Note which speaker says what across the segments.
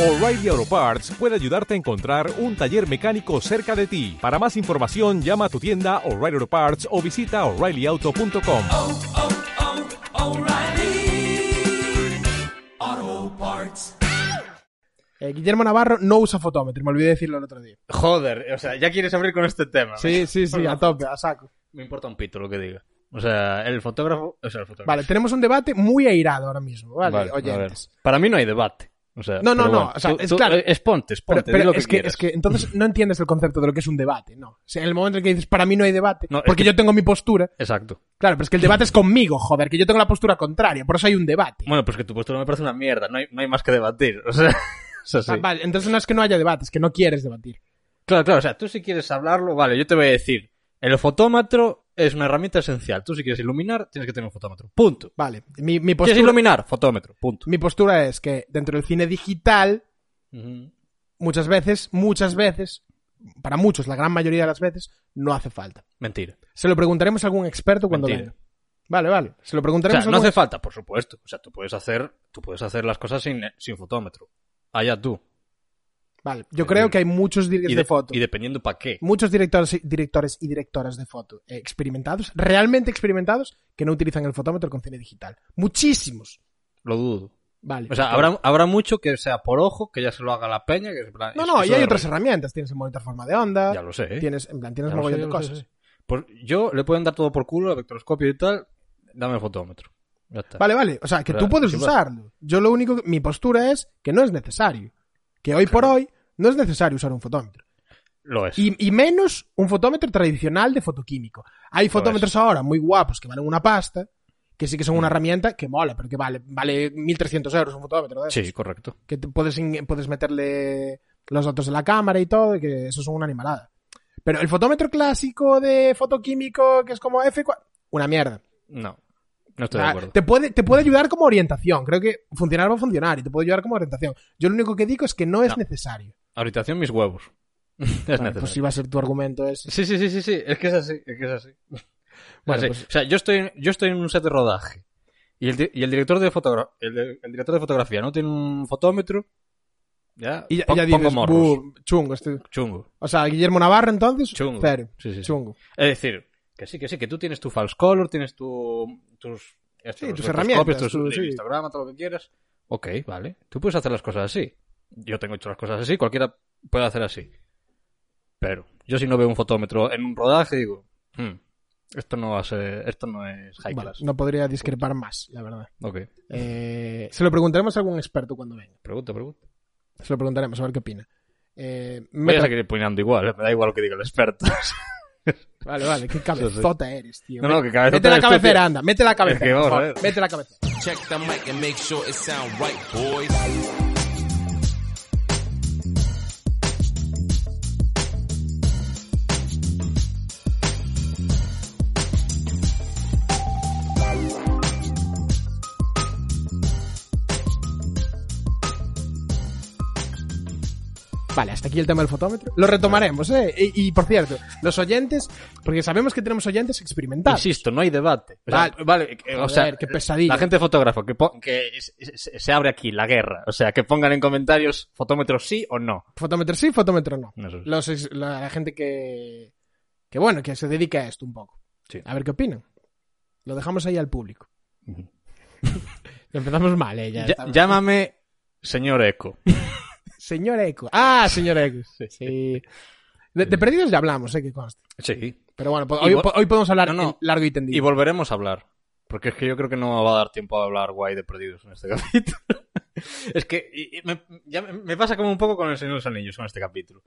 Speaker 1: O'Reilly Auto Parts puede ayudarte a encontrar un taller mecánico cerca de ti. Para más información, llama a tu tienda O'Reilly Auto Parts o visita oreillyauto.com.
Speaker 2: O'Reilly Auto Parts.
Speaker 3: Eh, Guillermo Navarro no usa fotómetro, me olvidé decirlo el otro día.
Speaker 4: Joder, o sea, ya quieres abrir con este tema.
Speaker 3: Sí, sí, sí, a tope, a saco.
Speaker 4: Me importa un pito lo que diga. O sea, el fotógrafo. O sea, el fotógrafo.
Speaker 3: Vale, tenemos un debate muy airado ahora mismo, ¿vale?
Speaker 4: Vale, a ver.
Speaker 3: oyentes.
Speaker 4: Para mí no hay debate. O sea,
Speaker 3: No, no,
Speaker 4: pero
Speaker 3: no,
Speaker 4: bueno,
Speaker 3: o sea,
Speaker 4: tú-
Speaker 3: es
Speaker 4: tú,
Speaker 3: claro.
Speaker 4: eh, Exponte,
Speaker 3: Pero,
Speaker 4: exponte.
Speaker 3: pero
Speaker 4: di lo que
Speaker 3: es, que,
Speaker 4: quieras.
Speaker 3: es que entonces no entiendes el concepto de lo que es un debate, no. O sea, en el momento en el que dices, para mí no hay debate,
Speaker 4: No, es
Speaker 3: porque
Speaker 4: que-
Speaker 3: yo tengo mi postura.
Speaker 4: Exacto.
Speaker 3: Claro, pero es que el debate es conmigo, joder, que yo tengo la postura contraria, por eso hay un debate.
Speaker 4: Bueno, pues que tu postura me parece una mierda. No hay, no hay más que debatir. O sea, o sea, sí.
Speaker 3: Ah, vale, entonces no es que no haya debate, es que no quieres debatir.
Speaker 4: Claro, claro. O sea, tú si quieres hablarlo, vale, yo te voy a decir. El fotómetro es una herramienta esencial. Tú si quieres iluminar, tienes que tener un fotómetro. Punto.
Speaker 3: Vale, mi, mi
Speaker 4: ¿Quieres
Speaker 3: postura,
Speaker 4: iluminar? Fotómetro. Punto.
Speaker 3: mi postura es que dentro del cine digital Mm.
Speaker 4: Ujú.
Speaker 3: muchas veces, muchas veces, para muchos, la gran mayoría de las veces, no hace falta.
Speaker 4: Mentira.
Speaker 3: Se lo preguntaremos a algún experto cuando
Speaker 4: Mentira.
Speaker 3: venga. Vale, vale. Se lo
Speaker 4: O sea,
Speaker 3: preguntaremos
Speaker 4: no
Speaker 3: a algún
Speaker 4: hace falta, por supuesto. O sea, tú puedes hacer, tú puedes hacer las cosas sin, sin fotómetro. Allá tú.
Speaker 3: Vale, yo creo que hay muchos directores
Speaker 4: Eh, Y,
Speaker 3: de,
Speaker 4: de-
Speaker 3: foto.
Speaker 4: y dependiendo para qué.
Speaker 3: Muchos directores, y- directores y directoras de foto eh, experimentados, realmente experimentados, que no utilizan el fotómetro con cine digital. Muchísimos.
Speaker 4: Lo dudo.
Speaker 3: Vale.
Speaker 4: O sea, habrá, habrá mucho que sea por ojo, que ya se lo haga la peña. Que es en plan-
Speaker 3: No,
Speaker 4: es-
Speaker 3: no,
Speaker 4: eso
Speaker 3: y hay
Speaker 4: de
Speaker 3: otras
Speaker 4: rollo.
Speaker 3: herramientas. Tienes el monitor forma de onda.
Speaker 4: Ya lo sé. ¿eh?
Speaker 3: Tienes, en plan, tienes
Speaker 4: Ya lo
Speaker 3: mogollón
Speaker 4: sé,
Speaker 3: de
Speaker 4: ya lo sé,
Speaker 3: cosas.
Speaker 4: sí. Pues yo le pueden dar todo por culo, el vectoroscopio y tal. Dame el fotómetro. Ya está.
Speaker 3: Vale, vale. O sea, que
Speaker 4: Claro,
Speaker 3: tú puedes
Speaker 4: sí, vale.
Speaker 3: usarlo. Yo lo único, que- mi postura es que no es necesario. Que hoy por hoy no es necesario usar un fotómetro.
Speaker 4: Lo es.
Speaker 3: Y, y menos un fotómetro tradicional de fotoquímico. Hay fotómetros ahora muy guapos que valen una pasta, que sí que son una
Speaker 4: Mm.
Speaker 3: herramienta que mola, pero que vale, vale 1.300 euros un fotómetro. ¿eh?
Speaker 4: Sí, correcto.
Speaker 3: Que te puedes, in- puedes meterle los datos de la cámara y todo, y que eso es una animalada. Pero el fotómetro clásico de fotoquímico, que es como F4, una mierda.
Speaker 4: No. No estoy
Speaker 3: O
Speaker 4: de
Speaker 3: sea,
Speaker 4: acuerdo.
Speaker 3: Ah, Te puede, te puede ayudar como orientación. Creo que funcionar va a funcionar y te puede ayudar como orientación. Yo lo único que digo es que no es
Speaker 4: No.
Speaker 3: necesario.
Speaker 4: Orientación mis huevos. es
Speaker 3: Vale,
Speaker 4: necesario.
Speaker 3: pues si va a ser tu argumento es
Speaker 4: Sí, sí, sí, sí, sí, es que es así, es que es así.
Speaker 3: Bueno,
Speaker 4: Así.
Speaker 3: pues-
Speaker 4: O sea, yo estoy, yo estoy en un set de rodaje y el, di- y el director de fotogra- el, de- el director de fotografía no tiene un fotómetro, ya,
Speaker 3: Y ya,
Speaker 4: pon-
Speaker 3: ya
Speaker 4: pongo
Speaker 3: dices,
Speaker 4: morros.
Speaker 3: "Bu, chungo. este".
Speaker 4: Chungo.
Speaker 3: O sea, Guillermo Navarro, entonces,
Speaker 4: Chungo.
Speaker 3: cero.
Speaker 4: Sí, sí, sí.
Speaker 3: Chungo.
Speaker 4: Es decir, que sí, que sí, que tú tienes tu false color, tienes tu, tus, estos,
Speaker 3: tus
Speaker 4: los
Speaker 3: herramientas,
Speaker 4: vectoscopios,
Speaker 3: tu-
Speaker 4: tus,
Speaker 3: sí.
Speaker 4: el histograma, todo lo que quieras. Ok, vale. Tú puedes hacer las cosas así. Yo tengo hecho las cosas así, cualquiera puede hacer así. Pero yo si no veo un fotómetro en un rodaje digo, "Hmm, esto no va a ser- esto no es high
Speaker 3: Vale,
Speaker 4: class".
Speaker 3: no podría discrepar más, la verdad.
Speaker 4: Ok,
Speaker 3: Eh, se lo preguntaremos a algún experto cuando venga.
Speaker 4: pregunta, pregunta.
Speaker 3: Se lo preguntaremos a ver qué opina. Eh,
Speaker 4: Voy a
Speaker 3: meta-
Speaker 4: seguir opinando igual, eh, me da igual lo que diga el experto.
Speaker 3: Vale, vale, qué cabezota eres, tío.
Speaker 4: No, no, que cabezota
Speaker 3: Mete la
Speaker 4: eres tú,
Speaker 3: cabecera,
Speaker 4: tío.
Speaker 3: anda, mete la cabecera.
Speaker 4: que vamos
Speaker 3: por
Speaker 4: a
Speaker 3: favor,
Speaker 4: ver.
Speaker 3: Mete la cabecera.
Speaker 5: Check the mic and make sure it sound right, boys.
Speaker 3: Vale, hasta aquí el tema del fotómetro. Lo retomaremos, ¿eh? Y, y, por cierto, los oyentes, porque sabemos que tenemos oyentes experimentados.
Speaker 4: Insisto, no hay debate. O sea,
Speaker 3: Vale.
Speaker 4: vale, eh, o
Speaker 3: Joder,
Speaker 4: sea,
Speaker 3: qué pesadilla.
Speaker 4: La gente fotógrafa, que, pon- que es- se se abre aquí la guerra. O sea, que pongan en comentarios fotómetros sí o no.
Speaker 3: Fotómetro sí, fotómetro no.
Speaker 4: Eso es.
Speaker 3: Los ex- la gente que, que, bueno, que se dedica a esto un poco.
Speaker 4: Sí.
Speaker 3: A ver qué opinan. Lo dejamos ahí al público.
Speaker 4: Ujú.
Speaker 3: Empezamos mal, eh. Ya,
Speaker 4: Ya-
Speaker 3: está.
Speaker 4: llámame señor Eco.
Speaker 3: Señor Eco. Ah, señor Eco. Sí. De, de perdidos ya hablamos, eh, que conste.
Speaker 4: Sí.
Speaker 3: Pero bueno, po-
Speaker 4: Y
Speaker 3: hoy,
Speaker 4: vo-
Speaker 3: po- hoy podemos hablar
Speaker 4: No, no.
Speaker 3: en largo y
Speaker 4: Y
Speaker 3: tendido.
Speaker 4: volveremos a hablar. Porque es que yo creo que no va a dar tiempo a hablar guay de perdidos en este capítulo. es que y- y me, ya me- me pasa como un poco con el Señor de los Anillos con este capítulo.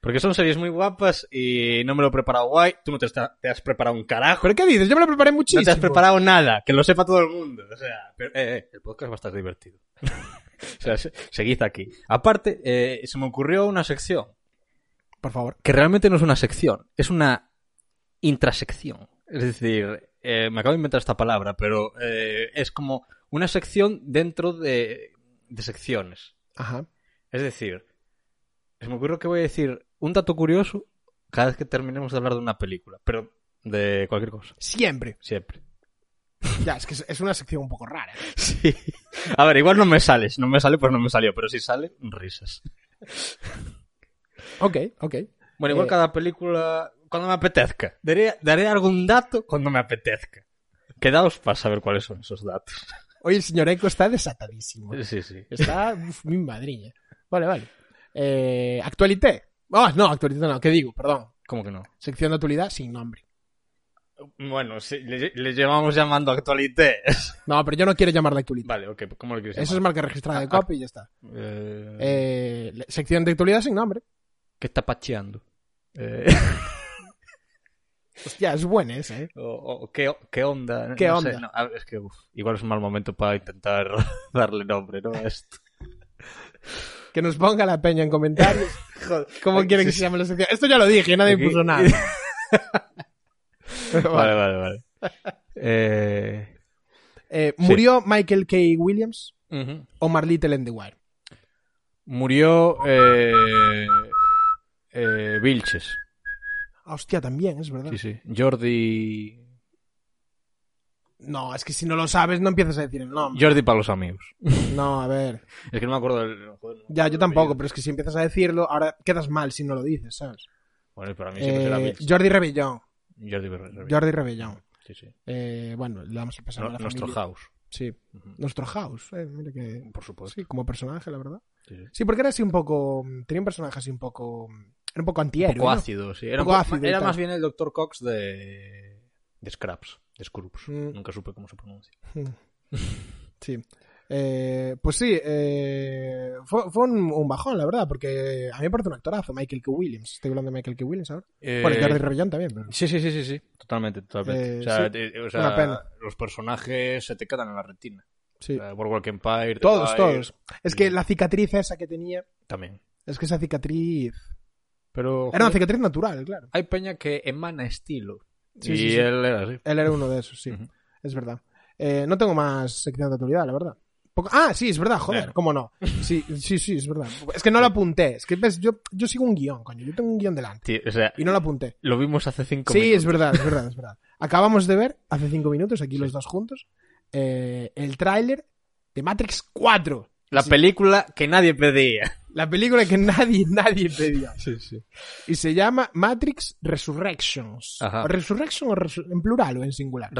Speaker 4: Porque son series muy guapas y no me lo he preparado guay. Tú no te, está- te has preparado un carajo.
Speaker 3: ¿Pero qué dices? Yo me lo preparé muchísimo.
Speaker 4: No te has preparado nada, que lo sepa todo el mundo. O sea, pero, eh, eh, el podcast va a estar divertido. o sea, se- seguid aquí. Aparte, eh, se me ocurrió una sección,
Speaker 3: Por favor.
Speaker 4: que realmente no es una sección, es una intrasección. Es decir, eh, me acabo de inventar esta palabra, pero eh, es como una sección dentro de, de secciones.
Speaker 3: Ajá.
Speaker 4: Es decir, se me ocurrió que voy a decir un dato curioso cada vez que terminemos de hablar de una película, pero de cualquier cosa,
Speaker 3: Siempre.
Speaker 4: siempre.
Speaker 3: Ya, es que es- es una sección un poco rara. ¿eh?
Speaker 4: Sí. A ver, igual no me sales. No me sale, pues no me salió. Pero si sale, risas.
Speaker 3: Ok, ok.
Speaker 4: Bueno, igual
Speaker 3: Eh,
Speaker 4: cada película cuando me apetezca. Daré, daré algún dato cuando me apetezca. Quedaos para saber cuáles son esos datos.
Speaker 3: Hoy el señor Eco está desatadísimo.
Speaker 4: Sí, sí.
Speaker 3: Está, uf, mi madriña. Vale, vale. Eh, actualité. Ah, no, actualité no, ¿qué digo? Perdón.
Speaker 4: ¿Cómo que no?
Speaker 3: Sección de actualidad sin nombre.
Speaker 4: Bueno, sí, le, le llevamos llamando actualité.
Speaker 3: No, pero yo no quiero llamarla actualidad.
Speaker 4: vale, ok, ¿cómo lo quieres
Speaker 3: Eso es
Speaker 4: llamar?
Speaker 3: marca registrada de
Speaker 4: Ah,
Speaker 3: copy y ya está.
Speaker 4: Eh,
Speaker 3: Eh, le- sección de actualidad sin nombre.
Speaker 4: ¿Qué está pacheando? Eh,
Speaker 3: Hostia, es buena esa, ¿eh?
Speaker 4: o- o ¿qué, ¿Qué onda?
Speaker 3: ¿Qué
Speaker 4: No sé,
Speaker 3: onda?
Speaker 4: no, a ver, es que uf, igual es un mal momento para intentar darle nombre, ¿no? A esto.
Speaker 3: Que nos ponga la peña en comentarios. ¿Cómo quiere que se llame la sección? Esto ya lo dije, nadie
Speaker 4: Aquí-
Speaker 3: puso nada. Pero
Speaker 4: Vale,
Speaker 3: vale.
Speaker 4: vale, vale. Eh,
Speaker 3: Eh,
Speaker 4: Sí.
Speaker 3: ¿Murió Michael K. Williams
Speaker 4: ujú.
Speaker 3: o Marlittle and the Wire?
Speaker 4: Murió eh, eh, Vilches.
Speaker 3: Ah, hostia, también, es verdad.
Speaker 4: Sí, sí. Jordi.
Speaker 3: No, es que si no lo sabes no empiezas a decir el nombre.
Speaker 4: Jordi para los amigos.
Speaker 3: No, a ver.
Speaker 4: Es que no me acuerdo del. joder, no me
Speaker 3: Ya,
Speaker 4: acuerdo
Speaker 3: yo
Speaker 4: del
Speaker 3: tampoco,
Speaker 4: apellido.
Speaker 3: pero es que si empiezas a decirlo, ahora quedas mal si no lo dices, ¿sabes?
Speaker 4: Bueno, para mí siempre será
Speaker 3: Eh,
Speaker 4: Vilches.
Speaker 3: Jordi Rebellón.
Speaker 4: Jordi Berrera.
Speaker 3: Jordi Rebellón.
Speaker 4: Sí, sí.
Speaker 3: Eh, bueno, le damos el pasado
Speaker 4: No-
Speaker 3: a la
Speaker 4: nuestro
Speaker 3: familia.
Speaker 4: house,
Speaker 3: Sí. Nuestro house, eh, mira que...
Speaker 4: por supuesto.
Speaker 3: Sí, como personaje, la verdad.
Speaker 4: Sí, sí.
Speaker 3: Sí, porque era así un poco... Tenía un personaje así un poco... Era un poco
Speaker 4: Un
Speaker 3: antihéroe,
Speaker 4: poco
Speaker 3: ¿no?
Speaker 4: ácido, sí. Era,
Speaker 3: Un poco
Speaker 4: un poco-
Speaker 3: ácido y
Speaker 4: era
Speaker 3: tal.
Speaker 4: más bien el Dr. Cox de. de Scraps, de Scrubs.
Speaker 3: Mm.
Speaker 4: Nunca supe cómo se pronuncia.
Speaker 3: Sí. Eh, pues sí, eh, fue, fue un, un bajón, la verdad, porque a mí me parece un actorazo, Michael K. Williams. Estoy hablando de Michael K. Williams ahora. Bueno,
Speaker 4: Eh,
Speaker 3: Jordi Rebellón también. pero-
Speaker 4: Sí, sí, sí, sí, sí. Totalmente, totalmente.
Speaker 3: Eh,
Speaker 4: o sea,
Speaker 3: sí.
Speaker 4: te- o sea,
Speaker 3: Una pena.
Speaker 4: los personajes se te quedan en la retina.
Speaker 3: Sí.
Speaker 4: O sea, Boardwalk Empire. The
Speaker 3: Todos,
Speaker 4: Wire,
Speaker 3: todos. Es que
Speaker 4: Sí.
Speaker 3: la cicatriz esa que tenía,
Speaker 4: También.
Speaker 3: es que esa cicatriz...
Speaker 4: Pero.
Speaker 3: Era una
Speaker 4: joder,
Speaker 3: cicatriz natural, claro.
Speaker 4: Hay peña que emana estilo.
Speaker 3: Sí,
Speaker 4: y
Speaker 3: sí, sí.
Speaker 4: él era así.
Speaker 3: Él era uno de esos, sí.
Speaker 4: Ujú.
Speaker 3: Es verdad. Eh, no tengo más sección de actualidad, la verdad. Poco- Ah, sí, es verdad, joder,
Speaker 4: Claro.
Speaker 3: cómo no. Sí, sí, sí, es verdad. Es que no lo apunté. Es que ves, yo, yo sigo un guión, coño. Yo tengo un guión delante.
Speaker 4: Tío, o sea,
Speaker 3: Y no lo apunté.
Speaker 4: lo vimos hace cinco
Speaker 3: Sí,
Speaker 4: minutos.
Speaker 3: es verdad, es verdad, es verdad. Acabamos de ver hace cinco minutos, aquí los dos juntos, eh, el tráiler de Matrix 4.
Speaker 4: La
Speaker 3: Sí.
Speaker 4: película que nadie pedía.
Speaker 3: La película que nadie, nadie pedía. Y se llama Matrix Resurrections.
Speaker 4: Ajá.
Speaker 3: ¿O Resurrection o resu- en plural o en singular.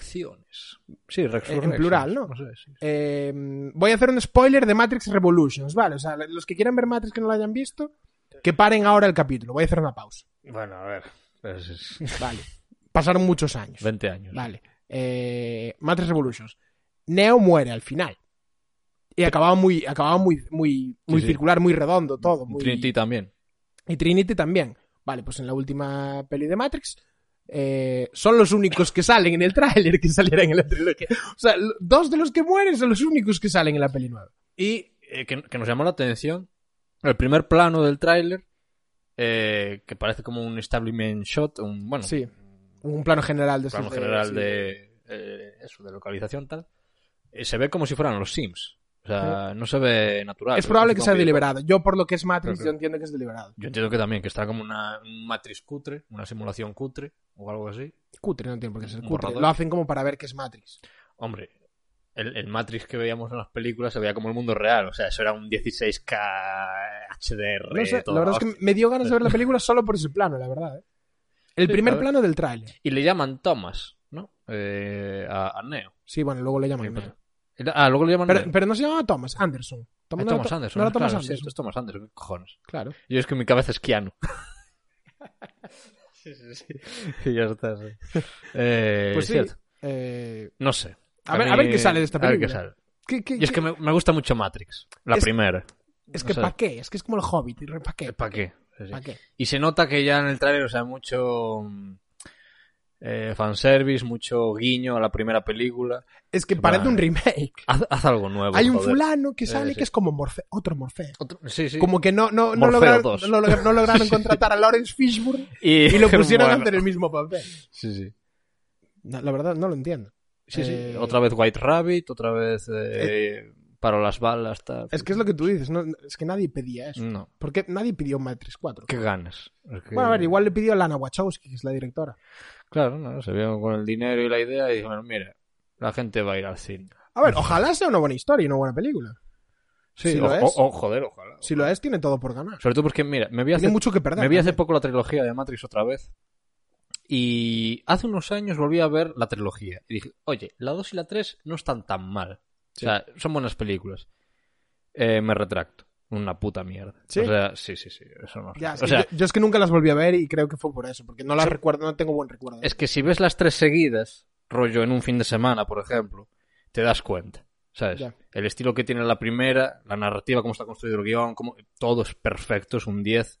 Speaker 4: Resurrecciones. Sí, resurrecciones.
Speaker 3: Eh, En plural, ¿no?
Speaker 4: sé, sí.
Speaker 3: Eh, voy a hacer un spoiler de Matrix Revolutions, ¿vale? O sea, los que quieran ver Matrix que no lo hayan visto, que paren ahora el capítulo. Voy a hacer una pausa.
Speaker 4: Bueno, a ver. Es- es-
Speaker 3: Vale. Pasaron muchos años.
Speaker 4: 20 años.
Speaker 3: Vale. Eh, Matrix Revolutions. Neo muere al final. Y acababa muy, acababa muy, muy, muy
Speaker 4: sí.
Speaker 3: circular, muy redondo, todo.
Speaker 4: Y
Speaker 3: Muy...
Speaker 4: Trinity también.
Speaker 3: Y Trinity también. Vale, pues en la última peli de Matrix. eh, son los únicos que salen en el tráiler que salieran en la trilogía. O sea, lo- dos de los que mueren son los únicos que salen en la peli nueva.
Speaker 4: Y eh, que, que nos llamó la atención el primer plano del tráiler, eh, que parece como un establishment shot, un bueno,
Speaker 3: Sí. Un plano general de
Speaker 4: un plano
Speaker 3: estos de-
Speaker 4: general
Speaker 3: sí.
Speaker 4: de eh, eso, de localización tal. eh, se ve como si fueran los Sims. O sea, no se ve natural.
Speaker 3: Es probable que sea
Speaker 4: Supongo
Speaker 3: deliberado. Yo, por lo que es Matrix,
Speaker 4: Creo que-
Speaker 3: yo entiendo que es deliberado.
Speaker 4: Yo entiendo que también, que está como una un matriz cutre, una simulación cutre o algo así.
Speaker 3: Cutre, no tiene por qué ser
Speaker 4: Un
Speaker 3: cutre.
Speaker 4: borrador.
Speaker 3: Lo hacen como para ver que es Matrix.
Speaker 4: Hombre, el, el Matrix que veíamos en las películas se veía como el mundo real. O sea, eso era un 16K HDR.
Speaker 3: No sé,
Speaker 4: toda
Speaker 3: la verdad es
Speaker 4: hostia.
Speaker 3: que me dio ganas de ver la película solo por ese plano, la verdad. ¿eh? El
Speaker 4: Sí,
Speaker 3: primer
Speaker 4: claro.
Speaker 3: plano del tráiler.
Speaker 4: Y le llaman Thomas, ¿no? Eh, a, a Neo.
Speaker 3: Sí, bueno, luego le llaman. Neo.
Speaker 4: Ah, luego le llaman
Speaker 3: Pero,
Speaker 4: Neo.
Speaker 3: pero no se llamaba Thomas Anderson. Tom-
Speaker 4: Ah,
Speaker 3: no era
Speaker 4: Thomas
Speaker 3: To-
Speaker 4: Anderson.
Speaker 3: No era Thomas
Speaker 4: claro, sí,
Speaker 3: Anderson.
Speaker 4: es Thomas Anderson, ¿qué cojones?
Speaker 3: Claro.
Speaker 4: Yo es que mi cabeza es Keanu. sí, sí, sí. Y ya está. sí. Eh,
Speaker 3: Pues sí.
Speaker 4: cierto.
Speaker 3: eh,
Speaker 4: No sé.
Speaker 3: A ver- a ver qué sale de esta
Speaker 4: A ver qué
Speaker 3: película.
Speaker 4: sale.
Speaker 3: ¿qué- qué-
Speaker 4: Y es que me, me gusta mucho Matrix, la
Speaker 3: Es-
Speaker 4: primera.
Speaker 3: es que
Speaker 4: o sea-
Speaker 3: ¿para qué? Es que es como el Hobbit. ¿Para qué?
Speaker 4: ¿Para qué? Sí, sí.
Speaker 3: ¿Para qué?
Speaker 4: Y se nota que ya en el tráiler, o sea, mucho mm, eh, fanservice, mucho guiño a la primera película.
Speaker 3: Es que
Speaker 4: Va.
Speaker 3: parece un remake.
Speaker 4: Haz, haz algo nuevo.
Speaker 3: Hay un
Speaker 4: joder.
Speaker 3: fulano que sale
Speaker 4: Eh, sí.
Speaker 3: que es como Morfe- otro Morfeo.
Speaker 4: Otro- Sí, sí.
Speaker 3: Como que no, no, no,
Speaker 4: Morfeo
Speaker 3: lograron,
Speaker 4: dos.
Speaker 3: no logra- no lograron contratar a Lawrence Fishburne
Speaker 4: Y,
Speaker 3: y lo pusieron a
Speaker 4: bueno,
Speaker 3: hacer el mismo papel.
Speaker 4: Sí, sí.
Speaker 3: No, la verdad, no lo entiendo.
Speaker 4: Sí, sí.
Speaker 3: Eh,
Speaker 4: Otra vez White Rabbit, otra vez eh, Paro las balas, tal.
Speaker 3: Es que es lo que tú dices, no- es que nadie pedía eso.
Speaker 4: No,
Speaker 3: Porque nadie pidió Matrix 4.
Speaker 4: Mm. qué ganas. Es que-
Speaker 3: Bueno, a ver, igual le pidió a Lana Wachowski, que es la directora.
Speaker 4: Claro, no, se vieron con el dinero y la idea y dijeron, mira, la gente va a ir al cine.
Speaker 3: A ver, ojalá sea una buena historia y una buena película. si lo
Speaker 4: Mm. o-
Speaker 3: es,
Speaker 4: o- o- joder, ojalá.
Speaker 3: si lo es, tiene todo por ganar.
Speaker 4: Sobre todo porque, mira, me vi hace,
Speaker 3: Tiene mucho que perder.
Speaker 4: me vi hace
Speaker 3: también.
Speaker 4: poco la trilogía de Matrix otra vez. Y hace unos años volví a ver la trilogía. Y dije, oye, la 2 y la 3 no están tan mal. O sea, son buenas películas. Eh, me retracto. Una puta mierda.
Speaker 3: ¿Sí?
Speaker 4: O sea, sí, sí, sí. Eso no.
Speaker 3: Ya, es
Speaker 4: o
Speaker 3: que
Speaker 4: sea,
Speaker 3: yo, yo es que nunca las volví a ver y creo que fue por eso, porque no las recuerdo, no tengo buen recuerdo.
Speaker 4: Es que si ves las tres seguidas, rollo en un fin de semana, por ejemplo, te das cuenta. ¿Sabes?
Speaker 3: Ya.
Speaker 4: El estilo que tiene la primera, la narrativa, cómo está construido el guión, cómo- todo es perfecto, es un 10.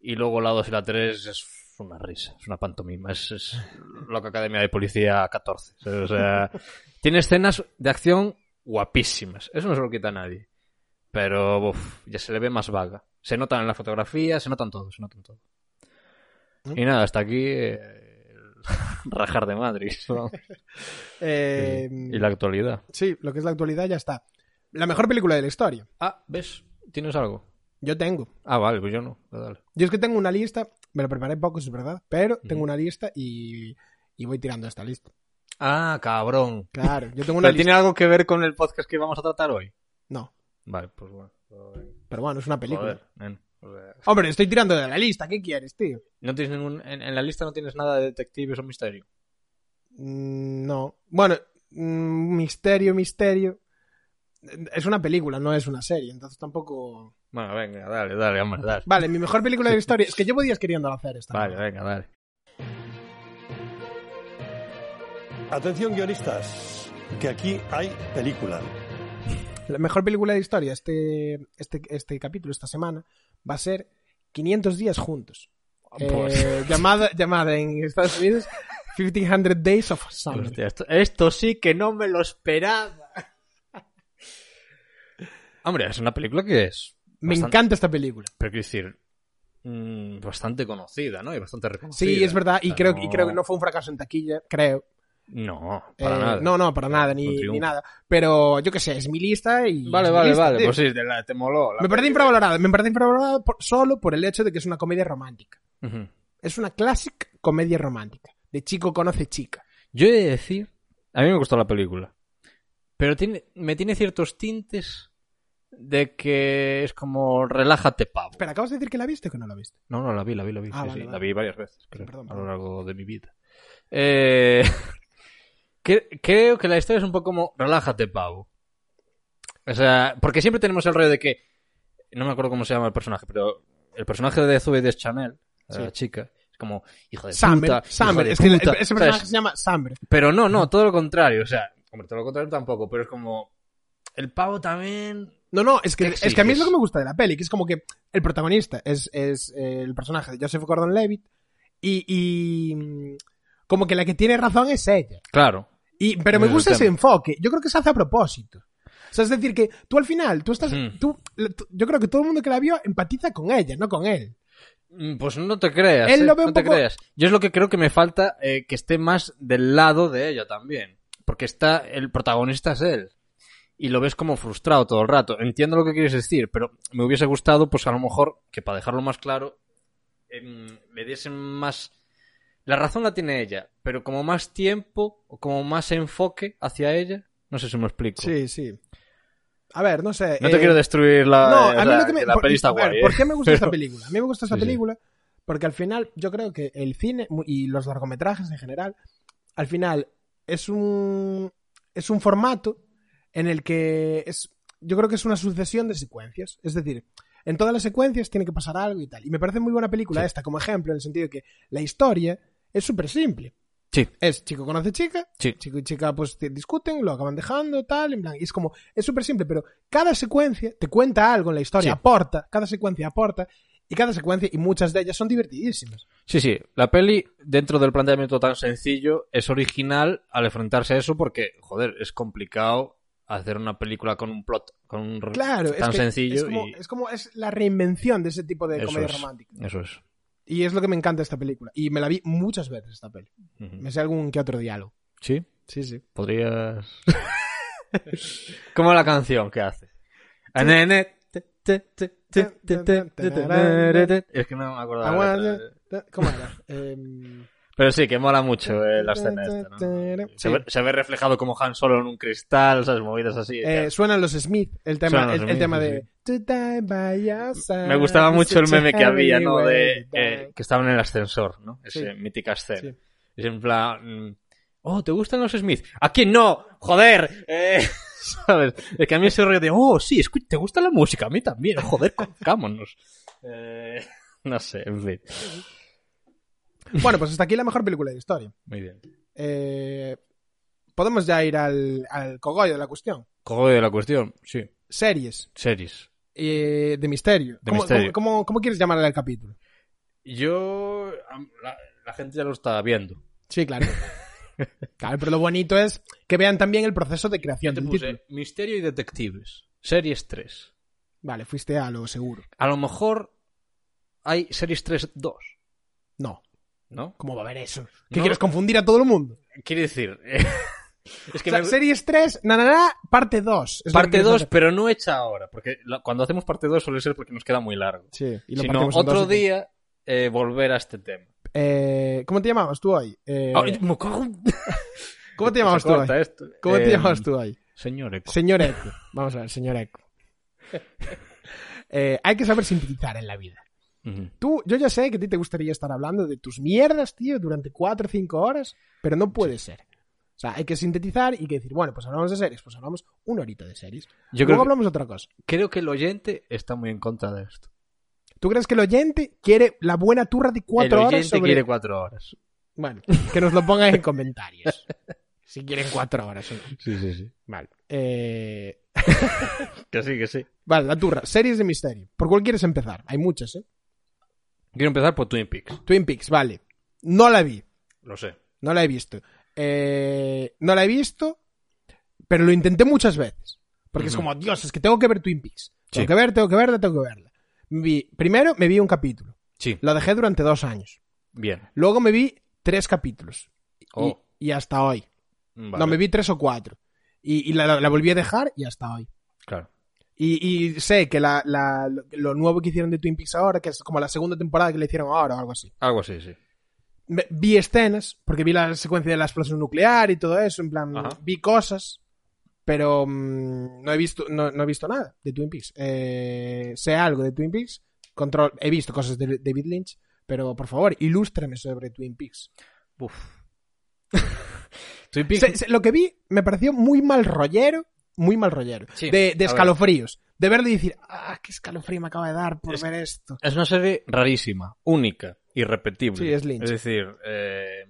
Speaker 4: Y luego la 2 y la 3 es una risa, es una pantomima, es, es lo que Academia de Policía 14. ¿sabes? O sea, tiene escenas de acción guapísimas, eso no se lo quita a nadie. Pero uf, ya se le ve más vaga. Se notan en la fotografía, se notan todo, se notan todo. Y nada, hasta aquí eh, el rajar de Madrid. ¿no?
Speaker 3: Eh,
Speaker 4: y la actualidad.
Speaker 3: Sí, lo que es la actualidad ya está. La mejor película de la historia.
Speaker 4: Ah, ¿ves? ¿Tienes algo?
Speaker 3: Yo tengo.
Speaker 4: Ah, vale, pues yo no. Dale, dale.
Speaker 3: Yo es que tengo una lista, me lo preparé poco, es verdad, pero tengo
Speaker 4: Ujú.
Speaker 3: una lista y, y voy tirando esta lista.
Speaker 4: Ah, cabrón.
Speaker 3: Claro, yo tengo una
Speaker 4: ¿Pero
Speaker 3: lista.
Speaker 4: tiene algo que ver con el podcast que vamos a tratar hoy?
Speaker 3: No,
Speaker 4: Vale, pues bueno.
Speaker 3: pero bueno, es una película.
Speaker 4: Joder, nen. O sea,
Speaker 3: Hombre, estoy tirando de la lista, ¿qué quieres, tío?
Speaker 4: no tienes ningún, en, en la lista no tienes nada de detectives o misterio.
Speaker 3: Mm, No. Bueno, mm, misterio, misterio. Es una película, no es una serie, entonces tampoco.
Speaker 4: Bueno, venga, dale, dale, hombre, dale.
Speaker 3: Vale, mi mejor película de la historia. Es que llevo días queriendo hacer esta.
Speaker 4: Vale, venga, dale.
Speaker 6: Atención guionistas, que aquí hay película.
Speaker 3: La mejor película de la historia, este, este, este capítulo, esta semana, va a ser 500 días juntos.
Speaker 4: Oh,
Speaker 3: Eh, llamada, llamada en Estados Unidos 1500 Days of Summer.
Speaker 4: Hostia, esto, esto sí que no me lo esperaba. Hombre, es una película que es
Speaker 3: Me
Speaker 4: bastante-
Speaker 3: encanta esta película.
Speaker 4: Pero quiero decir, mm, bastante conocida, ¿no? Y bastante reconocida.
Speaker 3: Sí, es verdad. Y
Speaker 4: O sea,
Speaker 3: creo, y creo que no fue un fracaso en taquilla, creo.
Speaker 4: No, para
Speaker 3: Eh,
Speaker 4: nada.
Speaker 3: No, no, para nada, ni,
Speaker 4: Un
Speaker 3: ni
Speaker 4: triunfo.
Speaker 3: nada. Pero yo qué sé, es mi lista y.
Speaker 4: Vale,
Speaker 3: es mi
Speaker 4: vale,
Speaker 3: lista,
Speaker 4: vale.
Speaker 3: tío.
Speaker 4: Pues sí, te, la- te moló. la-
Speaker 3: me parece infravalorada. Me parece infravalorada por- solo por el hecho de que es una comedia romántica.
Speaker 4: Ujú.
Speaker 3: Es una classic comedia romántica. De chico conoce chica.
Speaker 4: Yo he de decir, a mí me gustó la película. Pero tiene, me tiene ciertos tintes de que es como relájate, pavo.
Speaker 3: Espera, ¿acabas de decir que la viste o que no la viste?
Speaker 4: No, no, la vi, la vi, la vi.
Speaker 3: Ah,
Speaker 4: sí,
Speaker 3: vale,
Speaker 4: sí,
Speaker 3: vale.
Speaker 4: La vi varias veces, creo,
Speaker 3: perdón,
Speaker 4: a
Speaker 3: perdón.
Speaker 4: lo largo de mi vida. Eh, que- creo que la historia es un poco como relájate, pavo. O sea, porque siempre tenemos el rollo de que. No me acuerdo cómo se llama el personaje, pero el personaje de Zoe Chanel, la chica, es como, hijo de
Speaker 3: Summer,
Speaker 4: puta. hijo
Speaker 3: Summer.
Speaker 4: de
Speaker 3: Es que
Speaker 4: puta",
Speaker 3: ese
Speaker 4: ¿sabes?
Speaker 3: personaje se llama Summer.
Speaker 4: Pero no, no, todo lo contrario. O sea, hombre, todo lo contrario tampoco, pero es como. El pavo también.
Speaker 3: No, no, es que,
Speaker 4: Te
Speaker 3: es que a mí es
Speaker 4: exiges.
Speaker 3: lo que me gusta de la peli, que es como que el protagonista es, es eh, el personaje de Joseph Gordon-Levitt y, y mm, como que la que tiene razón es ella.
Speaker 4: Claro.
Speaker 3: Y, pero me
Speaker 4: Ese es
Speaker 3: gusta
Speaker 4: el
Speaker 3: ese
Speaker 4: tema.
Speaker 3: enfoque. Yo creo que se hace a propósito. O sea, es decir, que tú al final, tú estás,
Speaker 4: Hmm.
Speaker 3: tú, tú- yo creo que todo el mundo que la vio empatiza con ella, no con él.
Speaker 4: Mm, Pues no te creas.
Speaker 3: Él
Speaker 4: eh,
Speaker 3: lo ve
Speaker 4: no
Speaker 3: un
Speaker 4: te
Speaker 3: poco-
Speaker 4: creas. Yo es lo que creo que me falta eh, que esté más del lado de ella también. Porque está el protagonista es él. Y lo ves como frustrado todo el rato. Entiendo lo que quieres decir, pero me hubiese gustado, pues a lo mejor, que para dejarlo más claro, em, le diesen más. La razón la tiene ella, pero como más tiempo o como más enfoque hacia ella. No sé si me explico.
Speaker 3: sí. A ver, no sé.
Speaker 4: No te
Speaker 3: eh,
Speaker 4: quiero destruir la.
Speaker 3: No,
Speaker 4: eh,
Speaker 3: a mí
Speaker 4: la-
Speaker 3: lo que me.
Speaker 4: la
Speaker 3: por,
Speaker 4: peli está
Speaker 3: a ver,
Speaker 4: guay,
Speaker 3: ¿Por
Speaker 4: eh.
Speaker 3: qué me gusta esta
Speaker 4: Pero-
Speaker 3: película? A mí me gusta esta
Speaker 4: Sí, sí.
Speaker 3: película porque al final yo creo que el cine mu- y los largometrajes en general, al final es un. Es un formato en el que es. Yo creo que es una sucesión de secuencias. Es decir, en todas las secuencias tiene que pasar algo y tal. Y me parece muy buena película esta, como ejemplo, en el sentido que la historia es súper simple.
Speaker 4: Sí.
Speaker 3: Es chico conoce chica,
Speaker 4: Sí.
Speaker 3: chico y chica pues te- discuten, lo acaban dejando, tal, en plan. Y es como, es súper simple, pero cada secuencia te cuenta algo en la historia,
Speaker 4: Sí.
Speaker 3: aporta, cada secuencia aporta, y cada secuencia, y muchas de ellas son divertidísimas.
Speaker 4: Sí, sí. La peli, dentro del planteamiento tan sencillo, es original al enfrentarse a eso porque, joder, es complicado hacer una película con un plot con un re-
Speaker 3: Claro,
Speaker 4: tan
Speaker 3: es, que
Speaker 4: sencillo.
Speaker 3: es, como,
Speaker 4: y...
Speaker 3: es como es la reinvención de ese tipo de
Speaker 4: Eso
Speaker 3: comedia
Speaker 4: es.
Speaker 3: romántica.
Speaker 4: Eso es.
Speaker 3: Y es lo que me encanta de esta película. Y me la vi muchas veces esta peli.
Speaker 4: Ujú.
Speaker 3: Me sé algún que otro diálogo.
Speaker 4: Sí,
Speaker 3: Sí, sí.
Speaker 4: podrías. como la canción que hace. Anene, te, te, te, te, te, te, te, te, te, te, te. Es que no me acuerdo. de la letra.
Speaker 3: ¿Cómo era? Em,
Speaker 4: Pero sí, que mola mucho eh, la escena esta, ¿no? Se,
Speaker 3: Sí.
Speaker 4: ve, se ve reflejado como Han Solo en un cristal, esas movidas así.
Speaker 3: Eh, suenan los Smith, el tema,
Speaker 4: Suenan los
Speaker 3: el, el
Speaker 4: Smith,
Speaker 3: tema
Speaker 4: sí,
Speaker 3: de... "To die by your side
Speaker 4: Me gustaba mucho el
Speaker 3: is a
Speaker 4: meme que había, ¿no?
Speaker 3: heavy
Speaker 4: De
Speaker 3: way down".
Speaker 4: eh, que estaban en el ascensor, ¿no?
Speaker 3: Sí.
Speaker 4: Ese mítica escena.
Speaker 3: Sí.
Speaker 4: Es en plan, mm, oh, ¿te gustan los Smith? ¿A quién no? ¡Joder! Eh, ¿Sabes? Es que a mí ese rollo de, oh, sí, escu- ¿te gusta la música? A mí también, joder, conozcámonos. Eh, no sé, en fin.
Speaker 3: Bueno, pues hasta aquí la mejor película de la historia.
Speaker 4: Muy bien.
Speaker 3: Eh, podemos ya ir al, al cogollo de la cuestión.
Speaker 4: Cojo de la cuestión, sí.
Speaker 3: Series
Speaker 4: Series.
Speaker 3: eh, de misterio.
Speaker 4: De
Speaker 3: ¿Cómo,
Speaker 4: misterio.
Speaker 3: cómo- cómo- cómo quieres llamarle al capítulo?
Speaker 4: Yo. am, La, la gente ya lo está viendo.
Speaker 3: Sí, claro. claro, pero lo bonito es que vean también el proceso de creación
Speaker 4: Te
Speaker 3: del
Speaker 4: puse
Speaker 3: título.
Speaker 4: Misterio y Detectives. Series 3.
Speaker 3: Vale, fuiste a lo seguro.
Speaker 4: A lo mejor hay Series 3 2,
Speaker 3: No,
Speaker 4: ¿no?
Speaker 3: ¿cómo va a haber eso? ¿Que
Speaker 4: No.
Speaker 3: quieres confundir a todo el mundo?
Speaker 4: Quiere decir. es que
Speaker 3: O sea,
Speaker 4: me-
Speaker 3: Series 3, na, na, na, parte 2. Es lo que
Speaker 4: parte
Speaker 3: quieres
Speaker 4: 2,
Speaker 3: hacer.
Speaker 4: pero no hecha ahora. Porque la- cuando hacemos parte 2 suele ser porque nos queda muy largo.
Speaker 3: Sí, y lo
Speaker 4: Sino
Speaker 3: partimos en
Speaker 4: otro
Speaker 3: dos y-
Speaker 4: día eh, volver a este tema.
Speaker 3: Eh, ¿Cómo te llamabas tú hoy? Eh,
Speaker 4: Ay, me cago en-
Speaker 3: ¿Cómo te llamabas
Speaker 4: Ah, Se
Speaker 3: tú hoy?
Speaker 4: corta esto.
Speaker 3: ¿Cómo te
Speaker 4: Eh,
Speaker 3: llamabas tú hoy?
Speaker 4: Señor Eco.
Speaker 3: Señor Eco. Vamos a ver, señor Eco. Eh, hay que saber sintetizar en la vida.
Speaker 4: Ujú.
Speaker 3: Tú, yo ya sé que a ti te gustaría estar hablando de tus mierdas, tío, durante cuatro o cinco horas, pero no puede ser. O sea, hay que sintetizar y que decir, bueno, pues hablamos de series, pues hablamos una horita de series.
Speaker 4: Yo
Speaker 3: Luego
Speaker 4: creo que,
Speaker 3: hablamos de otra cosa.
Speaker 4: creo que el oyente está muy en contra de esto.
Speaker 3: ¿Tú crees que el oyente quiere la buena turra de cuatro
Speaker 4: el
Speaker 3: horas?
Speaker 4: oyente
Speaker 3: sobre-
Speaker 4: quiere cuatro horas.
Speaker 3: Bueno, que nos lo pongan en comentarios. si quieren cuatro horas. o no.
Speaker 4: Sí, sí, sí.
Speaker 3: Vale. Eh,
Speaker 4: Que sí, que sí.
Speaker 3: Vale, la turra. Series de misterio. ¿Por cuál quieres empezar? Hay muchas, ¿eh?
Speaker 4: Quiero empezar por Twin Peaks.
Speaker 3: Twin Peaks, vale. No la vi,
Speaker 4: Lo sé.
Speaker 3: no la he visto. Eh, no la he visto, pero lo intenté muchas veces. Porque es
Speaker 4: Ujú.
Speaker 3: como, Dios, es que tengo que ver Twin Peaks. Tengo
Speaker 4: Sí.
Speaker 3: que ver, tengo que verla, tengo que verla. Vi- primero me vi un capítulo.
Speaker 4: Sí.
Speaker 3: Lo dejé durante dos años.
Speaker 4: Bien.
Speaker 3: Luego me vi tres capítulos. Y-
Speaker 4: Oh.
Speaker 3: Y, hasta hoy.
Speaker 4: Vale.
Speaker 3: No, me vi tres o cuatro. Y, y la, la volví a dejar y hasta hoy.
Speaker 4: Claro.
Speaker 3: Y, y sé que la- la- lo- lo nuevo que hicieron de Twin Peaks ahora, que es como la segunda temporada que le hicieron ahora o algo así.
Speaker 4: Algo así, sí.
Speaker 3: me- vi escenas, porque vi la secuencia de la explosión nuclear y todo eso, en plan,
Speaker 4: Ajá.
Speaker 3: vi cosas, pero mm, no, he visto, no, no he visto nada de Twin Peaks. Eh, sé algo de Twin Peaks, control, he visto cosas de David Lynch, pero por favor, ilústrame sobre Twin Peaks.
Speaker 4: Uf. Twin Peaks.
Speaker 3: Se- se- lo que vi me pareció muy mal rollero, muy mal rollero,
Speaker 4: Sí,
Speaker 3: de, de
Speaker 4: a ver.
Speaker 3: escalofríos, de verlo y decir, ah, qué escalofrío me acaba de dar por
Speaker 4: Es-
Speaker 3: ver esto.
Speaker 4: Es una serie rarísima, única, irrepetible.
Speaker 3: Sí, es Lynch.
Speaker 4: decir, eh,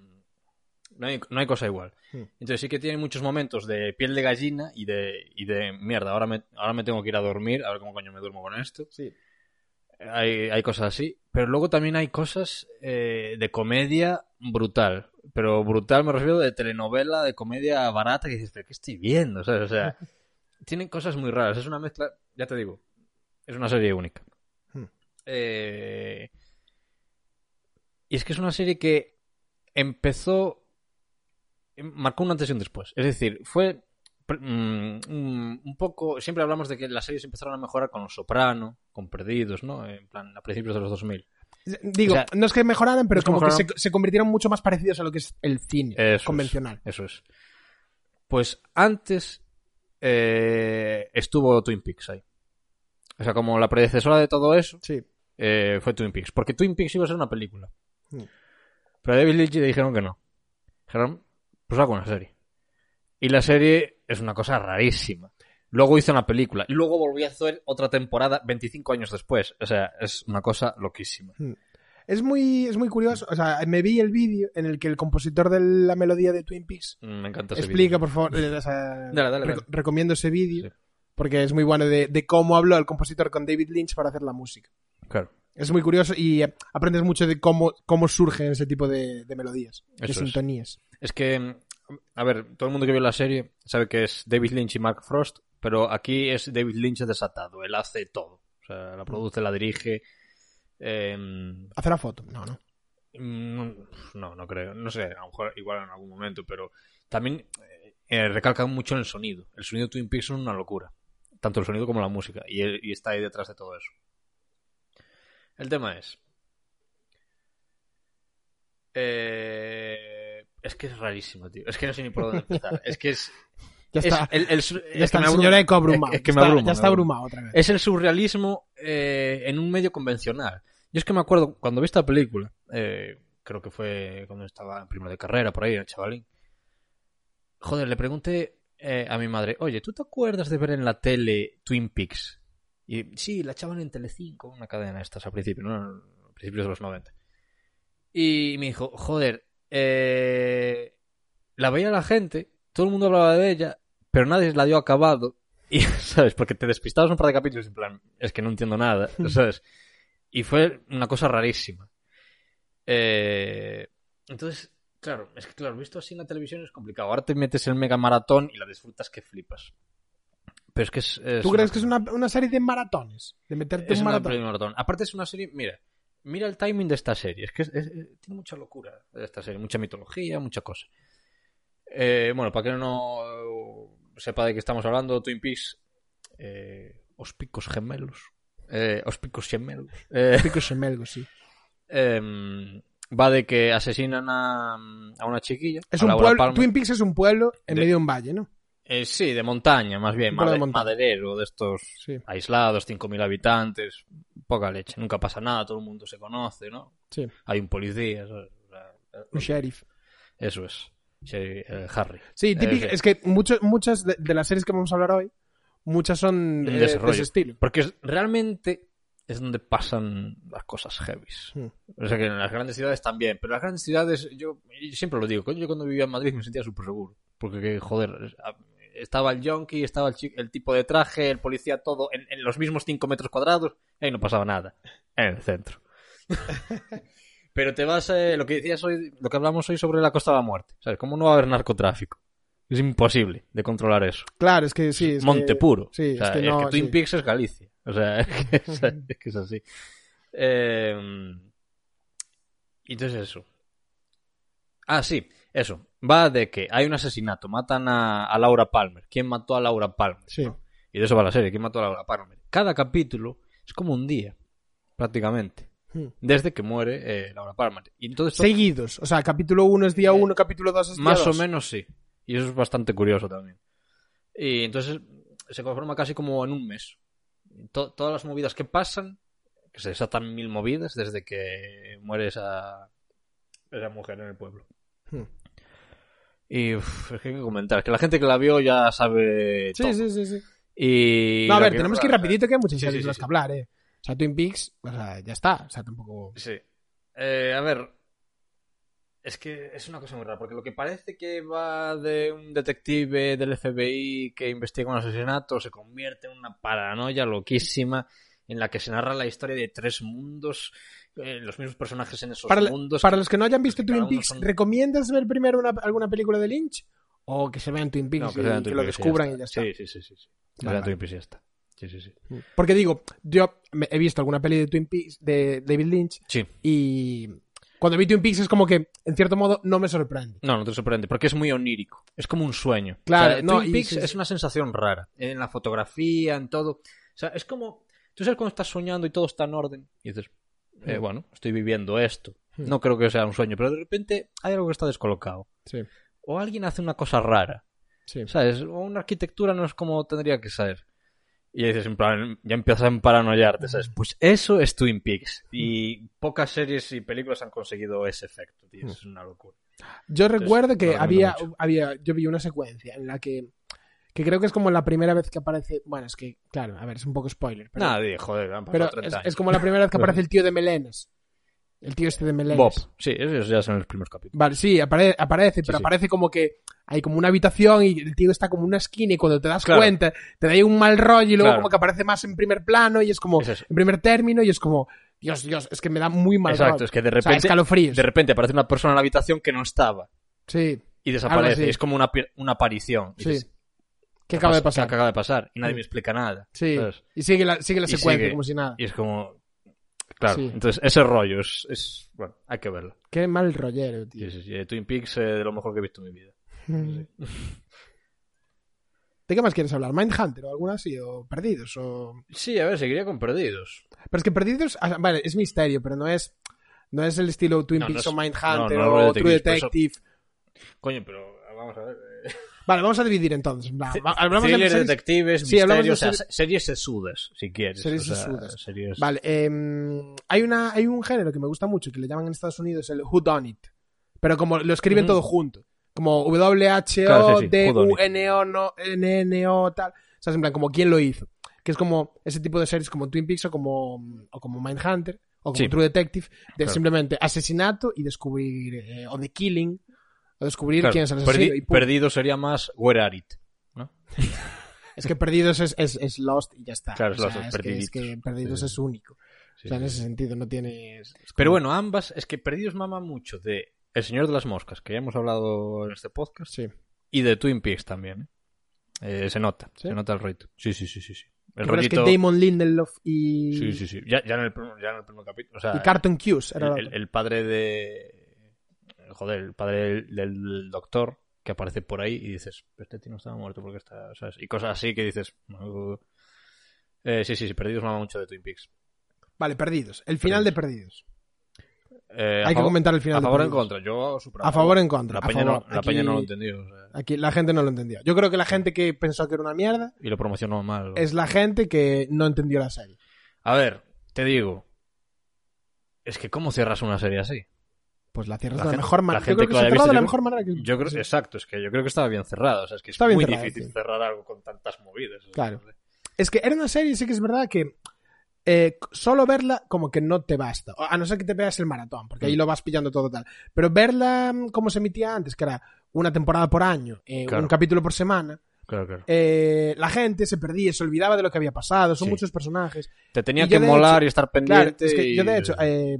Speaker 4: no, hay, no hay cosa igual.
Speaker 3: Hmm.
Speaker 4: Entonces sí que tiene muchos momentos de piel de gallina y de, y de mierda, ahora me, ahora me tengo que ir a dormir, a ver cómo coño me duermo con esto.
Speaker 3: Sí.
Speaker 4: Hay, hay cosas así, pero luego también hay cosas eh, de comedia brutal. Pero brutal me refiero de telenovela, de comedia barata, que dices, pero ¿qué estoy viendo? ¿Sabes? O sea, tienen cosas muy raras. Es una mezcla, ya te digo, es una serie única.
Speaker 3: Hmm.
Speaker 4: Eh, Y es que es una serie que empezó, em, marcó un antes y un después. Es decir, fue pr- mm, mm, un poco, siempre hablamos de que las series empezaron a mejorar con Los Soprano, con Perdidos, ¿no? En plan, a principios de los 2000.
Speaker 3: Digo,
Speaker 4: O sea,
Speaker 3: no es que mejoraran, pero
Speaker 4: no es que
Speaker 3: como que se,
Speaker 4: mejoraran.
Speaker 3: se convirtieron mucho más parecidos a lo que es el cine
Speaker 4: Eso es.
Speaker 3: convencional.
Speaker 4: Eso es. Pues antes eh, estuvo Twin Peaks ahí. O sea, como la predecesora de todo eso
Speaker 3: Sí.
Speaker 4: eh, fue Twin Peaks. Porque Twin Peaks iba a ser una película.
Speaker 3: Mm.
Speaker 4: Pero a David Lynch le dijeron que no. Dijeron, pues hago una serie. Y la serie es una cosa rarísima. Luego hizo una película. Y luego volvió a hacer otra temporada 25 años después. O sea, es una cosa loquísima.
Speaker 3: Es muy, es muy curioso. O sea, me vi el vídeo en el que el compositor de la melodía de Twin Peaks
Speaker 4: Mm, Me encanta ese
Speaker 3: explica,
Speaker 4: vídeo.
Speaker 3: por favor. eh, o sea,
Speaker 4: Dale, dale,
Speaker 3: reco-
Speaker 4: dale.
Speaker 3: Recomiendo ese vídeo
Speaker 4: Sí.
Speaker 3: porque es muy bueno de, de cómo habló el compositor con David Lynch para hacer la música.
Speaker 4: Claro.
Speaker 3: Es muy curioso y eh, aprendes mucho de cómo, cómo surgen ese tipo de, de melodías, de
Speaker 4: Eso es.
Speaker 3: sintonías.
Speaker 4: Es que, mm, a ver, todo el mundo que vio la serie sabe que es David Lynch y Mark Frost, pero aquí es David Lynch desatado. Él hace todo. O sea, la produce, la dirige. em,
Speaker 3: Hacer la foto. No, no.
Speaker 4: Mm, No, no creo. No sé, a lo mejor igual en algún momento, pero también eh, recalcan mucho en el sonido. El sonido de Twin Peaks es una locura. Tanto el sonido como la música. Y, él- y está ahí detrás de todo eso. El tema es... Eh, es que es rarísimo, tío. Es que no sé ni por dónde empezar. Es que es.
Speaker 3: Ya
Speaker 4: es
Speaker 3: está.
Speaker 4: el- el su-
Speaker 3: Ya
Speaker 4: es
Speaker 3: está
Speaker 4: que
Speaker 3: el
Speaker 4: me
Speaker 3: señor
Speaker 4: abruma.
Speaker 3: Eco abrumado.
Speaker 4: Es que me
Speaker 3: Está-
Speaker 4: abruma,
Speaker 3: Ya
Speaker 4: me
Speaker 3: está
Speaker 4: abruma.
Speaker 3: abrumado otra vez.
Speaker 4: Es el surrealismo eh, en un medio convencional. Yo es que me acuerdo cuando vi esta película, eh, creo que fue cuando estaba en primero de carrera, por ahí, el chavalín. Joder, le pregunté eh, a mi madre, oye, ¿tú te acuerdas de ver en la tele Twin Peaks? Y sí, la echaban en Telecinco, una cadena de estas al principio, ¿no? A principios de los 90. Y me dijo, joder, eh, la veía la gente, todo el mundo hablaba de ella, pero nadie la dio acabado. Y, ¿sabes? Porque te despistabas un par de capítulos en plan, es que no entiendo nada, ¿sabes? Y fue una cosa rarísima. Eh, entonces, claro, es que claro, visto así en la televisión es complicado. Ahora te metes en mega maratón y la disfrutas que flipas. Pero es que es... es
Speaker 3: ¿Tú crees que es una, una serie de maratones? De meterte
Speaker 4: es
Speaker 3: un
Speaker 4: una
Speaker 3: maratón.
Speaker 4: peli maratón. Aparte es una serie, mira, mira el timing de esta serie. Es que es- es- es- tiene mucha locura esta serie, mucha mitología, mucha cosa. Eh, bueno, para que no eh, sepa de qué estamos hablando, Twin Peaks, eh, Os Picos Gemelos, eh, Os Picos Gemelos, eh,
Speaker 3: Pico Semelgo, sí.
Speaker 4: em, va de que asesinan a, a una chiquilla.
Speaker 3: Es
Speaker 4: a
Speaker 3: un
Speaker 4: Laura
Speaker 3: pueblo,
Speaker 4: Palmer.
Speaker 3: Twin Peaks es un pueblo en
Speaker 4: De-
Speaker 3: medio de un valle, ¿no?
Speaker 4: Eh, sí, de montaña, más bien,
Speaker 3: Un pueblo de
Speaker 4: made-
Speaker 3: montaña.
Speaker 4: maderero de estos
Speaker 3: Sí,
Speaker 4: aislados, 5.000 habitantes, poca leche, nunca pasa nada, todo el mundo se conoce, ¿no?
Speaker 3: sí.
Speaker 4: Hay un policía, ¿sabes? O sea,
Speaker 3: Un sheriff.
Speaker 4: eso es, Sí, eh, Harry.
Speaker 3: Sí, típica-
Speaker 4: Eh,
Speaker 3: es que mucho- muchas de, de las series que vamos a hablar hoy, muchas son
Speaker 4: Un
Speaker 3: eh, de,
Speaker 4: desarrollo.
Speaker 3: ese estilo.
Speaker 4: Porque es- realmente es donde pasan las cosas heavies.
Speaker 3: Hmm.
Speaker 4: O sea que en las grandes ciudades también, pero en las grandes ciudades, yo, y siempre lo digo, coño, yo cuando vivía en Madrid me sentía súper seguro, porque que, joder, es- a- estaba el yonki, estaba el, chi- el tipo de traje, el policía, todo, en, en los mismos 5 metros cuadrados, y ahí no pasaba nada, en el centro. pero te vas, eh, lo que decías hoy, lo que hablamos hoy sobre la Costa de la Muerte, ¿sabes? ¿Cómo no va a haber narcotráfico? Es imposible de controlar eso.
Speaker 3: Claro, es que sí. es que-
Speaker 4: Monte puro.
Speaker 3: sí,
Speaker 4: O sea,
Speaker 3: es que
Speaker 4: es
Speaker 3: no,
Speaker 4: que Twin
Speaker 3: sí.
Speaker 4: Peaks es Galicia. O sea, es que es, es que es así. Eh, y entonces eso. Ah, sí, eso. Va de que hay un asesinato. Matan a, a Laura Palmer. ¿Quién mató a Laura Palmer?
Speaker 3: Sí.
Speaker 4: ¿no? Y de eso va la serie. ¿Quién mató a Laura Palmer? Cada capítulo es como un día, prácticamente.
Speaker 3: Hmm.
Speaker 4: Desde que muere eh, Laura Palmer. Y entonces to-
Speaker 3: Seguidos. O sea, capítulo 1 es día 1, capítulo 2 es día
Speaker 4: Eh, más o
Speaker 3: dos.
Speaker 4: menos sí. Y eso es bastante curioso también. Y entonces se conforma casi como en un mes. To- todas las movidas que pasan, que se desatan mil movidas desde que muere esa, esa mujer en el pueblo.
Speaker 3: Hmm.
Speaker 4: Y uf, es que hay que comentar, es que la gente que la vio ya sabe todo.
Speaker 3: Sí, sí, sí, sí.
Speaker 4: Y
Speaker 3: No, a
Speaker 4: la
Speaker 3: ver,
Speaker 4: que-
Speaker 3: tenemos que ir rapidito que hay muchas
Speaker 4: Sí,
Speaker 3: series
Speaker 4: sí,
Speaker 3: de las
Speaker 4: sí,
Speaker 3: que
Speaker 4: sí.
Speaker 3: hablar, eh. O sea, Twin Peaks, o sea, ya está. O sea, tampoco...
Speaker 4: Sí. Eh, a ver. Es que es una cosa muy rara, porque lo que parece que va de un detective del FBI que investiga un asesinato se convierte en una paranoia loquísima en la que se narra la historia de tres mundos, eh, los mismos personajes en esos
Speaker 3: Para,
Speaker 4: mundos.
Speaker 3: para los que no hayan visto
Speaker 4: Cada
Speaker 3: Twin
Speaker 4: uno
Speaker 3: Peaks,
Speaker 4: son-
Speaker 3: ¿recomiendas ver primero una- alguna película de Lynch? ¿O que se vean Twin Peaks
Speaker 4: No,
Speaker 3: y
Speaker 4: sean
Speaker 3: que
Speaker 4: Twin
Speaker 3: lo
Speaker 4: Peaks y
Speaker 3: descubran y ya está?
Speaker 4: Sí, sí, sí. sí, sí. Que
Speaker 3: Vale,
Speaker 4: sean
Speaker 3: vale.
Speaker 4: Twin Peaks y ya está. Sí, sí, sí.
Speaker 3: Porque digo, yo me- he visto alguna peli de Twin Peaks de David Lynch
Speaker 4: Sí.
Speaker 3: y cuando vi Twin Peaks es como que, en cierto modo, no me sorprende.
Speaker 4: No, no te sorprende, porque es muy onírico. Es como un sueño.
Speaker 3: Claro,
Speaker 4: O sea,
Speaker 3: no,
Speaker 4: Twin
Speaker 3: y
Speaker 4: Peaks
Speaker 3: sí, sí.
Speaker 4: es una sensación rara. En la fotografía, en todo. O sea, es como. Tú sabes cuando estás soñando y todo está en orden. Y dices, eh,
Speaker 3: Mm.
Speaker 4: bueno, estoy viviendo esto. No creo que sea un sueño, pero de repente hay algo que está descolocado.
Speaker 3: Sí,
Speaker 4: O alguien hace una cosa rara.
Speaker 3: sí.
Speaker 4: ¿Sabes? O una arquitectura no es como tendría que ser. Y dices, en plan, ya empiezas a paranoiarte,
Speaker 3: Mm.
Speaker 4: ¿sabes? Pues eso es Twin Peaks. Y pocas series y películas han conseguido ese efecto,
Speaker 3: Mm.
Speaker 4: tío. Es una locura.
Speaker 3: Yo recuerdo
Speaker 4: lo
Speaker 3: que
Speaker 4: recomiendo
Speaker 3: había,
Speaker 4: mucho.
Speaker 3: había, yo vi una secuencia en la que, que creo que es como la primera vez que aparece, bueno, es que, claro, a ver, es un poco spoiler, pero,
Speaker 4: Nadie, joder, han pasado
Speaker 3: pero
Speaker 4: 30
Speaker 3: es,
Speaker 4: años.
Speaker 3: es como la primera vez que aparece el tío de Melenas. El tío este de Melenas.
Speaker 4: Bob. Sí, esos ya son los primeros capítulos.
Speaker 3: Vale, sí, apare- aparece, pero
Speaker 4: sí.
Speaker 3: aparece como que hay como una habitación y el tío está como en una esquina y cuando te das
Speaker 4: Claro.
Speaker 3: cuenta te da ahí un mal rollo y luego
Speaker 4: Claro.
Speaker 3: como que aparece más en primer plano y es como
Speaker 4: Es eso.
Speaker 3: en primer término y es como, Dios, Dios, es que me da muy mal
Speaker 4: Exacto,
Speaker 3: rollo.
Speaker 4: es que de
Speaker 3: O sea,
Speaker 4: repente,
Speaker 3: escalofríos.
Speaker 4: de repente aparece una persona en la habitación que no estaba
Speaker 3: Sí,
Speaker 4: y
Speaker 3: Algo
Speaker 4: desaparece.
Speaker 3: así.
Speaker 4: Es como una, pi- una aparición. Y
Speaker 3: sí.
Speaker 4: dices,
Speaker 3: ¿Qué acaba de
Speaker 4: pasa-
Speaker 3: pasar?
Speaker 4: ¿Qué acaba de pasar? Y
Speaker 3: Mm.
Speaker 4: nadie me explica nada.
Speaker 3: Sí,
Speaker 4: ¿sabes?
Speaker 3: y sigue la, sigue la
Speaker 4: Y
Speaker 3: secuencia
Speaker 4: sigue.
Speaker 3: como si nada.
Speaker 4: Y es como. Claro,
Speaker 3: Sí.
Speaker 4: entonces ese rollo es, es- Bueno, hay que verlo.
Speaker 3: Qué mal rollero, tío.
Speaker 4: Sí, sí, sí, eh, Twin Peaks eh, de lo mejor que he visto en mi vida.
Speaker 3: ¿De qué más quieres hablar? ¿Mindhunter o alguna así? ¿O Perdidos? O...
Speaker 4: Sí, a ver, seguiría con Perdidos.
Speaker 3: Pero es que Perdidos, ah, vale, es misterio, pero no es No es el estilo Twin
Speaker 4: No, no
Speaker 3: Peaks
Speaker 4: es-
Speaker 3: o Mindhunter
Speaker 4: no, no,
Speaker 3: o
Speaker 4: no,
Speaker 3: True
Speaker 4: Detectives, por eso-
Speaker 3: Detective.
Speaker 4: Coño, pero vamos a ver. eh,
Speaker 3: Vale, vamos a dividir entonces. Va, va- hablamos de
Speaker 4: thriller,
Speaker 3: series-
Speaker 4: detectives,
Speaker 3: Sí, hablamos de
Speaker 4: misterios, o sea,
Speaker 3: series-
Speaker 4: se- series sesudas, si quieres.
Speaker 3: Series
Speaker 4: o sea,
Speaker 3: sesudas.
Speaker 4: series-
Speaker 3: Vale, em, hay, una, hay un género que me gusta mucho que le llaman en Estados Unidos el Who Done It. Pero como lo escriben
Speaker 4: Ujú.
Speaker 3: todo junto. Como
Speaker 4: Claro, sí, sí,
Speaker 3: W-H-O-D-U-N-O, no, N-N-O, tal. O sea, es en plan, como quién lo hizo. Que es como ese tipo de series como Twin Peaks o como, o como Mindhunter o como
Speaker 4: Sí.
Speaker 3: True Detective. De
Speaker 4: Claro.
Speaker 3: simplemente asesinato y descubrir. eh, o de killing. O descubrir
Speaker 4: Claro,
Speaker 3: quién es el
Speaker 4: perdi-
Speaker 3: asesino. y pum.
Speaker 4: perdido sería más Where Are It.
Speaker 3: Es que Perdidos es, es, es Lost y ya está.
Speaker 4: Claro, es
Speaker 3: O sea,
Speaker 4: Lost, es
Speaker 3: es, que, es que
Speaker 4: Perdiditos.
Speaker 3: Perdidos
Speaker 4: Sí, sí.
Speaker 3: es único.
Speaker 4: Sí,
Speaker 3: o sea, en
Speaker 4: sí,
Speaker 3: ese sentido no tiene...
Speaker 4: Pero bueno, ambas, es que Perdidos mama mucho de El Señor de las Moscas, que ya hemos hablado en este podcast,
Speaker 3: Sí.
Speaker 4: y de Twin Peaks también. ¿eh? Eh, se nota,
Speaker 3: ¿Sí?
Speaker 4: se nota el rollito. Sí, sí, sí, sí. sí.
Speaker 3: ¿Te
Speaker 4: El
Speaker 3: acuerdas
Speaker 4: rollito.
Speaker 3: que Damon Lindelof y,
Speaker 4: Sí, sí, sí. Ya, ya en el, prim- ya en el primer capítulo. O sea,
Speaker 3: y Carton Cuse? Era
Speaker 4: el, el- el padre de. Joder, el padre del, del doctor que aparece por ahí y dices, este tío no estaba muerto porque está. ¿sabes? Y cosas así que dices. "Uh". Eh, sí, sí, sí, Perdidos mama mucho de Twin Peaks.
Speaker 3: Vale, Perdidos. El final de Perdidos.
Speaker 4: Eh, a
Speaker 3: Hay que
Speaker 4: favor-
Speaker 3: comentar el final
Speaker 4: A
Speaker 3: de
Speaker 4: favor o en
Speaker 3: Perdidos.
Speaker 4: contra. Yo super
Speaker 3: A favor o en contra.
Speaker 4: La
Speaker 3: A
Speaker 4: peña,
Speaker 3: favor.
Speaker 4: no, la
Speaker 3: Aquí-
Speaker 4: peña no lo entendió. o sea,
Speaker 3: Aquí la gente no lo entendió. Yo creo que la gente que pensó que era una mierda
Speaker 4: y lo promocionó mal.
Speaker 3: es la gente que no entendió la serie.
Speaker 4: A ver, te digo. Es que ¿cómo cierras una serie así?
Speaker 3: Pues la cierras
Speaker 4: La
Speaker 3: de la
Speaker 4: gente-
Speaker 3: mejor manera.
Speaker 4: la
Speaker 3: Yo
Speaker 4: gente
Speaker 3: creo que se
Speaker 4: que la
Speaker 3: ha
Speaker 4: haya
Speaker 3: cerrado de la
Speaker 4: visto,
Speaker 3: mejor manera que...
Speaker 4: Yo creo, exacto, es que yo creo que estaba bien cerrada. O sea, es que es
Speaker 3: Está bien
Speaker 4: muy
Speaker 3: cerrada,
Speaker 4: difícil
Speaker 3: sí.
Speaker 4: cerrar algo con tantas movidas. o sea,
Speaker 3: Claro.
Speaker 4: no sé.
Speaker 3: Es que era una serie, sí que es verdad que eh, solo verla como que no te basta. A no ser que te veas el maratón, porque ahí
Speaker 4: Mm.
Speaker 3: lo vas pillando todo tal. Pero verla mm, como se emitía antes, que era una temporada por año, eh,
Speaker 4: Claro.
Speaker 3: un capítulo por semana,
Speaker 4: Claro, claro.
Speaker 3: eh, la gente se perdía, se olvidaba de lo que había pasado, son
Speaker 4: Sí.
Speaker 3: muchos personajes.
Speaker 4: Te tenía
Speaker 3: y yo
Speaker 4: que
Speaker 3: de
Speaker 4: molar
Speaker 3: hecho-
Speaker 4: y estar
Speaker 3: Claro,
Speaker 4: pendiente.
Speaker 3: es que yo de
Speaker 4: y-
Speaker 3: hecho, eh,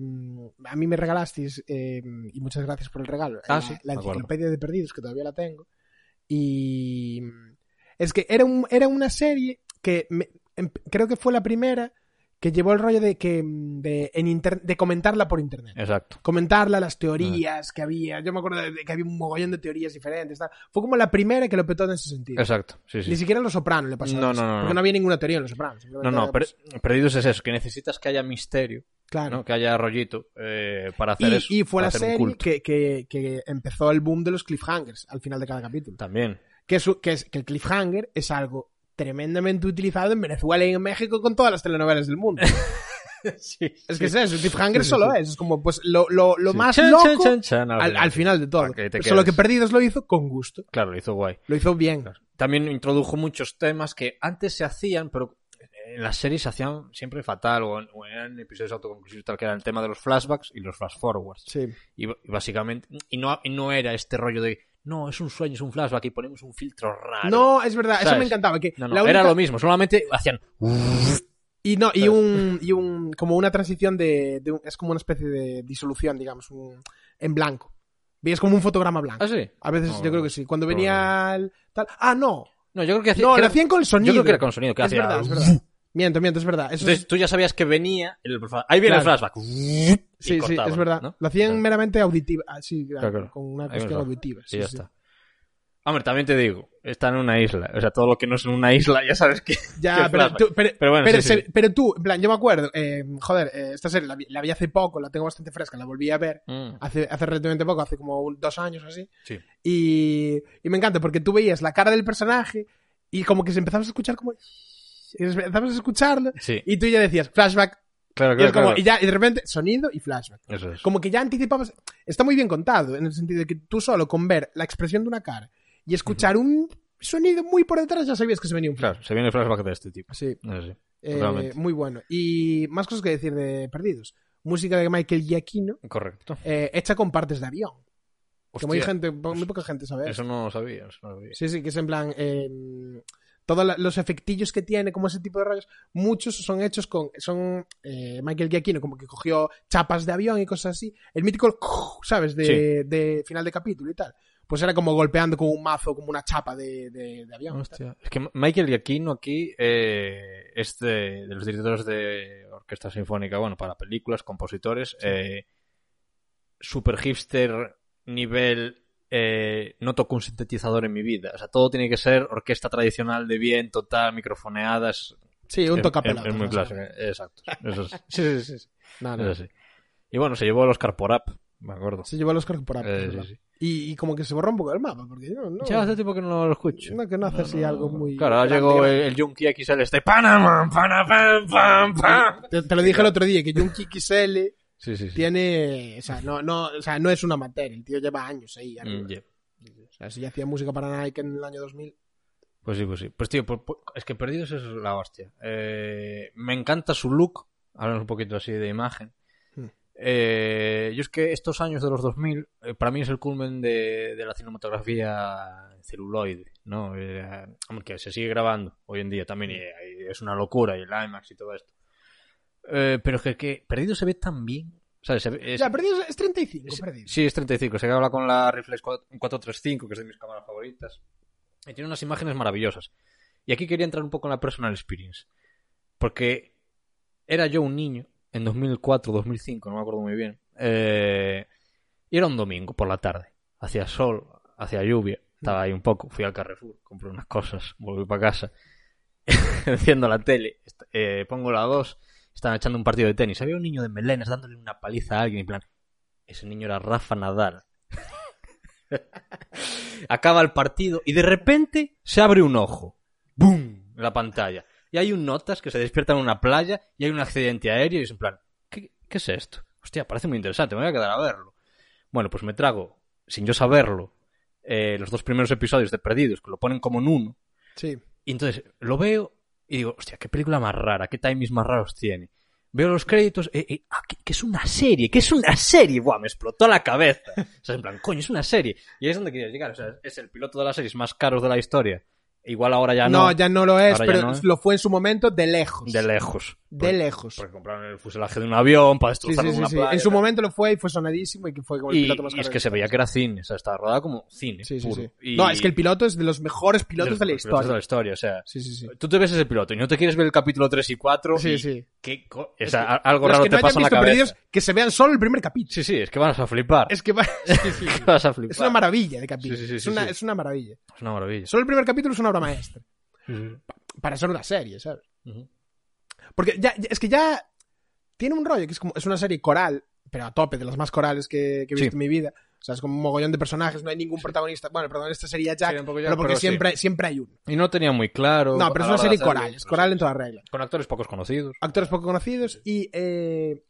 Speaker 3: a mí me regalasteis, eh, y muchas gracias por el regalo,
Speaker 4: Ah,
Speaker 3: la,
Speaker 4: sí,
Speaker 3: la
Speaker 4: me acuerdo.
Speaker 3: enciclopedia de perdidos, que todavía la tengo, y mm, es que era, un, era una serie que me- em- creo que fue la primera que llevó el rollo de, que, mm, de, en inter- de comentarla por internet
Speaker 4: Exacto.
Speaker 3: comentarla, las teorías que había. Yo me acuerdo de de que había un mogollón de teorías diferentes. tal. Fue como la primera que lo petó en ese sentido.
Speaker 4: Exacto. Sí, sí.
Speaker 3: Ni siquiera en Los Sopranos le pasó
Speaker 4: No,
Speaker 3: eso,
Speaker 4: no, no,
Speaker 3: Porque no.
Speaker 4: no.
Speaker 3: había ninguna teoría en Los Sopranos.
Speaker 4: No,
Speaker 3: simplemente
Speaker 4: no,
Speaker 3: era,
Speaker 4: per-
Speaker 3: pues,
Speaker 4: Perdidos es eso, que necesitas que haya misterio,
Speaker 3: claro.
Speaker 4: ¿no? que haya rollito eh, para hacer eso.
Speaker 3: Y, y fue
Speaker 4: para
Speaker 3: la
Speaker 4: hacer un
Speaker 3: serie
Speaker 4: culto.
Speaker 3: que, que- que empezó el boom de los cliffhangers al final de cada capítulo.
Speaker 4: También.
Speaker 3: Que, es, que, es, que el cliffhanger es algo tremendamente utilizado en Venezuela y en México con todas las telenovelas del mundo.
Speaker 4: sí,
Speaker 3: es que es eso, el cliffhanger solo es. Es como pues lo, lo- lo más loco al, al final de todo.
Speaker 4: Para que te
Speaker 3: Solo que
Speaker 4: quedes.
Speaker 3: Perdidos lo hizo con gusto.
Speaker 4: Claro, lo hizo guay.
Speaker 3: Lo hizo bien.
Speaker 4: También introdujo muchos temas que antes se hacían, pero en las series se hacían siempre fatal o en, o en episodios autoconclusivos tal que era el tema de los flashbacks y los flash forwards.
Speaker 3: Sí.
Speaker 4: Y, b- y básicamente, y no, y no era este rollo de, no, es un sueño, es un flashback y ponemos un filtro raro.
Speaker 3: No, es verdad, eso
Speaker 4: ¿Sabes?
Speaker 3: me encantaba. Que
Speaker 4: No, no,
Speaker 3: la única-
Speaker 4: era lo mismo, solamente hacían...
Speaker 3: Y no, y un, y un, como una transición de, de un- es como una especie de disolución, digamos, un- en blanco. Veías como un fotograma blanco.
Speaker 4: sí?
Speaker 3: A veces
Speaker 4: No,
Speaker 3: yo creo que sí. Cuando
Speaker 4: pero
Speaker 3: venía el tal, ah, no,
Speaker 4: No, yo creo que hacía...
Speaker 3: no,
Speaker 4: creo-
Speaker 3: lo hacían con el sonido.
Speaker 4: Yo creo que era con sonido, que
Speaker 3: Es
Speaker 4: hacía...
Speaker 3: verdad, es verdad. Miento, miento, es verdad. Eso
Speaker 4: Entonces
Speaker 3: es-
Speaker 4: tú ya sabías que venía el flash- Ahí viene
Speaker 3: Claro.
Speaker 4: el flashback. Y
Speaker 3: sí, sí,
Speaker 4: cortaban,
Speaker 3: es verdad.
Speaker 4: ¿no?
Speaker 3: Lo hacían
Speaker 4: Claro.
Speaker 3: meramente auditiva, ah, sí,
Speaker 4: Claro, claro.
Speaker 3: con una
Speaker 4: Ahí
Speaker 3: cuestión
Speaker 4: verdad.
Speaker 3: auditiva.
Speaker 4: Y
Speaker 3: sí,
Speaker 4: ya
Speaker 3: sí.
Speaker 4: está. Hombre, también te digo, está en una isla. O sea, todo lo que no es en una isla, ya sabes que.
Speaker 3: Ya, pero
Speaker 4: Qué flashback.
Speaker 3: tú, pero,
Speaker 4: Pero bueno,
Speaker 3: pero
Speaker 4: sí,
Speaker 3: se-
Speaker 4: sí.
Speaker 3: pero tú, en plan, yo me acuerdo, eh, joder, eh, esta serie la vi- la vi hace poco, la tengo bastante fresca, la volví a ver.
Speaker 4: Mm.
Speaker 3: hace, hace relativamente poco, hace como un- dos años o así.
Speaker 4: Sí.
Speaker 3: Y, y me encanta porque tú veías la cara del personaje y como que se empezabas a escuchar como... y Empezabas a escucharlo
Speaker 4: Sí,
Speaker 3: y tú ya decías flashback. Y,
Speaker 4: claro,
Speaker 3: es
Speaker 4: claro.
Speaker 3: como,
Speaker 4: claro.
Speaker 3: y, ya, y de repente sonido y flashback.
Speaker 4: Eso es.
Speaker 3: Como que ya anticipabas... Está muy bien contado en el sentido de que tú solo con ver la expresión de una cara y escuchar un sonido muy por detrás ya sabías que se venía un flashback.
Speaker 4: Claro, se viene el flashback de este tipo.
Speaker 3: Sí.
Speaker 4: No sé.
Speaker 3: Eh,
Speaker 4: Totalmente.
Speaker 3: muy bueno. Y más cosas que decir de Perdidos. Música de Michael Giacchino,
Speaker 4: Correcto.
Speaker 3: eh, hecha con partes de avión. Que muy,
Speaker 4: Hostia,
Speaker 3: gente,
Speaker 4: pues
Speaker 3: muy poca gente sabe
Speaker 4: Eso no lo sabía. Eso no lo sabía.
Speaker 3: Sí, sí, que es en plan. eh, todos la- los efectillos que tiene, como ese tipo de rayos, muchos son hechos con. Son. eh, Michael Giacchino, como que cogió chapas de avión y cosas así. El mítico, ¿sabes? De,
Speaker 4: Sí.
Speaker 3: de final de capítulo y tal. Pues era como golpeando con un mazo, como una chapa de, de- de avión.
Speaker 4: Hostia. Es que Michael Giacchino aquí eh, es de, de los directores de orquesta sinfónica, bueno, para películas, compositores, eh, super hipster nivel, eh, no toco un sintetizador en mi vida. O sea, todo tiene que ser orquesta tradicional de bien, total, microfoneadas.
Speaker 3: Sí, un
Speaker 4: Es-
Speaker 3: tocapelado.
Speaker 4: Es, es muy
Speaker 3: más o menos.
Speaker 4: clásico, exacto. Eso es,
Speaker 3: Sí, sí, sí, sí. No, no.
Speaker 4: es así. Y bueno, se llevó los Oscar por Up, me acuerdo.
Speaker 3: Se llevó el Oscar por Apple,
Speaker 4: Eh,
Speaker 3: ah, pues ¿verdad?
Speaker 4: sí, sí.
Speaker 3: Y, y como que se borró un poco del mapa, porque yo no...
Speaker 4: Ya hace tiempo que no lo escucho.
Speaker 3: no, que no hace así algo muy...
Speaker 4: Claro, ahora
Speaker 3: grande,
Speaker 4: llegó
Speaker 3: grande.
Speaker 4: el, el Junkie XL este. Panamá, panamá, pam, pam.
Speaker 3: Te, te lo dije el otro día, que Junkie XL
Speaker 4: Sí, sí, sí.
Speaker 3: tiene... O sea, no, no, o sea, no es una materia, el tío lleva años ahí. arriba.
Speaker 4: Mm, yeah.
Speaker 3: O sea, si ya hacía música para Nike en el año 2000...
Speaker 4: Pues sí, pues sí. Pues tío, por- por- es que Perdidos es la hostia. Eh, me encanta su look. Hablamos un poquito así de imagen.
Speaker 3: Hmm.
Speaker 4: Eh, yo es que estos años de los 2000, eh, para mí es el culmen de, de la cinematografía celuloide, ¿no? Eh, hombre, que se sigue grabando hoy en día también y, y es una locura y el IMAX y todo esto. Eh, pero es que, que Perdidos se ve tan bien. ¿sabes? Se ve- es-
Speaker 3: Ya, perdido es 35, perdido.
Speaker 4: Sí, es 35. Se graba con la Reflex 4- 435, que es de mis cámaras favoritas. Y tiene unas imágenes maravillosas. Y aquí quería entrar un poco en la personal experience. Porque era yo un niño en 2004, 2005, no me acuerdo muy bien. eh, y era un domingo por la tarde. Hacía sol, hacía lluvia. Estaba ahí un poco. Fui al Carrefour, compré unas cosas, volví para casa. Enciendo la tele, est- eh, pongo la 2. Estaban echando un partido de tenis. Había un niño de melenas dándole una paliza a alguien. En plan, ese niño era Rafa Nadal. Acaba el partido y de repente se abre un ojo. ¡Bum! La pantalla. Y hay un notas que se despierta en una playa y hay un accidente aéreo y es en plan, ¿qué, qué es esto? Hostia, parece muy interesante, me voy a quedar a verlo. Bueno, pues me trago, sin yo saberlo, eh, los dos primeros episodios de Perdidos, que lo ponen como en uno.
Speaker 3: Sí.
Speaker 4: Y entonces lo veo y digo, hostia, qué película más rara, qué timings más raros tiene. Veo los créditos, eh, eh, ah, que, que es una serie, que es una serie, buah, me explotó la cabeza. O sea, en plan, coño, es una serie. Y ahí es donde quería llegar, o sea, es el piloto de las series más caros de la historia. Igual ahora ya no,
Speaker 3: no, ya no lo es,
Speaker 4: Ahora ya
Speaker 3: pero
Speaker 4: no, ¿eh?
Speaker 3: lo fue en su momento de lejos.
Speaker 4: de lejos.
Speaker 3: De lejos.
Speaker 4: Porque compraron el fuselaje de un avión para
Speaker 3: Sí,
Speaker 4: destrozar
Speaker 3: sí, sí,
Speaker 4: una
Speaker 3: sí.
Speaker 4: playa.
Speaker 3: En su momento lo fue y fue sonadísimo y que fue como el
Speaker 4: y,
Speaker 3: piloto más
Speaker 4: y es
Speaker 3: caro
Speaker 4: que
Speaker 3: de
Speaker 4: se
Speaker 3: la
Speaker 4: veía que
Speaker 3: historia.
Speaker 4: era cine, o sea, estaba rodada como cine.
Speaker 3: Sí, sí,
Speaker 4: puro.
Speaker 3: sí.
Speaker 4: Y-
Speaker 3: No, es que el piloto es de los mejores pilotos de, la
Speaker 4: los pilotos
Speaker 3: historia.
Speaker 4: de la historia, o sea.
Speaker 3: Sí, sí, sí.
Speaker 4: Tú te ves ese piloto y no te quieres ver el capítulo 3 y 4.
Speaker 3: Sí,
Speaker 4: y-
Speaker 3: sí.
Speaker 4: ¿qué co- o sea, a- algo
Speaker 3: Los
Speaker 4: raro
Speaker 3: que
Speaker 4: te
Speaker 3: no hayan
Speaker 4: pasa en la
Speaker 3: visto
Speaker 4: cabeza.
Speaker 3: perdidos, que se vean solo el primer capítulo.
Speaker 4: Sí, sí, es que vas a flipar.
Speaker 3: Es que va- sí, sí.
Speaker 4: que vas a flipar.
Speaker 3: Es una maravilla de capítulo.
Speaker 4: Sí, sí, sí,
Speaker 3: es,
Speaker 4: sí,
Speaker 3: una,
Speaker 4: sí.
Speaker 3: es una maravilla.
Speaker 4: Es una maravilla.
Speaker 3: Solo el primer capítulo es una obra maestra.
Speaker 4: Sí,
Speaker 3: Para ser una serie, ¿sabes?
Speaker 4: Ujú.
Speaker 3: Porque ya, ya- es que ya tiene un rollo que es como es una serie coral, pero a tope, de las más corales que, que he visto
Speaker 4: Sí.
Speaker 3: en mi vida. O sea, es como un mogollón de personajes, no hay ningún protagonista. Bueno, el protagonista sería Jack,
Speaker 4: Sí, un poco Jack,
Speaker 3: pero porque
Speaker 4: pero sí.
Speaker 3: siempre, siempre hay uno.
Speaker 4: Y no tenía muy claro.
Speaker 3: No, pero
Speaker 4: a
Speaker 3: es una
Speaker 4: la hora de
Speaker 3: serie
Speaker 4: hacerlo,
Speaker 3: coral, es
Speaker 4: pero
Speaker 3: coral
Speaker 4: sí,
Speaker 3: en toda regla.
Speaker 4: Con actores pocos conocidos.
Speaker 3: Actores poco conocidos y eh,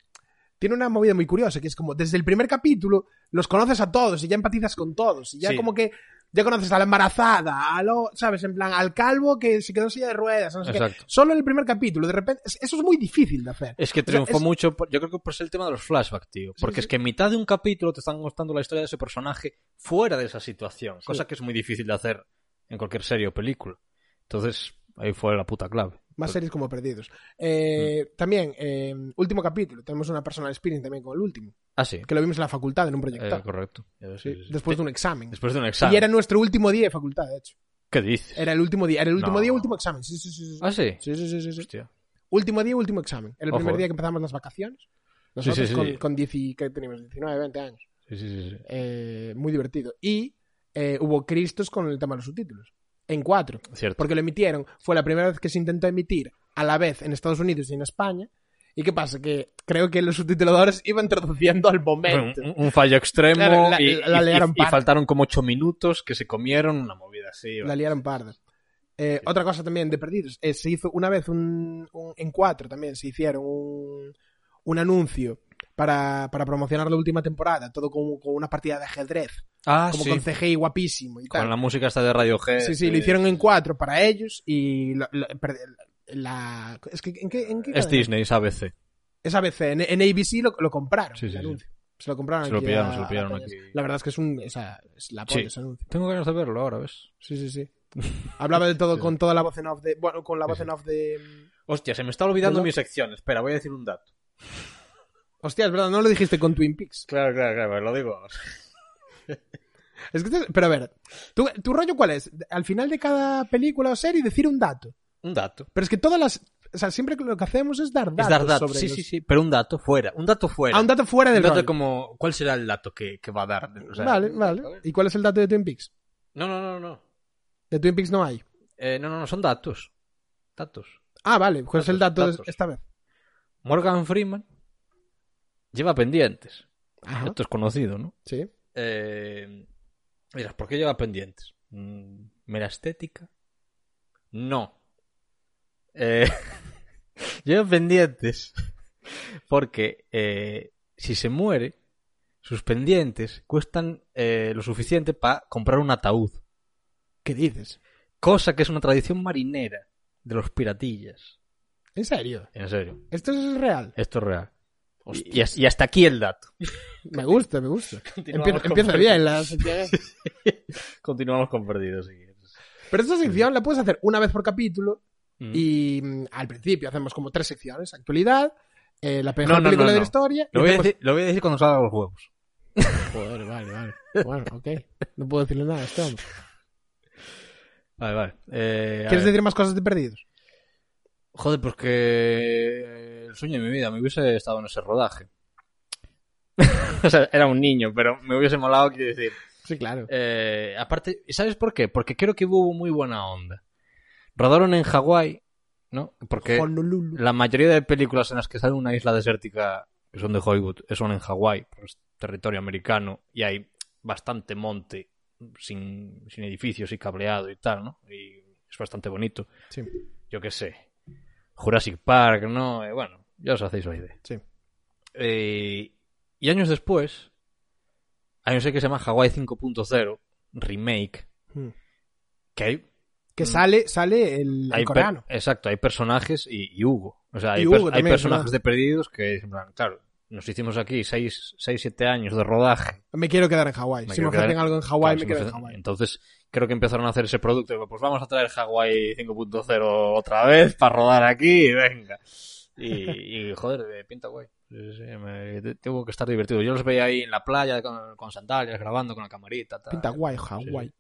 Speaker 3: tiene una movida muy curiosa, que es como desde el primer capítulo los conoces a todos y ya empatizas con todos. Y ya
Speaker 4: Sí.
Speaker 3: como que ya conoces a la embarazada, a lo, ¿sabes? En plan, al calvo que se quedó en silla de ruedas. no sé qué.
Speaker 4: Exacto.
Speaker 3: Solo en el primer capítulo, de repente, es- eso es muy difícil de hacer.
Speaker 4: Es que
Speaker 3: O sea,
Speaker 4: triunfó mucho, por- yo creo que por ser el tema de los flashbacks, tío. Porque es que en mitad de un capítulo te están mostrando la historia de ese personaje fuera de esa situación. Cosa que es muy difícil de hacer en cualquier serie o película. Entonces, ahí fue la puta clave.
Speaker 3: Más series como Perdidos. Eh, También, eh, último capítulo. Tenemos una personal experience también con el último.
Speaker 4: Ah, sí.
Speaker 3: Que lo vimos en la facultad, en un
Speaker 4: Eh,
Speaker 3: proyector.
Speaker 4: correcto. Eh, sí,
Speaker 3: Sí,
Speaker 4: sí, sí.
Speaker 3: después de un examen.
Speaker 4: Después de un examen.
Speaker 3: Y era nuestro último día de facultad, de hecho.
Speaker 4: ¿Qué dices?
Speaker 3: Era el último día, era el último
Speaker 4: No.
Speaker 3: día, último examen. Sí, sí, sí. sí.
Speaker 4: Ah, sí.
Speaker 3: Sí, sí, sí, sí, sí.
Speaker 4: Hostia.
Speaker 3: Último día, último examen. Era el
Speaker 4: Ojo.
Speaker 3: primer día que empezamos las vacaciones.
Speaker 4: Sí,
Speaker 3: Nosotros
Speaker 4: sí, sí.
Speaker 3: con, con 10 y- que teníamos 19, 20 años.
Speaker 4: Sí, sí, sí, sí.
Speaker 3: Eh, muy divertido. Y eh, hubo Cristos con el tema de los subtítulos. En cuatro.
Speaker 4: Cierto.
Speaker 3: porque lo emitieron. Fue la primera vez que se intentó emitir a la vez en Estados Unidos y en España. ¿Y qué pasa? Que creo que los subtituladores iban traduciendo al
Speaker 4: Bueno,
Speaker 3: momento.
Speaker 4: un, un fallo extremo
Speaker 3: Claro, la-
Speaker 4: y,
Speaker 3: la
Speaker 4: y-
Speaker 3: liaron
Speaker 4: y- y
Speaker 3: parda.
Speaker 4: faltaron como ocho minutos que se comieron una movida así.
Speaker 3: La liaron parda. Eh, Otra cosa también de perdidos. eh, se hizo una vez un, un- en cuatro también, se hicieron un, un anuncio para, para promocionar la última temporada, todo con, con una partida de ajedrez,
Speaker 4: ah,
Speaker 3: como
Speaker 4: sí.
Speaker 3: con
Speaker 4: Con,
Speaker 3: CGI guapísimo y tal.
Speaker 4: la música esta de Radio G.
Speaker 3: Sí, sí, lo hicieron en cuatro para ellos y la... la- per- la- es que, ¿en qué, en qué
Speaker 4: Es
Speaker 3: cadena?
Speaker 4: Disney, es ABC.
Speaker 3: Es ABC. En, en ABC lo, lo compraron.
Speaker 4: Sí, sí,
Speaker 3: el
Speaker 4: sí.
Speaker 3: anuncio. Se lo compraron
Speaker 4: Se lo
Speaker 3: aquí
Speaker 4: pillaron,
Speaker 3: a-
Speaker 4: se lo pillaron
Speaker 3: a Peñas.
Speaker 4: aquí.
Speaker 3: La verdad es que es un. esa- es la polla
Speaker 4: Sí.
Speaker 3: ese anuncio.
Speaker 4: Tengo ganas de verlo ahora, ¿ves?
Speaker 3: Sí, sí, sí. Hablaba de todo
Speaker 4: Sí.
Speaker 3: con toda la voz en off de. Bueno, con la voz en off de.
Speaker 4: Hostia, se me está olvidando
Speaker 3: ¿Verdad?
Speaker 4: mi sección. Espera, voy a decir un dato.
Speaker 3: Hostia, es verdad, no lo dijiste con Twin Peaks.
Speaker 4: Claro, claro, claro, lo digo ahora.
Speaker 3: Es que te- pero a ver, ¿tu, ¿tu rollo cuál es? Al final de cada película o serie decir un dato.
Speaker 4: Un dato.
Speaker 3: Pero es que todas las. O sea, siempre lo que hacemos es dar datos.
Speaker 4: es dar datos.
Speaker 3: sobre
Speaker 4: Sí,
Speaker 3: los-
Speaker 4: sí, sí, pero un dato fuera. Un dato fuera.
Speaker 3: Ah, un dato fuera del
Speaker 4: Un dato
Speaker 3: rollo.
Speaker 4: como, ¿cuál será el dato que, que va a dar? O sea,
Speaker 3: Vale, vale. ¿Y cuál es el dato de Twin Peaks?
Speaker 4: No, no, no, no.
Speaker 3: De Twin Peaks no hay.
Speaker 4: Eh, no, no, no, son datos. Datos.
Speaker 3: Ah, vale. ¿Cuál es el
Speaker 4: Datos,
Speaker 3: dato de-
Speaker 4: datos.
Speaker 3: esta vez?
Speaker 4: Morgan Freeman lleva pendientes.
Speaker 3: Ajá.
Speaker 4: Esto es conocido, ¿no?
Speaker 3: Sí.
Speaker 4: Eh, dirás, ¿por qué lleva pendientes? Mm, ¿Mera estética? No. Eh, lleva pendientes porque eh, si se muere, sus pendientes cuestan eh, lo suficiente para comprar un ataúd.
Speaker 3: ¿Qué dices?
Speaker 4: Cosa que es una tradición marinera de los piratillas.
Speaker 3: ¿En serio?
Speaker 4: En serio,
Speaker 3: Esto es real.
Speaker 4: esto es real. Y, y hasta aquí el dato.
Speaker 3: Me gusta, me gusta.
Speaker 4: Continuamos
Speaker 3: Empieza,
Speaker 4: con
Speaker 3: empieza
Speaker 4: Perdidos.
Speaker 3: bien la sección.
Speaker 4: Continuamos con perdidos. si quieres.
Speaker 3: Pero esta sección la puedes hacer una vez por capítulo
Speaker 4: Mm.
Speaker 3: y mm, al principio hacemos como tres secciones. Actualidad, eh, la
Speaker 4: No,
Speaker 3: mejor
Speaker 4: no, no,
Speaker 3: película de
Speaker 4: no.
Speaker 3: la historia.
Speaker 4: Lo
Speaker 3: y
Speaker 4: voy, a
Speaker 3: hacemos-
Speaker 4: decir, lo voy a decir cuando salgan los huevos.
Speaker 3: Joder, vale, vale. Bueno, ok. No puedo decirle nada a este hombre.
Speaker 4: Vale, vale. Eh, a
Speaker 3: ¿Quieres
Speaker 4: ver.
Speaker 3: decir más cosas de perdidos?
Speaker 4: Joder, pues que el sueño de mi vida, me hubiese estado en ese rodaje. o sea, era un niño, pero me hubiese molado, quiero decir.
Speaker 3: Sí, claro.
Speaker 4: Eh, aparte, ¿sabes por qué? Porque creo que hubo muy buena onda. Rodaron en Hawái, ¿no? Porque
Speaker 3: Honolulu.
Speaker 4: la mayoría de películas en las que sale una isla desértica, que son de Hollywood, son en Hawái, por es territorio americano, y hay bastante monte sin, sin edificios y cableado y tal, ¿no? Y es bastante bonito.
Speaker 3: Sí,
Speaker 4: Yo qué sé. Jurassic Park, ¿no? Eh, bueno, ya os hacéis la idea.
Speaker 3: sí.
Speaker 4: Eh, y años después, hay un sé que se llama Hawaii 5.0, remake,
Speaker 3: Mm.
Speaker 4: que hay...
Speaker 3: Que
Speaker 4: Mm.
Speaker 3: sale, sale el,
Speaker 4: hay
Speaker 3: el
Speaker 4: per-
Speaker 3: coreano.
Speaker 4: exacto, hay personajes y, y Hugo. O sea,
Speaker 3: Y
Speaker 4: hay,
Speaker 3: Hugo
Speaker 4: pers- hay
Speaker 3: también, es
Speaker 4: personajes
Speaker 3: verdad.
Speaker 4: de perdidos que, en plan, claro, nos hicimos aquí 6, 7 años de rodaje.
Speaker 3: Me quiero quedar en Hawái.
Speaker 4: Me
Speaker 3: Si me
Speaker 4: quiero quedar-
Speaker 3: ofrecen algo en Hawái,
Speaker 4: Claro,
Speaker 3: me
Speaker 4: se
Speaker 3: quedo en
Speaker 4: nos-
Speaker 3: Hawái.
Speaker 4: Entonces, creo que empezaron a hacer ese producto. y digo, Pues vamos a traer Hawaii 5.0 otra vez para rodar aquí, y venga. Y, y, joder, eh, pinta guay. Sí, sí, sí, me- te- Tuvo que estar divertido. Yo los veía ahí en la playa con, con sandalias, grabando con la camarita. tal. eh,
Speaker 3: Pinta guay,
Speaker 4: Sí,
Speaker 3: Hawái.
Speaker 4: sí.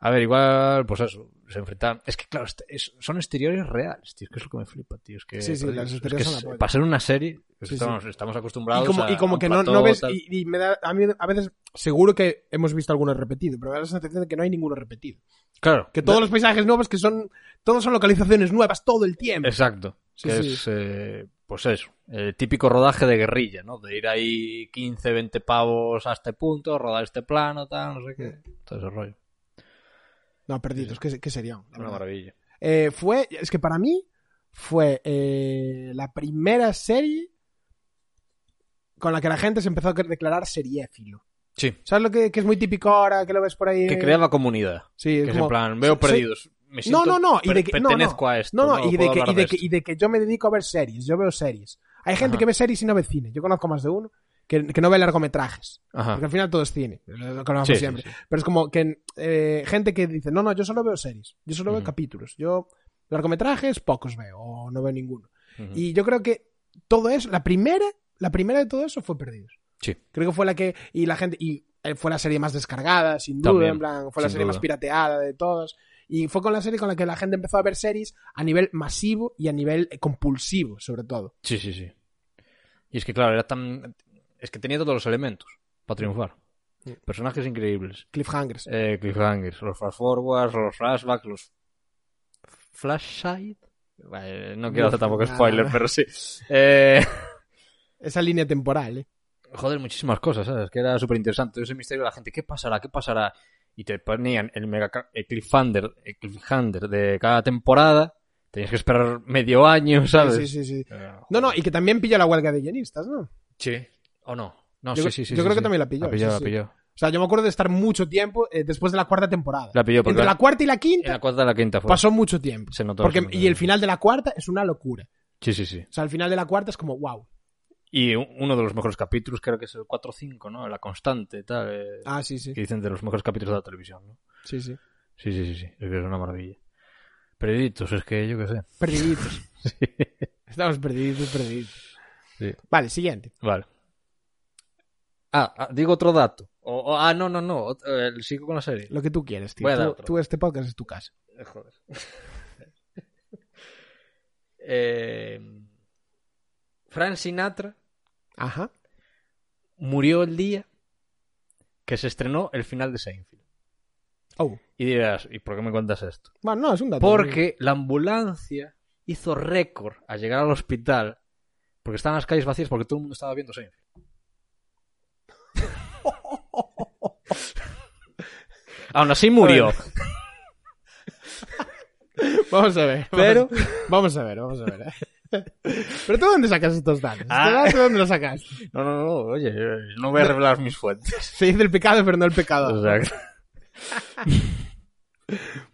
Speaker 4: A ver, igual, pues eso, se enfrentan. Es que, claro, este- es- son exteriores reales, tío. Es que es lo que me flipa, tío. Es que,
Speaker 3: Sí, sí,
Speaker 4: joder,
Speaker 3: los
Speaker 4: es
Speaker 3: exteriores
Speaker 4: que
Speaker 3: son
Speaker 4: es-
Speaker 3: la polla.
Speaker 4: Para ser una serie,
Speaker 3: Sí,
Speaker 4: pues
Speaker 3: sí.
Speaker 4: estamos, estamos acostumbrados
Speaker 3: Y como,
Speaker 4: a.
Speaker 3: y como
Speaker 4: a un
Speaker 3: que no,
Speaker 4: plató,
Speaker 3: no ves,
Speaker 4: tal.
Speaker 3: y, y me da, a mí a veces, seguro que hemos visto alguno repetido, pero me da la sensación de que no hay ninguno repetido.
Speaker 4: Claro.
Speaker 3: Que todos los paisajes nuevos, que son, todos son localizaciones nuevas todo el tiempo.
Speaker 4: Exacto.
Speaker 3: Sí,
Speaker 4: que
Speaker 3: sí.
Speaker 4: es, eh, pues eso, el típico rodaje de guerrilla, ¿no? De ir ahí 15, 20 pavos a este punto, rodar este plano, tal, no sé qué. Todo ese rollo.
Speaker 3: No, perdidos, que, que serían. la
Speaker 4: Una
Speaker 3: verdad.
Speaker 4: maravilla.
Speaker 3: Eh, fue, es que para mí fue eh, la primera serie con la que la gente se empezó a declarar seriéfilo.
Speaker 4: Sí.
Speaker 3: ¿Sabes lo que, que es muy típico ahora? Que lo ves por ahí.
Speaker 4: Que
Speaker 3: eh?
Speaker 4: creaba comunidad.
Speaker 3: Sí,
Speaker 4: Que
Speaker 3: es
Speaker 4: es
Speaker 3: como-
Speaker 4: en plan, veo
Speaker 3: sí,
Speaker 4: perdidos. Me siento,
Speaker 3: no, no, y de
Speaker 4: per-
Speaker 3: que- no,
Speaker 4: pertenezco a esto.
Speaker 3: No, no, y, de
Speaker 4: Pues puedo
Speaker 3: que,
Speaker 4: hablar
Speaker 3: y, de
Speaker 4: esto.
Speaker 3: que, y de que yo me dedico a ver series, yo veo series. Hay gente
Speaker 4: Ajá.
Speaker 3: que ve series y no ve cine, yo conozco más de uno, que, que no ve largometrajes,
Speaker 4: Ajá.
Speaker 3: porque al final todo es cine, lo lo
Speaker 4: Ah. Sí,
Speaker 3: conozco
Speaker 4: sí,
Speaker 3: siempre.
Speaker 4: sí.
Speaker 3: Pero es como que eh, gente que dice, no, no, yo solo veo series, yo solo veo
Speaker 4: Ujú.
Speaker 3: capítulos, yo largometrajes pocos veo o no veo ninguno.
Speaker 4: Ujú.
Speaker 3: Y yo creo que todo eso, la primera, la primera de todo eso fue Perdidos.
Speaker 4: Sí.
Speaker 3: Creo que fue la que, y la gente, y eh, fue la serie más descargada, sin duda,
Speaker 4: También,
Speaker 3: en plan, fue la
Speaker 4: sin
Speaker 3: serie más
Speaker 4: duda.
Speaker 3: pirateada de todas. Y fue con la serie con la que la gente empezó a ver series a nivel masivo y a nivel eh, compulsivo, sobre todo.
Speaker 4: Sí, sí, sí. Y es que, claro, era tan. Es que tenía todos los elementos para triunfar. Personajes increíbles.
Speaker 3: Cliffhangers.
Speaker 4: Eh, cliffhangers, los fast forwards, los flashbacks, los flash side. Vale, no quiero
Speaker 3: Uf,
Speaker 4: hacer tampoco
Speaker 3: nada.
Speaker 4: spoiler, pero sí. Eh,
Speaker 3: Esa línea temporal, ¿eh?
Speaker 4: joder, muchísimas cosas, ¿sabes? Que era súper interesante. Ese misterio de la gente, ¿qué pasará? ¿Qué pasará? Y te ponían el mega ca- el cliffhanger, el cliffhanger de cada temporada. Tenías que esperar medio año, ¿sabes?
Speaker 3: Sí, sí, sí.
Speaker 4: Eh,
Speaker 3: No, no, y que también pilló la huelga de guionistas, ¿no?
Speaker 4: Sí. ¿O no? No,
Speaker 3: Yo
Speaker 4: sí,
Speaker 3: cre-
Speaker 4: sí, sí.
Speaker 3: yo
Speaker 4: sí,
Speaker 3: creo que
Speaker 4: sí.
Speaker 3: también la pilló,
Speaker 4: La pilló,
Speaker 3: sí,
Speaker 4: la
Speaker 3: sí.
Speaker 4: pilló.
Speaker 3: O sea, yo me acuerdo de estar mucho tiempo eh, después de la cuarta temporada.
Speaker 4: La pilló porque
Speaker 3: Entre
Speaker 4: la-
Speaker 3: la cuarta y la quinta
Speaker 4: En la cuarta de la quinta fue.
Speaker 3: pasó mucho tiempo.
Speaker 4: Se notó. se
Speaker 3: Porque,
Speaker 4: notó.
Speaker 3: y el final de la cuarta es una locura.
Speaker 4: Sí, sí, sí.
Speaker 3: O sea, al final de la cuarta es como, wow.
Speaker 4: Y u- uno de los mejores capítulos, creo que es el 4-5, ¿no? La constante, tal. eh,
Speaker 3: Ah, sí, sí.
Speaker 4: Que dicen de los mejores capítulos de la televisión, ¿no?
Speaker 3: Sí, sí.
Speaker 4: Sí, sí, sí, sí. Es que es una maravilla. Perioditos, es que yo qué sé.
Speaker 3: Perdiditos. Estamos perdiditos, perdiditos.
Speaker 4: Sí.
Speaker 3: Vale, siguiente.
Speaker 4: Vale. Ah, ah, digo otro dato. O- o- ah, no, no, no. ot- eh, sigo con la serie.
Speaker 3: Lo que tú quieres, tío.
Speaker 4: Voy a dar
Speaker 3: Tú-
Speaker 4: otro.
Speaker 3: tú este podcast es tu casa.
Speaker 4: Eh, Joder. Eh, Frank Sinatra
Speaker 3: Ajá.
Speaker 4: murió el día que se estrenó el final de Seinfeld.
Speaker 3: Oh.
Speaker 4: Y dirás, ¿y por qué me cuentas esto?
Speaker 3: Bueno, no, es un dato.
Speaker 4: Porque la ambulancia hizo récord al llegar al hospital Porque estaban las calles vacías porque todo el mundo estaba viendo Seinfeld. Aún así murió.
Speaker 3: Vamos a ver.
Speaker 4: Pero-
Speaker 3: Vamos, vamos a ver, vamos a ver. eh. Pero tú dónde sacas estos datos?
Speaker 4: Ah.
Speaker 3: ¿Estos datos dónde los sacas?
Speaker 4: No, no, no, oye, no voy a revelar mis fuentes.
Speaker 3: Se dice el pecado, pero no el pecado.
Speaker 4: O sea,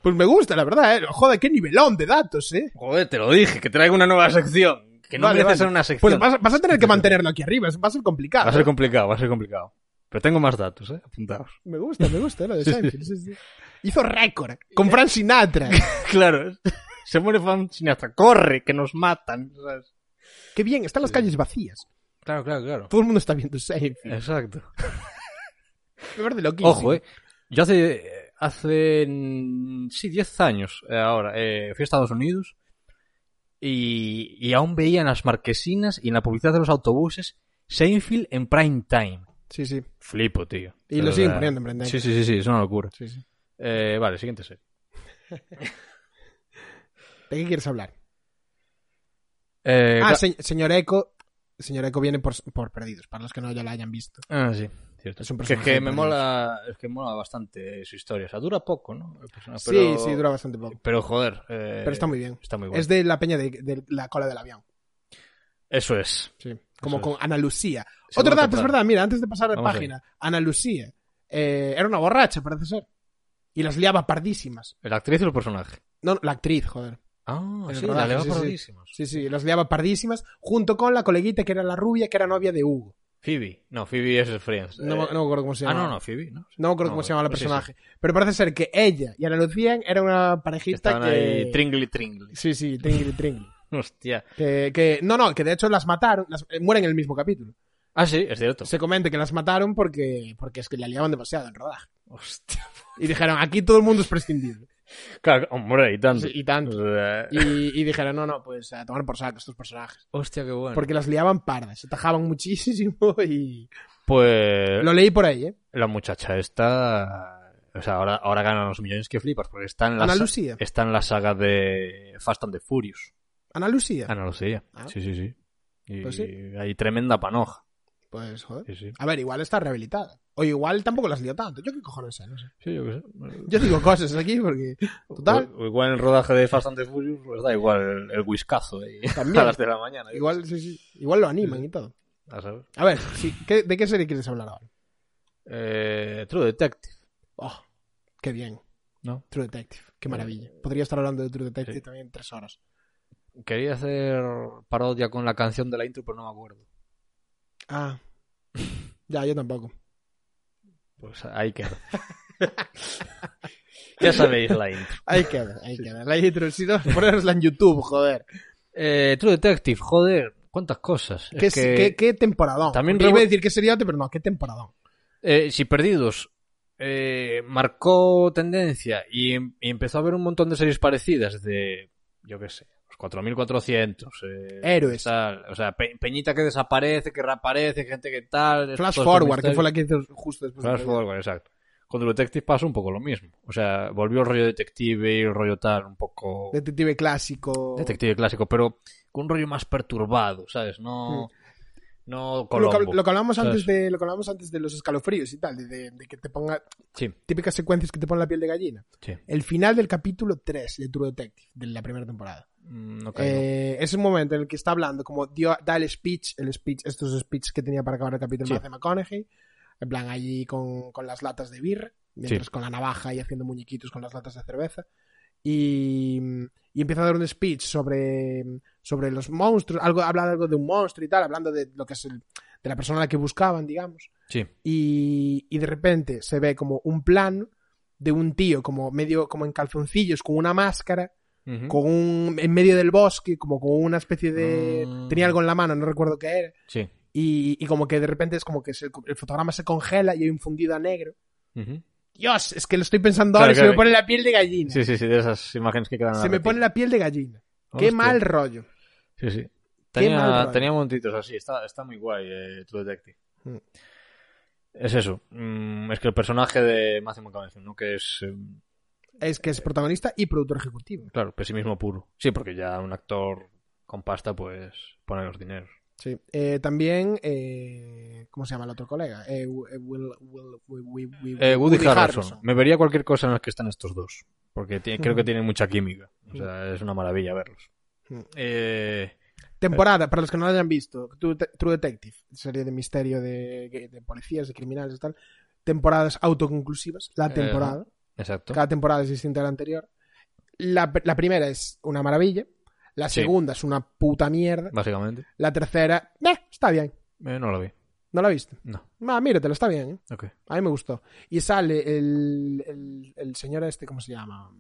Speaker 3: Pues me gusta, la verdad, eh. Joder, qué nivelón de datos, eh.
Speaker 4: joder, te lo dije, que traigo una nueva sección. Que no
Speaker 3: Vale,
Speaker 4: merece
Speaker 3: vale.
Speaker 4: ser una
Speaker 3: Pues
Speaker 4: sección.
Speaker 3: vas, vas a tener que mantenerlo aquí arriba, es- va a ser complicado. ¿eh?
Speaker 4: Va a ser complicado, va a ser complicado. Pero tengo más datos, ¿eh? Apuntados.
Speaker 3: Me gusta, me gusta lo de
Speaker 4: Sí, Eh. sí.
Speaker 3: Seinfeld. sí, sí. Hizo récord con Frank Sinatra.
Speaker 4: Claro, se muere fan cineasta. Corre, que nos matan. ¿sabes?
Speaker 3: Qué bien, están las calles vacías.
Speaker 4: Claro, claro, claro.
Speaker 3: Todo el mundo está viendo Seinfeld.
Speaker 4: Exacto.
Speaker 3: Me parece loquísimo.
Speaker 4: Eh. Ojo, eh. Yo hace. Hace. mm, Sí, 10 años eh, ahora. eh, fui a Estados Unidos. Y, y aún veía en las marquesinas y en la publicidad de los autobuses Seinfeld en prime time.
Speaker 3: Sí, sí.
Speaker 4: Flipo, tío.
Speaker 3: Y
Speaker 4: De
Speaker 3: lo
Speaker 4: verdad.
Speaker 3: siguen poniendo en prime time.
Speaker 4: Sí, sí, sí, sí, es una locura.
Speaker 3: sí, sí.
Speaker 4: Eh, vale, siguiente serie.
Speaker 3: ¿De qué quieres hablar?
Speaker 4: Eh,
Speaker 3: ah,
Speaker 4: cla-
Speaker 3: se- señor Eco. Señor Eco viene por, por perdidos, para los que no ya la hayan visto.
Speaker 4: Ah, sí. Cierto.
Speaker 3: Es un
Speaker 4: que,
Speaker 3: personaje
Speaker 4: que me
Speaker 3: perdido.
Speaker 4: mola, es que mola bastante su historia. O sea, dura poco, ¿no? El personaje,
Speaker 3: Sí,
Speaker 4: Ah, pero-
Speaker 3: sí, dura bastante poco.
Speaker 4: Pero joder. eh,
Speaker 3: Pero está muy bien.
Speaker 4: Está muy bueno.
Speaker 3: Es de la peña de, de la cola del avión.
Speaker 4: Eso es.
Speaker 3: Sí. Como
Speaker 4: Eso
Speaker 3: con Ana Lucía. Otro dato,
Speaker 4: Segunda
Speaker 3: es
Speaker 4: temporada.
Speaker 3: verdad, mira, antes de pasar de
Speaker 4: Vamos
Speaker 3: página. Ana Lucía eh, era una borracha, parece ser. Y las liaba pardísimas.
Speaker 4: ¿La actriz o el personaje?
Speaker 3: No, no, la actriz, joder.
Speaker 4: Ah,
Speaker 3: En el
Speaker 4: sí,
Speaker 3: rodaje,
Speaker 4: la leva
Speaker 3: sí, sí.
Speaker 4: pardísimos.
Speaker 3: Sí, sí, las liaba pardísimas, junto con la coleguita que era la rubia, que era novia de Hugo.
Speaker 4: Phoebe. No, Phoebe es el Friends.
Speaker 3: No, me-
Speaker 4: Eh,
Speaker 3: no me acuerdo cómo se
Speaker 4: ah,
Speaker 3: llama.
Speaker 4: no, no, Phoebe. No,
Speaker 3: No me acuerdo cómo
Speaker 4: No,
Speaker 3: se llama la
Speaker 4: sí, sí.
Speaker 3: personaje. Pero parece ser que ella y Ana Lucía eran una parejita
Speaker 4: Estaban
Speaker 3: que...
Speaker 4: ahí tringly tringly.
Speaker 3: Sí, sí, tringli, tringli.
Speaker 4: Hostia.
Speaker 3: que, que- no, no, que de hecho las mataron, las- eh, mueren en el mismo capítulo.
Speaker 4: Ah, sí, es cierto.
Speaker 3: Se comenta que las mataron porque, porque es que la liaban demasiado en rodaje.
Speaker 4: Hostia.
Speaker 3: Y dijeron, aquí todo el mundo es prescindible.
Speaker 4: Claro, hombre, y tanto.
Speaker 3: Sí, y tanto.
Speaker 4: O sea,
Speaker 3: Y, y dijeron, no, no, pues a tomar por saco estos personajes.
Speaker 4: Hostia, qué bueno.
Speaker 3: Porque las liaban pardas, se tajaban muchísimo y...
Speaker 4: Pues
Speaker 3: Lo leí por ahí, ¿eh?
Speaker 4: la muchacha esta... O sea, ahora, ahora gana los millones que flipas, porque está en la,
Speaker 3: Ana
Speaker 4: sa-
Speaker 3: Lucía.
Speaker 4: está en la saga de Fast and the Furious.
Speaker 3: Ana Lucía.
Speaker 4: Ana Lucía.
Speaker 3: Ah.
Speaker 4: Sí, sí, sí. Y
Speaker 3: Pues sí.
Speaker 4: hay tremenda panoja.
Speaker 3: Pues, joder.
Speaker 4: Sí, sí.
Speaker 3: A ver, igual está rehabilitada. O igual tampoco las lió tanto. Yo qué cojones sé, no sé.
Speaker 4: Sí, yo qué sé.
Speaker 3: Yo digo cosas aquí porque... Total,
Speaker 4: O, o igual en el rodaje de Fast and the Furious, pues da igual el, el whiskazo ahí
Speaker 3: También.
Speaker 4: a las de la mañana. ¿eh? yo
Speaker 3: igual, sí, sí, igual lo animan y todo.
Speaker 4: qué sé, a saber.
Speaker 3: A ver, sí, ¿qué- ¿de qué serie quieres hablar ahora?
Speaker 4: Eh, True Detective.
Speaker 3: Oh, qué bien.
Speaker 4: ¿No?
Speaker 3: True Detective, qué maravilla. Podría estar hablando de True Detective
Speaker 4: Sí.
Speaker 3: también tres horas.
Speaker 4: Quería hacer parodia con la canción de la intro, pero no me acuerdo.
Speaker 3: Ah. Ya, yo tampoco.
Speaker 4: Pues ahí queda. ya sabéis la intro.
Speaker 3: Ahí queda, ahí queda. La intro, si no, ponerosla en YouTube, joder.
Speaker 4: Eh, True Detective, joder, cuántas cosas.
Speaker 3: ¿Qué,
Speaker 4: Es que,
Speaker 3: qué- qué temporadón.
Speaker 4: también
Speaker 3: También iba a
Speaker 4: rebo-
Speaker 3: decir que seriote, pero no, qué temporadón.
Speaker 4: eh, si Perdidos eh, marcó tendencia y, em- y empezó a haber un montón de series parecidas de, yo qué sé, los 4400. eh,
Speaker 3: Héroes.
Speaker 4: tal, o sea, Pe- Peñita que desaparece, que reaparece, gente que tal.
Speaker 3: Flash
Speaker 4: estos
Speaker 3: Forward, que
Speaker 4: misterios.
Speaker 3: fue la que hizo justo después. de
Speaker 4: Flash Forward, exacto. Con True Detective pasó un poco lo mismo. O sea, volvió el rollo detective y el rollo tal, un poco...
Speaker 3: Detective clásico.
Speaker 4: Detective clásico, pero con un rollo más perturbado, ¿sabes? No... No
Speaker 3: Mm. Lo que,
Speaker 4: Colombo.
Speaker 3: lo que hablábamos
Speaker 4: ¿sabes?
Speaker 3: antes de, lo que hablábamos antes de los escalofríos y tal, de, de- de que te ponga
Speaker 4: Sí,
Speaker 3: típicas secuencias que te ponen la piel de gallina.
Speaker 4: sí.
Speaker 3: El final del capítulo 3 de True Detective, de la primera temporada.
Speaker 4: Mm, No caigo.
Speaker 3: Eh, es un momento en el que está hablando, como dio, da el speech, el speech, estos speeches que tenía para acabar el capítulo
Speaker 4: Sí.
Speaker 3: de McConaughey, en plan allí con, con las latas de birra, mientras
Speaker 4: Sí.
Speaker 3: con la navaja y haciendo muñequitos con las latas de cerveza. Y, y empieza a dar un speech sobre, sobre los monstruos, algo, habla algo de un monstruo y tal, hablando de lo que es el- de la persona a la que buscaban, digamos
Speaker 4: Sí.
Speaker 3: y, y de repente se ve como un plan de un tío como medio como en calzoncillos con una máscara
Speaker 4: Ujú.
Speaker 3: con un en medio del bosque como con una especie de
Speaker 4: Ah.
Speaker 3: tenía algo en la mano no recuerdo qué era
Speaker 4: Sí.
Speaker 3: y, y como que de repente es como que se- el fotograma se congela y hay un fundido a negro
Speaker 4: Ujú.
Speaker 3: Dios es que lo estoy pensando
Speaker 4: Claro,
Speaker 3: ahora y se
Speaker 4: claro.
Speaker 3: me pone la piel de gallina
Speaker 4: Sí, sí, sí, de esas imágenes que quedan. en
Speaker 3: se me pone
Speaker 4: retina.
Speaker 3: la piel de gallina
Speaker 4: Hostia.
Speaker 3: qué mal rollo
Speaker 4: Sí, sí.
Speaker 3: Qué
Speaker 4: Tenía,
Speaker 3: mal rollo.
Speaker 4: tenía montitos así, está, está muy guay eh, True Detective.
Speaker 3: Mm.
Speaker 4: Es eso. mm, es que el personaje de Matthew McConaughey, ¿no? Que es, eh,
Speaker 3: es que es protagonista y productor ejecutivo
Speaker 4: claro, pesimismo puro. Sí, porque ya un actor con pasta, pues, pone los dineros.
Speaker 3: Sí. Eh, también, eh, ¿cómo se llama el otro colega? Eh, Will- Will- Will- Will- Will- Will-
Speaker 4: Eh, Woody, Harrelson.
Speaker 3: Harrelson. Mm.
Speaker 4: Me vería cualquier cosa en las que están estos dos. Porque tiene- creo que tienen mucha química. O sea, es una maravilla verlos.
Speaker 3: Ujú.
Speaker 4: Eh,
Speaker 3: Temporada, para los que no lo hayan visto, True Te- True Detective, serie de misterio de, de policías, de criminales y tal. Temporadas autoconclusivas, la
Speaker 4: Eh,
Speaker 3: temporada.
Speaker 4: exacto.
Speaker 3: Cada temporada es distinta a la anterior. La, la primera es una maravilla. La
Speaker 4: Sí.
Speaker 3: segunda es una puta mierda.
Speaker 4: Básicamente.
Speaker 3: La tercera, eh, está bien.
Speaker 4: Eh, no lo vi.
Speaker 3: ¿No la viste?
Speaker 4: No.
Speaker 3: Ah, míratelo, está bien. ¿eh?
Speaker 4: Ok.
Speaker 3: A mí me gustó. Y sale el, el, el señor este, ¿cómo se llama?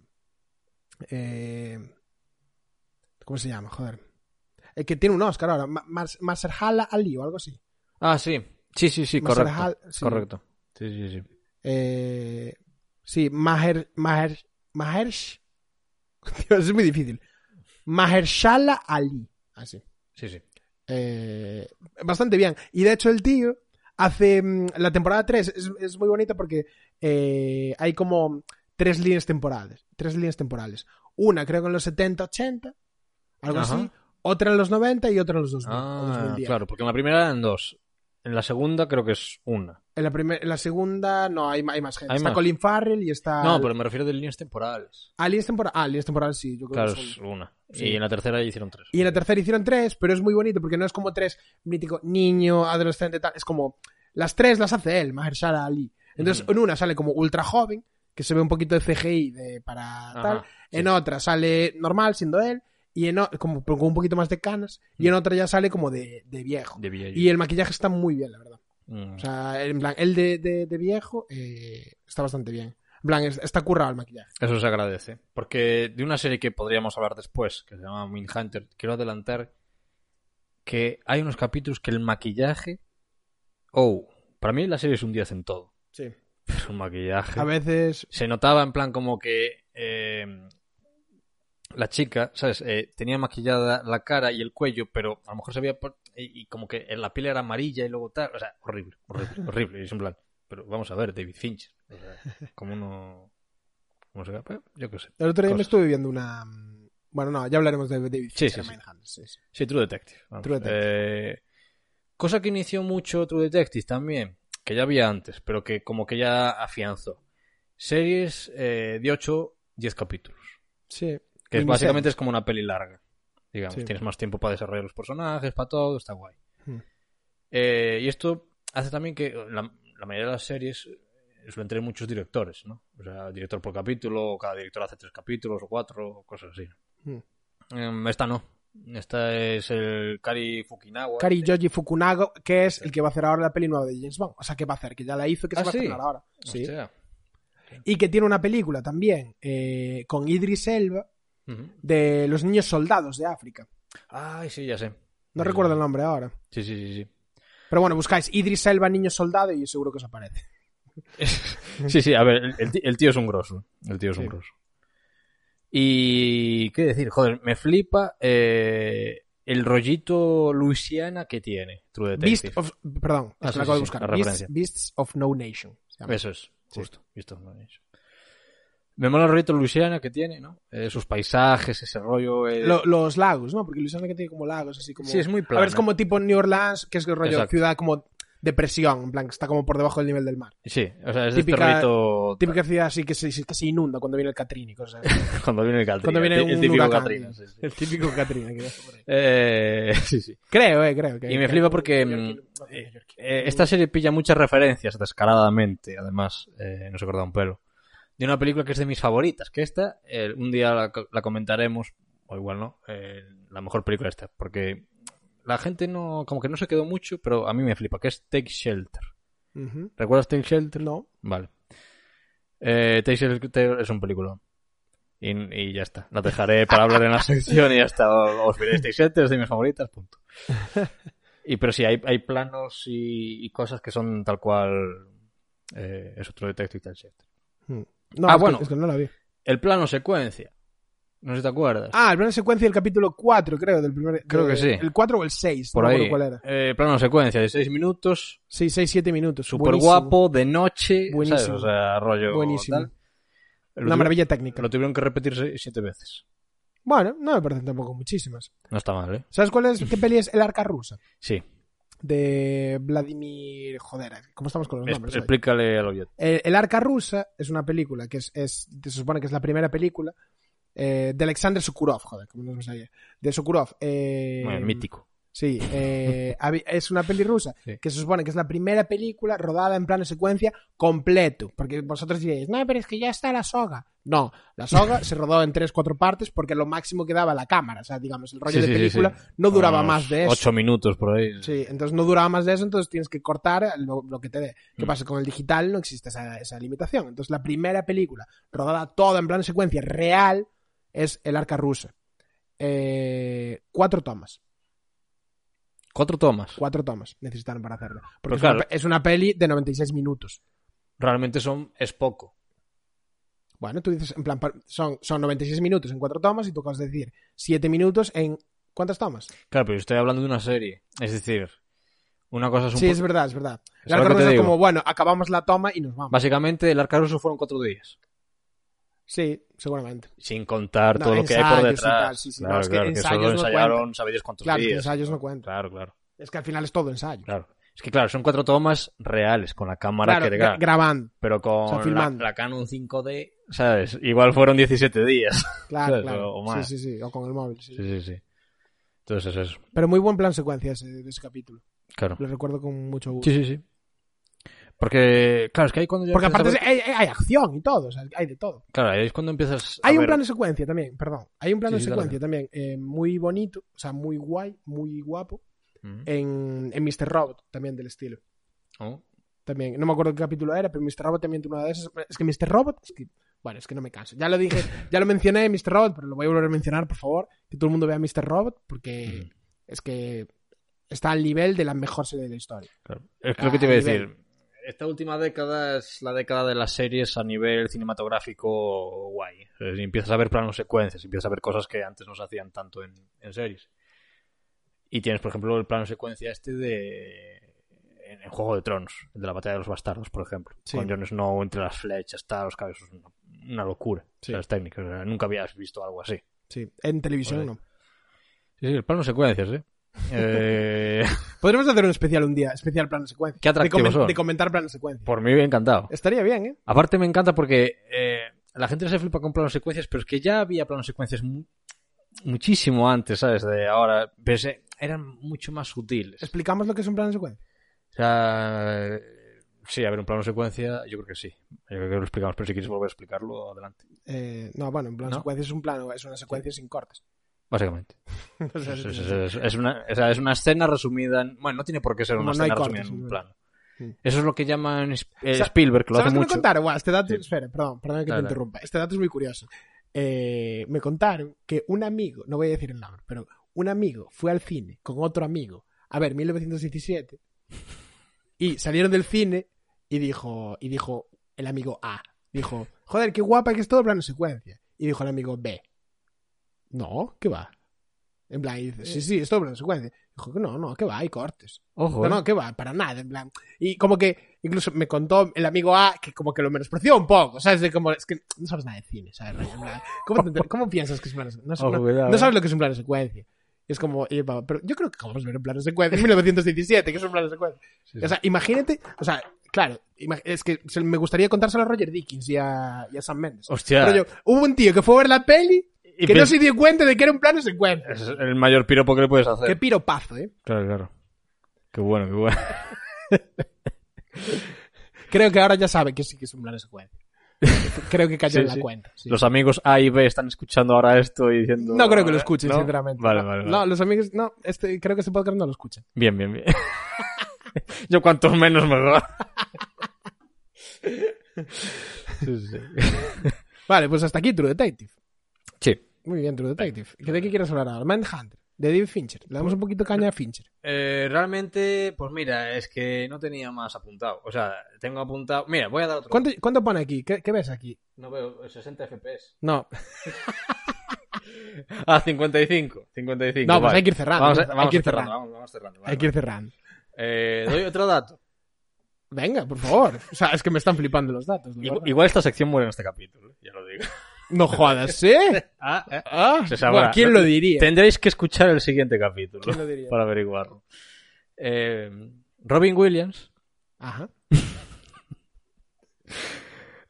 Speaker 3: Eh, ¿Cómo se llama? Joder. El que tiene un Oscar ahora. Ma- Mas- Maserhala Ali o algo así.
Speaker 4: Ah, sí. Sí, sí, sí, correcto.
Speaker 3: Maserhal- sí.
Speaker 4: Correcto. Sí, sí, sí.
Speaker 3: Eh, sí, Maher, Maher, Mahersh. Tío, eso es muy difícil. Mahershala Ali. Así.
Speaker 4: Sí, sí.
Speaker 3: Eh, bastante bien. Y de hecho el tío hace mm, la temporada 3 es, es muy bonita porque eh, hay como tres líneas temporales. Tres líneas temporales. Una creo que en los 70, 80, algo
Speaker 4: Ajá.
Speaker 3: así. Otra en los 90 y otra en los 2000. o
Speaker 4: Ah,
Speaker 3: 2010.
Speaker 4: claro, porque en la primera eran dos. En la segunda creo que es una.
Speaker 3: En, la primer- en la segunda no, hay, ma- hay más gente.
Speaker 4: Hay
Speaker 3: está
Speaker 4: más.
Speaker 3: Colin Farrell y está...
Speaker 4: No, pero me refiero de líneas temporales.
Speaker 3: Ah, líneas temporales. Ah, líneas temporales sí, yo creo
Speaker 4: Claro,
Speaker 3: que son-
Speaker 4: es una.
Speaker 3: Sí.
Speaker 4: Y en la tercera ya hicieron tres.
Speaker 3: Y en la tercera hicieron tres, pero es muy bonito porque no es como tres mítico niño, adolescente, tal. Es como las tres las hace él, Mahershala Ali. Entonces,
Speaker 4: Ujú.
Speaker 3: en una sale como ultra joven, que se ve un poquito de CGI de, para
Speaker 4: Ajá,
Speaker 3: tal. eh,
Speaker 4: sí.
Speaker 3: En otra sale normal, siendo él. Y en o- como con un poquito más de canas. Y en otra ya sale como de, de viejo.
Speaker 4: Mm. De Villa
Speaker 3: Y el maquillaje está muy bien, la verdad.
Speaker 4: Mm.
Speaker 3: O sea, en plan, el de, de- de viejo eh, está bastante bien. En plan, es- está currado el maquillaje.
Speaker 4: Eso se agradece. Porque de una serie que podríamos hablar después, que se llama Mindhunter, quiero adelantar que hay unos capítulos que el maquillaje. Oh, para mí la serie es un 10 en todo.
Speaker 3: Sí.
Speaker 4: Pero el maquillaje.
Speaker 3: A veces.
Speaker 4: Se notaba en plan como que. eh, la chica, ¿sabes? Eh, tenía maquillada la cara y el cuello, pero a lo mejor se veía. por- Y, y como que la piel era amarilla y luego tal. O sea, horrible, horrible, horrible. Y es en plan. Pero vamos a ver, David Fincher. O sea, como uno. ¿Cómo se llama? Pues, Yo qué sé.
Speaker 3: El otro día me
Speaker 4: Cosas.
Speaker 3: estuve viendo una. mm, Bueno, no, ya hablaremos de David
Speaker 4: Sí,
Speaker 3: Fincher,
Speaker 4: sí, sí.
Speaker 3: Mindhunter, sí, sí.
Speaker 4: Sí, True Detective. vamos.
Speaker 3: True
Speaker 4: Eh, cosa que inició mucho True Detective también, que ya había antes, pero que como que ya afianzó. Series eh, de 8, 10 capítulos.
Speaker 3: Sí.
Speaker 4: Que es
Speaker 3: Miniseries.
Speaker 4: básicamente es como una peli larga. Digamos,
Speaker 3: Sí.
Speaker 4: tienes más tiempo para desarrollar los personajes, para todo, está guay.
Speaker 3: Hmm.
Speaker 4: Eh, y esto hace también que la, la mayoría de las series eh, suelen tener muchos directores, ¿no? O sea, director por capítulo, o cada director hace tres capítulos o cuatro, o cosas así.
Speaker 3: Hmm.
Speaker 4: Em, esta no. Esta es el Kari Fukinawa.
Speaker 3: Kari Yoji Fukunaga, que es el que va a hacer ahora la peli nueva de James Bond. O sea, que va a hacer, que ya la hizo, que
Speaker 4: Ah,
Speaker 3: se va
Speaker 4: sí.
Speaker 3: a estrenar ahora. Sí.
Speaker 4: Hostia.
Speaker 3: Y que tiene una película también eh, con Idris Elba
Speaker 4: Ujú.
Speaker 3: de los niños soldados de África.
Speaker 4: Ay, sí, ya sé.
Speaker 3: No
Speaker 4: Sí.
Speaker 3: recuerdo el nombre ahora.
Speaker 4: Sí, sí, sí, sí.
Speaker 3: Pero bueno, buscáis Idris Elba, niño soldado, y seguro que os aparece.
Speaker 4: Sí, sí, a ver, el- el, ti- el tío es un grosso. El tío es un
Speaker 3: Sí.
Speaker 4: grosso. Y qué decir, joder, me flipa eh, el rollito Luisiana que tiene True
Speaker 3: Beast
Speaker 4: Detective.
Speaker 3: of. Perdón, es
Speaker 4: Ah,
Speaker 3: que
Speaker 4: sí,
Speaker 3: la
Speaker 4: sí,
Speaker 3: acabo de
Speaker 4: sí, la
Speaker 3: buscar.
Speaker 4: referencia.
Speaker 3: Beasts, Beasts of No Nation. se llama.
Speaker 4: Eso es, justo. Beast of No Nation. Me mola el rollito Luisiana que tiene, ¿no? Eh, sus paisajes, ese rollo. eh,
Speaker 3: Lo- los lagos, ¿no? Porque Luisiana que tiene como lagos, así como.
Speaker 4: Sí, es muy
Speaker 3: A
Speaker 4: plano.
Speaker 3: ver, es como tipo New Orleans, que es el rollo
Speaker 4: Exacto.
Speaker 3: ciudad como depresión, en plan, que está como por debajo del nivel del mar.
Speaker 4: Sí, o sea, es de este
Speaker 3: Típica-
Speaker 4: rollito-
Speaker 3: Típica ciudad así que se, que se inunda cuando viene el Catrín y cosas así.
Speaker 4: Cuando viene el Catrina.
Speaker 3: Cuando viene
Speaker 4: el, el
Speaker 3: un
Speaker 4: típico
Speaker 3: huracán.
Speaker 4: Catrina, sí, sí.
Speaker 3: El típico Catrín. que va por ahí.
Speaker 4: Eh, sí, sí.
Speaker 3: Creo, eh, creo. Que,
Speaker 4: Y me
Speaker 3: que-
Speaker 4: flipa porque,
Speaker 3: neoyorquino,
Speaker 4: mm,
Speaker 3: no, neoyorquino.
Speaker 4: Eh, esta serie pilla muchas referencias, descaradamente, además, eh, no se corta un pelo. De una película que es de mis favoritas, que esta, eh, un día la, co- la comentaremos, o igual no, eh, la mejor película esta, porque la gente no, como que no se quedó mucho, pero a mí me flipa, que es Take Shelter.
Speaker 3: Ujú.
Speaker 4: ¿Recuerdas Take Shelter?
Speaker 3: No.
Speaker 4: Vale. Eh, Take Shelter es un película. Y, y ya está. La dejaré para hablar en la sección y ya está. Os veréis Take Shelter, es de mis favoritas, punto. Y pero sí, hay, hay planos y, y cosas que son tal cual. eh, es otro detective Take Shelter.
Speaker 3: No,
Speaker 4: Ah,
Speaker 3: es que-
Speaker 4: bueno.
Speaker 3: es que no la vi.
Speaker 4: El plano secuencia. No sé si te acuerdas.
Speaker 3: Ah, el plano secuencia del capítulo 4, creo, del primer...
Speaker 4: Creo
Speaker 3: de-
Speaker 4: que sí.
Speaker 3: El 4 o el 6,
Speaker 4: Por
Speaker 3: no me
Speaker 4: ahí.
Speaker 3: acuerdo cuál era.
Speaker 4: Eh, plano secuencia de 6 minutos.
Speaker 3: 6, 6, 7 minutos.
Speaker 4: Súper
Speaker 3: Buenísimo.
Speaker 4: guapo, de noche.
Speaker 3: Buenísimo.
Speaker 4: ¿sabes? O sea, rollo.
Speaker 3: Buenísimo.
Speaker 4: tal. Lo
Speaker 3: Una
Speaker 4: tuvi-
Speaker 3: maravilla técnica.
Speaker 4: Lo tuvieron que repetir se- siete veces.
Speaker 3: Bueno, no me parecen tampoco muchísimas.
Speaker 4: No está mal, ¿eh?
Speaker 3: ¿Sabes cuál es? ¿Qué peli es? El arca rusa.
Speaker 4: Sí.
Speaker 3: De Vladimir. Joder, ¿cómo estamos con los
Speaker 4: Es-
Speaker 3: nombres? hoy?
Speaker 4: explícale al oyente.
Speaker 3: Eh, El arca rusa es una película que es, es- se supone que es la primera película eh, de Alexander Sokurov, joder, como no me salía. De Sokurov. eh,
Speaker 4: Bueno, el mítico.
Speaker 3: Sí, eh, habi- es una peli rusa
Speaker 4: Sí.
Speaker 3: que se supone que es la primera película rodada en plano secuencia completo. Porque vosotros diréis, no, pero es que ya está la soga. No, la soga se rodó en tres, cuatro partes porque lo máximo que daba la cámara. O sea, digamos, el rollo
Speaker 4: Sí,
Speaker 3: de
Speaker 4: sí, sí,
Speaker 3: película
Speaker 4: sí.
Speaker 3: no duraba
Speaker 4: Unos
Speaker 3: más de eso.
Speaker 4: Ocho minutos por ahí.
Speaker 3: Sí, entonces no duraba más de eso, entonces tienes que cortar lo, lo que te dé.
Speaker 4: Mm.
Speaker 3: ¿Qué pasa? Con el digital no existe esa, esa limitación. Entonces la primera película rodada toda en plano secuencia real es El Arca Rusa. Eh, cuatro tomas.
Speaker 4: Cuatro tomas.
Speaker 3: Cuatro tomas necesitaron para hacerlo. Porque
Speaker 4: Pero
Speaker 3: es, una
Speaker 4: Pues claro.
Speaker 3: pe- es una, peli de 96 minutos.
Speaker 4: Realmente son, es poco.
Speaker 3: Bueno, tú dices, en plan, pa- son, son 96 minutos en cuatro tomas y tú acabas de decir siete minutos en... ¿Cuántas tomas?
Speaker 4: Claro, pero yo estoy hablando de una serie. Es decir, una cosa es un
Speaker 3: Sí,
Speaker 4: po-
Speaker 3: es verdad, es verdad. El
Speaker 4: Es lo
Speaker 3: Arca
Speaker 4: que te
Speaker 3: Rusa es
Speaker 4: digo.
Speaker 3: como, bueno, acabamos la toma y nos vamos.
Speaker 4: Básicamente, el Arca Ruso fueron cuatro días.
Speaker 3: Sí, seguramente.
Speaker 4: Sin contar
Speaker 3: No,
Speaker 4: todo lo que hay
Speaker 3: ensayos
Speaker 4: por
Speaker 3: y
Speaker 4: detrás.
Speaker 3: tal, sí, sí,
Speaker 4: claro,
Speaker 3: no, es que
Speaker 4: claro, que
Speaker 3: ensayos
Speaker 4: solo
Speaker 3: no
Speaker 4: ensayaron,
Speaker 3: cuentan.
Speaker 4: sabéis cuántos
Speaker 3: Claro, los
Speaker 4: días.
Speaker 3: ensayos no cuentan.
Speaker 4: Claro, claro,
Speaker 3: Es que al final es todo ensayo.
Speaker 4: claro. Es que claro, son cuatro tomas reales con la cámara
Speaker 3: Claro,
Speaker 4: que te
Speaker 3: gra-
Speaker 4: graba.
Speaker 3: grabando.
Speaker 4: Pero con
Speaker 3: O sea,
Speaker 4: la-
Speaker 3: filmando.
Speaker 4: la, Canon 5D, ¿sabes? Igual fueron 17 días.
Speaker 3: Claro,
Speaker 4: Claro,
Speaker 3: claro.
Speaker 4: o más.
Speaker 3: Sí, sí, sí. O con el móvil. sí, sí.
Speaker 4: Sí, sí, sí. Entonces eso es,
Speaker 3: Pero muy buen plan secuencia ese, de ese capítulo.
Speaker 4: claro.
Speaker 3: Lo recuerdo con mucho gusto.
Speaker 4: Sí, sí, sí. Porque, claro, es que ahí cuando ya
Speaker 3: Porque
Speaker 4: empiezas a
Speaker 3: aparte
Speaker 4: ver-
Speaker 3: hay, hay- hay acción y todo. o sea, hay de todo.
Speaker 4: Claro, ahí es cuando empiezas a
Speaker 3: Hay un
Speaker 4: ver-
Speaker 3: plan de secuencia también, perdón. Hay un plan
Speaker 4: Sí,
Speaker 3: de
Speaker 4: sí, dale.
Speaker 3: secuencia también eh, muy bonito, o sea, muy guay, muy guapo.
Speaker 4: Ujú.
Speaker 3: En, en Mr. Robot también del estilo.
Speaker 4: Oh.
Speaker 3: También, no me acuerdo qué capítulo era, pero Mr. Robot también tiene una de esas. Es que Mr. Robot, es que- bueno, es que no me canso. Ya lo dije, ya lo mencioné, Mr. Robot, pero lo voy a volver a mencionar, por favor. Que todo el mundo vea Mr. Robot,
Speaker 4: Mm.
Speaker 3: porque es que está al nivel de la mejor serie de la historia.
Speaker 4: Claro. Es que lo que te iba a
Speaker 3: Ah,
Speaker 4: decir. Esta última década es la década de las series a nivel cinematográfico guay. O sea, si empiezas a ver planos secuencias, empiezas a ver cosas que antes no se hacían tanto en, en series. Y tienes, por ejemplo, el plano secuencia este de. En, en Juego de Tronos, el de la Batalla de los Bastardos, por ejemplo.
Speaker 3: Sí.
Speaker 4: Con Jon Snow entre las flechas, tal, los cabezos. Una, una locura.
Speaker 3: Sí.
Speaker 4: Las técnicas. o sea, nunca habías visto algo así.
Speaker 3: Sí, en televisión
Speaker 4: Joder.
Speaker 3: no.
Speaker 4: Sí, sí, el plano secuencias, ¿eh? eh
Speaker 3: Podríamos hacer un especial un día, especial plano secuencia.
Speaker 4: Qué atractivos
Speaker 3: de,
Speaker 4: son.
Speaker 3: de comentar plano secuencia.
Speaker 4: por mí, encantado.
Speaker 3: Estaría bien, ¿eh?
Speaker 4: Aparte me encanta porque eh, la gente se flipa con planos secuencias, pero es que ya había planos secuencias mu- muchísimo antes, ¿sabes? De ahora. Pero se- eran mucho más sutiles.
Speaker 3: Explicamos lo que es un plano secuencia.
Speaker 4: O sea, eh, sí, a ver, un plano secuencia, yo creo que sí. Yo creo que lo explicamos, pero si quieres volver a explicarlo, adelante.
Speaker 3: Eh, no, bueno, un plano
Speaker 4: ¿No?
Speaker 3: secuencia es un plano, es una secuencia sin cortes.
Speaker 4: Básicamente.
Speaker 3: O sea,
Speaker 4: Es,
Speaker 3: es-
Speaker 4: es- es- es una, o sea, es una escena resumida en... Bueno, no tiene por qué ser una
Speaker 3: Como no hay
Speaker 4: escena
Speaker 3: cortes,
Speaker 4: resumida en un
Speaker 3: sí.
Speaker 4: plano.
Speaker 3: Sí.
Speaker 4: Eso es lo que llaman Sp- eh,
Speaker 3: Sa-
Speaker 4: Spielberg, que lo hace
Speaker 3: ¿Sabes qué me
Speaker 4: mucho.
Speaker 3: contaron? Buah, este dato,
Speaker 4: Sí.
Speaker 3: espera, perdón, perdón que
Speaker 4: Dale,
Speaker 3: te
Speaker 4: dale.
Speaker 3: interrumpa. Este dato es muy curioso. Eh, me contaron que un amigo, no voy a decir el nombre, pero un amigo fue al cine con otro amigo a ver 1917 y salieron del cine y dijo, y dijo el amigo A, dijo, joder, qué guapa que es todo plano secuencia. Y dijo el amigo B, no, ¿qué va? En plan, y dice, sí, sí, es todo plano secuencia. Dijo que no, no, ¿qué va? Hay cortes.
Speaker 4: Ojo,
Speaker 3: No,
Speaker 4: ¿eh?
Speaker 3: no, que va, para nada, en plan. Y como que, incluso me contó el amigo A que como que lo menospreció un poco, ¿sabes? De como, es que no sabes nada de cine, ¿sabes? En plan, ¿cómo, te- cómo piensas que es un plano no, sé,
Speaker 4: Ojo,
Speaker 3: no-
Speaker 4: cuidado,
Speaker 3: no
Speaker 4: eh.
Speaker 3: sabes lo que es un plano secuencia. Y es como, y el pavo, pero yo creo que acabamos de ver un plano secuencia en 1917, que es un plano secuencia. O sea, imagínate, o sea, claro, ima- es que se- me gustaría contárselo a Roger Dickens y a, y a Sam Mendes.
Speaker 4: Hostia.
Speaker 3: Pero yo, hubo un tío que fue a ver la peli
Speaker 4: Y
Speaker 3: que no
Speaker 4: piens-
Speaker 3: se dio cuenta de que era un plano secuencia.
Speaker 4: Es el mayor piropo que le puedes hacer.
Speaker 3: Qué piropazo, ¿eh?
Speaker 4: Claro, claro. Qué bueno, qué bueno.
Speaker 3: Creo que ahora ya sabe que sí que es un plano secuencia. Creo que cayó
Speaker 4: Sí,
Speaker 3: en la
Speaker 4: sí.
Speaker 3: cuenta. sí.
Speaker 4: Los amigos A y B están escuchando ahora esto y diciendo.
Speaker 3: No creo que lo escuchen,
Speaker 4: ¿No?
Speaker 3: sinceramente.
Speaker 4: Vale,
Speaker 3: No,
Speaker 4: vale. vale.
Speaker 3: No, los amigos, no, este, creo que este podcast no lo escuchan.
Speaker 4: Bien, bien, bien. Yo cuanto menos mejor. sí, sí.
Speaker 3: Vale, pues hasta aquí True Detective.
Speaker 4: Sí.
Speaker 3: Muy bien, True Detective. ¿De qué quieres hablar ahora? Mindhunter, de David Fincher. Le
Speaker 4: Pues
Speaker 3: damos un poquito caña a Fincher.
Speaker 4: Eh, realmente, pues mira, es que no tenía más apuntado. O sea, tengo apuntado. Mira, voy a dar otro.
Speaker 3: ¿Cuánto, cuánto pone aquí? ¿Qué, qué ves aquí?
Speaker 4: No veo eh, 60 FPS.
Speaker 3: No,
Speaker 4: Ah, 55. 55.
Speaker 3: No, pues
Speaker 4: vale.
Speaker 3: hay que ir cerrando.
Speaker 4: Vamos, a-
Speaker 3: Hay
Speaker 4: vamos
Speaker 3: que ir
Speaker 4: cerrando.
Speaker 3: cerrando.
Speaker 4: Vamos, vamos cerrando. vale,
Speaker 3: hay que ir
Speaker 4: vale.
Speaker 3: cerrando.
Speaker 4: Eh, doy otro dato.
Speaker 3: Venga, por favor. O sea, es que me están flipando los datos. la
Speaker 4: Igual,
Speaker 3: verdad.
Speaker 4: igual esta sección muere en este capítulo, ¿eh? ya lo digo.
Speaker 3: No jodas, ¿eh?
Speaker 4: Ah, eh.
Speaker 3: Ah,
Speaker 4: Se sabrá.
Speaker 3: buah, ¿Quién lo diría?
Speaker 4: Tendréis que escuchar el siguiente capítulo
Speaker 3: ¿Quién lo diría?
Speaker 4: para averiguarlo. Eh, Robin Williams,
Speaker 3: Ajá.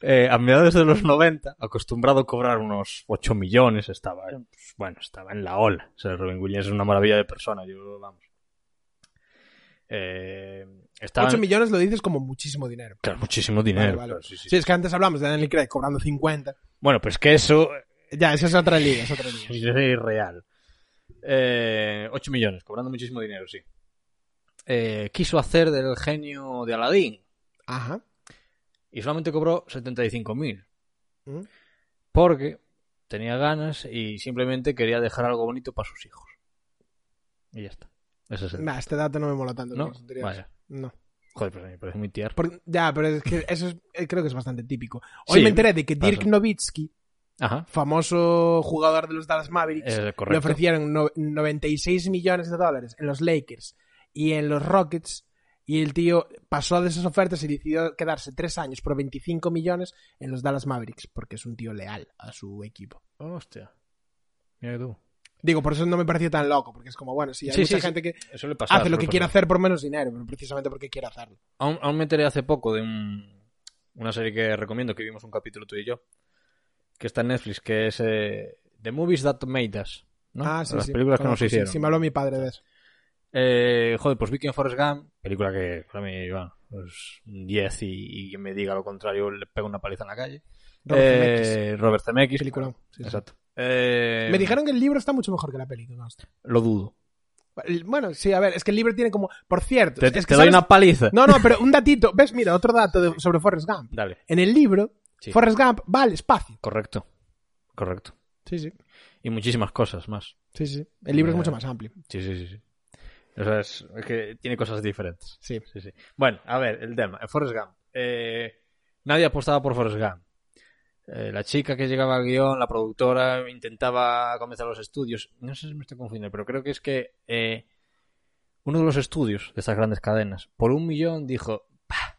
Speaker 4: eh, a mediados de los 90, acostumbrado a cobrar unos 8 millones, estaba, eh, pues, bueno, estaba en la ola. O sea, Robin Williams es una maravilla de persona, yo, vamos. Eh, estaba
Speaker 3: 8 millones lo dices como muchísimo dinero.
Speaker 4: Claro, muchísimo dinero.
Speaker 3: Vale, vale.
Speaker 4: claro, sí, sí.
Speaker 3: Sí, es que antes hablamos de Daniel Craig cobrando 50.
Speaker 4: Bueno, pues que eso
Speaker 3: Ya, esa es otra liga, es otra liga.
Speaker 4: es irreal. Eh, 8 millones, cobrando muchísimo dinero, sí. Eh, quiso hacer del genio de Aladín.
Speaker 3: Ajá.
Speaker 4: y solamente cobró 75.000
Speaker 3: ¿Mm?
Speaker 4: porque tenía ganas y simplemente quería dejar algo bonito para sus hijos. Y ya está. Ese es el...
Speaker 3: Nah, este dato no me mola tanto.
Speaker 4: ¿No?
Speaker 3: tío, tonterías.
Speaker 4: Vaya.
Speaker 3: No.
Speaker 4: Joder, pues me parece muy tierno.
Speaker 3: Por- ya, pero es que eso es- eh, creo que es bastante típico. Hoy
Speaker 4: Sí,
Speaker 3: me enteré de que
Speaker 4: pasa.
Speaker 3: Dirk Nowitzki,
Speaker 4: Ajá.
Speaker 3: famoso jugador de los Dallas Mavericks,
Speaker 4: Eh,
Speaker 3: le
Speaker 4: correcto.
Speaker 3: ofrecieron no- 96 millones de dólares en los Lakers y en los Rockets. Y el tío pasó de esas ofertas y decidió quedarse tres años por 25 millones en los Dallas Mavericks, porque es un tío leal a su equipo.
Speaker 4: Hostia. Mira que tú.
Speaker 3: Digo, por eso no me pareció tan loco, porque es como, bueno, sí, hay
Speaker 4: Sí,
Speaker 3: mucha
Speaker 4: sí,
Speaker 3: gente que
Speaker 4: Eso le pasa.
Speaker 3: hace Ah, lo que quiere hacer por menos dinero, pero precisamente porque quiere hacerlo.
Speaker 4: Aún, aún me enteré hace poco de un- una serie que recomiendo, que vimos un capítulo tú y yo, que está en Netflix, que es eh, The Movies That Made Us. ¿no?
Speaker 3: Ah, sí,
Speaker 4: Las
Speaker 3: sí.
Speaker 4: películas que
Speaker 3: Conozco,
Speaker 4: nos
Speaker 3: sí,
Speaker 4: hicieron.
Speaker 3: Sí, me habló mi padre de eso.
Speaker 4: Eh, joder, pues Viking Forrest Gump, película que para mí, bueno, es un 10 y, y quien me diga lo contrario le pego una paliza en la calle.
Speaker 3: Robert Zemeckis.
Speaker 4: Eh, Robert Zemeckis.
Speaker 3: Peliculón, sí, sí.
Speaker 4: Exacto. Eh,
Speaker 3: Me dijeron que el libro está mucho mejor que la película. hostia.
Speaker 4: Lo dudo.
Speaker 3: El- Bueno, sí, a ver, es que el libro tiene como. Por cierto,
Speaker 4: Te,
Speaker 3: es que
Speaker 4: te doy
Speaker 3: ¿sabes?
Speaker 4: una paliza.
Speaker 3: No, no, pero un datito. ¿Ves? Mira, otro dato de- sobre Forrest Gump.
Speaker 4: Dale.
Speaker 3: En el libro,
Speaker 4: Sí.
Speaker 3: Forrest Gump va al espacio.
Speaker 4: Correcto. Correcto.
Speaker 3: Sí, sí.
Speaker 4: Y muchísimas cosas más.
Speaker 3: Sí, sí. El libro es
Speaker 4: Eh,
Speaker 3: mucho más amplio.
Speaker 4: Sí, sí, sí. sí. O sea, es, es que tiene cosas diferentes.
Speaker 3: Sí.
Speaker 4: Sí, sí. Bueno, a ver, el tema. eh, Forrest Gump. Eh, nadie apostaba por Forrest Gump. Eh, la chica que llegaba al guión, la productora, intentaba comenzar los estudios. No sé si me estoy confundiendo, pero creo que es que eh, uno de los estudios de estas grandes cadenas, por un millón, dijo... "Pah",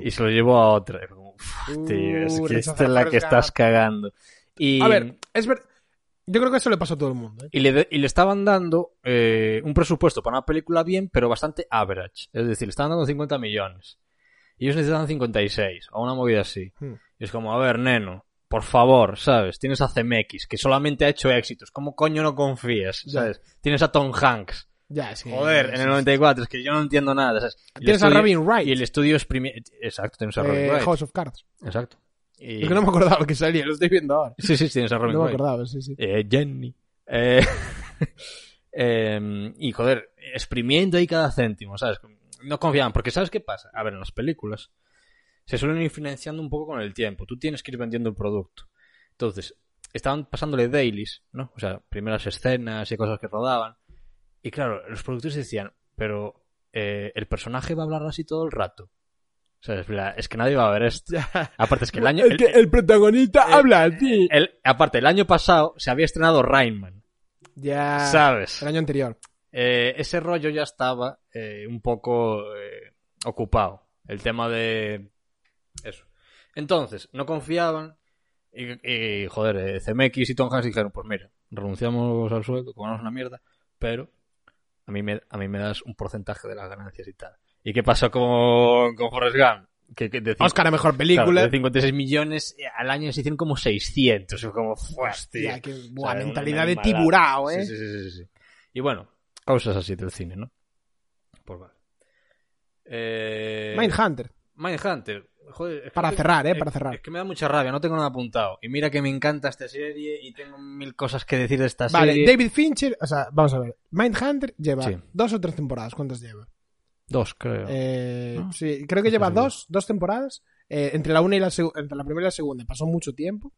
Speaker 4: Y se lo llevó a otra. Y fue como, "Uf, tío, es
Speaker 3: Uh,
Speaker 4: que
Speaker 3: rechazar
Speaker 4: esta es la
Speaker 3: Forrest
Speaker 4: que estás
Speaker 3: Gump.
Speaker 4: cagando. Y,
Speaker 3: A ver, es verdad. Yo creo que eso le pasó a todo el mundo. ¿eh?
Speaker 4: y le, y le estaban dando eh, un presupuesto para una película bien, pero bastante average. Es decir, le estaban dando 50 millones. Y ellos necesitan 56, o una movida así.
Speaker 3: Hmm.
Speaker 4: Y es como, a ver, neno, por favor, ¿sabes? Tienes a CMX, que solamente ha hecho éxitos. ¿Cómo coño no confías?
Speaker 3: Ya.
Speaker 4: ¿Sabes? Tienes a Tom Hanks.
Speaker 3: Ya, es que-
Speaker 4: Joder,
Speaker 3: sí,
Speaker 4: en
Speaker 3: sí,
Speaker 4: el 94, es que yo no entiendo nada. ¿sabes? Y el
Speaker 3: Tienes a Robin Wright.
Speaker 4: Y el estudio es primi- Exacto, tienes a
Speaker 3: sí.
Speaker 4: Robin
Speaker 3: Eh,
Speaker 4: Wright.
Speaker 3: House of Cards.
Speaker 4: Exacto. Y-
Speaker 3: Es que no me acordaba que salía, lo estoy viendo ahora.
Speaker 4: Sí, sí, tienes a Robin
Speaker 3: No me
Speaker 4: Wright.
Speaker 3: acordaba, sí, sí.
Speaker 4: Eh, Jenny. Eh, em, y joder, exprimiendo ahí cada céntimo, ¿sabes? No confiaban, porque ¿sabes qué pasa? A ver, en las películas se suelen ir financiando un poco con el tiempo. Tú tienes que ir vendiendo el producto. Entonces, estaban pasándole dailies, ¿no? O sea, primeras escenas y cosas que rodaban. Y claro, los productores decían, pero eh, el personaje va a hablar así todo el rato. O sea, es la- es que nadie va a ver esto. Aparte, es que el año,
Speaker 3: Es que el protagonista
Speaker 4: el-
Speaker 3: habla así.
Speaker 4: el- aparte, el año pasado se había estrenado Rainman,
Speaker 3: Ya.
Speaker 4: ¿sabes?
Speaker 3: El año anterior.
Speaker 4: Eh, ese rollo ya estaba eh, un poco eh, ocupado. El tema de. Eso. Entonces, no confiaban. Y, y, joder, eh, CMX y Tom Hanks dijeron: Pues mira, renunciamos al sueldo, cobramos una mierda, pero a mí me, a mí me das un porcentaje de las ganancias y tal. ¿Y qué pasó con, con Forrest Gump? Que, que de cinco-
Speaker 3: Oscar a mejor
Speaker 4: claro,
Speaker 3: película.
Speaker 4: de 56 millones eh, al año se hicieron como 600. Fue como, hostia.
Speaker 3: Ya, que,
Speaker 4: O
Speaker 3: buah,
Speaker 4: sea, una
Speaker 3: mentalidad de
Speaker 4: animalada.
Speaker 3: tiburao, ¿eh?
Speaker 4: Sí, sí, sí, sí, sí. Y bueno, causas así del cine, ¿no? Pues vale. Eh,
Speaker 3: Mindhunter.
Speaker 4: Mindhunter. Joder, es
Speaker 3: Para
Speaker 4: que-
Speaker 3: cerrar, ¿eh?
Speaker 4: es-
Speaker 3: Para cerrar.
Speaker 4: Es que me da mucha rabia, no tengo nada apuntado. Y mira que me encanta esta serie y tengo mil cosas que decir de esta
Speaker 3: Vale,
Speaker 4: serie.
Speaker 3: David Fincher, o sea, vamos a ver. Mindhunter lleva
Speaker 4: Sí.
Speaker 3: dos o tres temporadas. ¿Cuántas lleva?
Speaker 4: Dos, creo.
Speaker 3: Eh,
Speaker 4: Ah.
Speaker 3: sí, creo que
Speaker 4: No
Speaker 3: lleva
Speaker 4: estoy seguro.
Speaker 3: dos, dos temporadas. Eh, entre, la una y la segu- entre la primera y la segunda pasó mucho tiempo.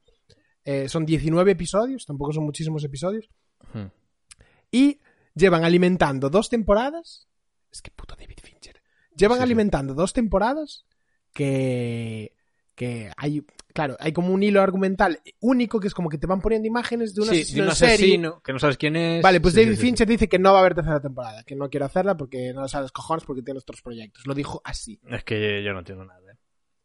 Speaker 3: Eh, son 19 episodios, tampoco son muchísimos episodios.
Speaker 4: Hmm.
Speaker 3: Y llevan alimentando dos temporadas. Es que puto David Fincher. Llevan
Speaker 4: Sí, sí.
Speaker 3: alimentando dos temporadas que. que hay. Claro, hay como un hilo argumental único que es como que te van poniendo imágenes de un
Speaker 4: Sí,
Speaker 3: asesino
Speaker 4: de un
Speaker 3: en serie.
Speaker 4: asesino que no sabes quién es.
Speaker 3: Vale, pues
Speaker 4: Sí, sí,
Speaker 3: David
Speaker 4: sí, sí.
Speaker 3: Fincher dice que no va a haber tercera temporada, que no quiero hacerla porque no le sale los cojones porque tiene otros proyectos. Lo dijo así.
Speaker 4: Es que yo no entiendo nada. ¿eh?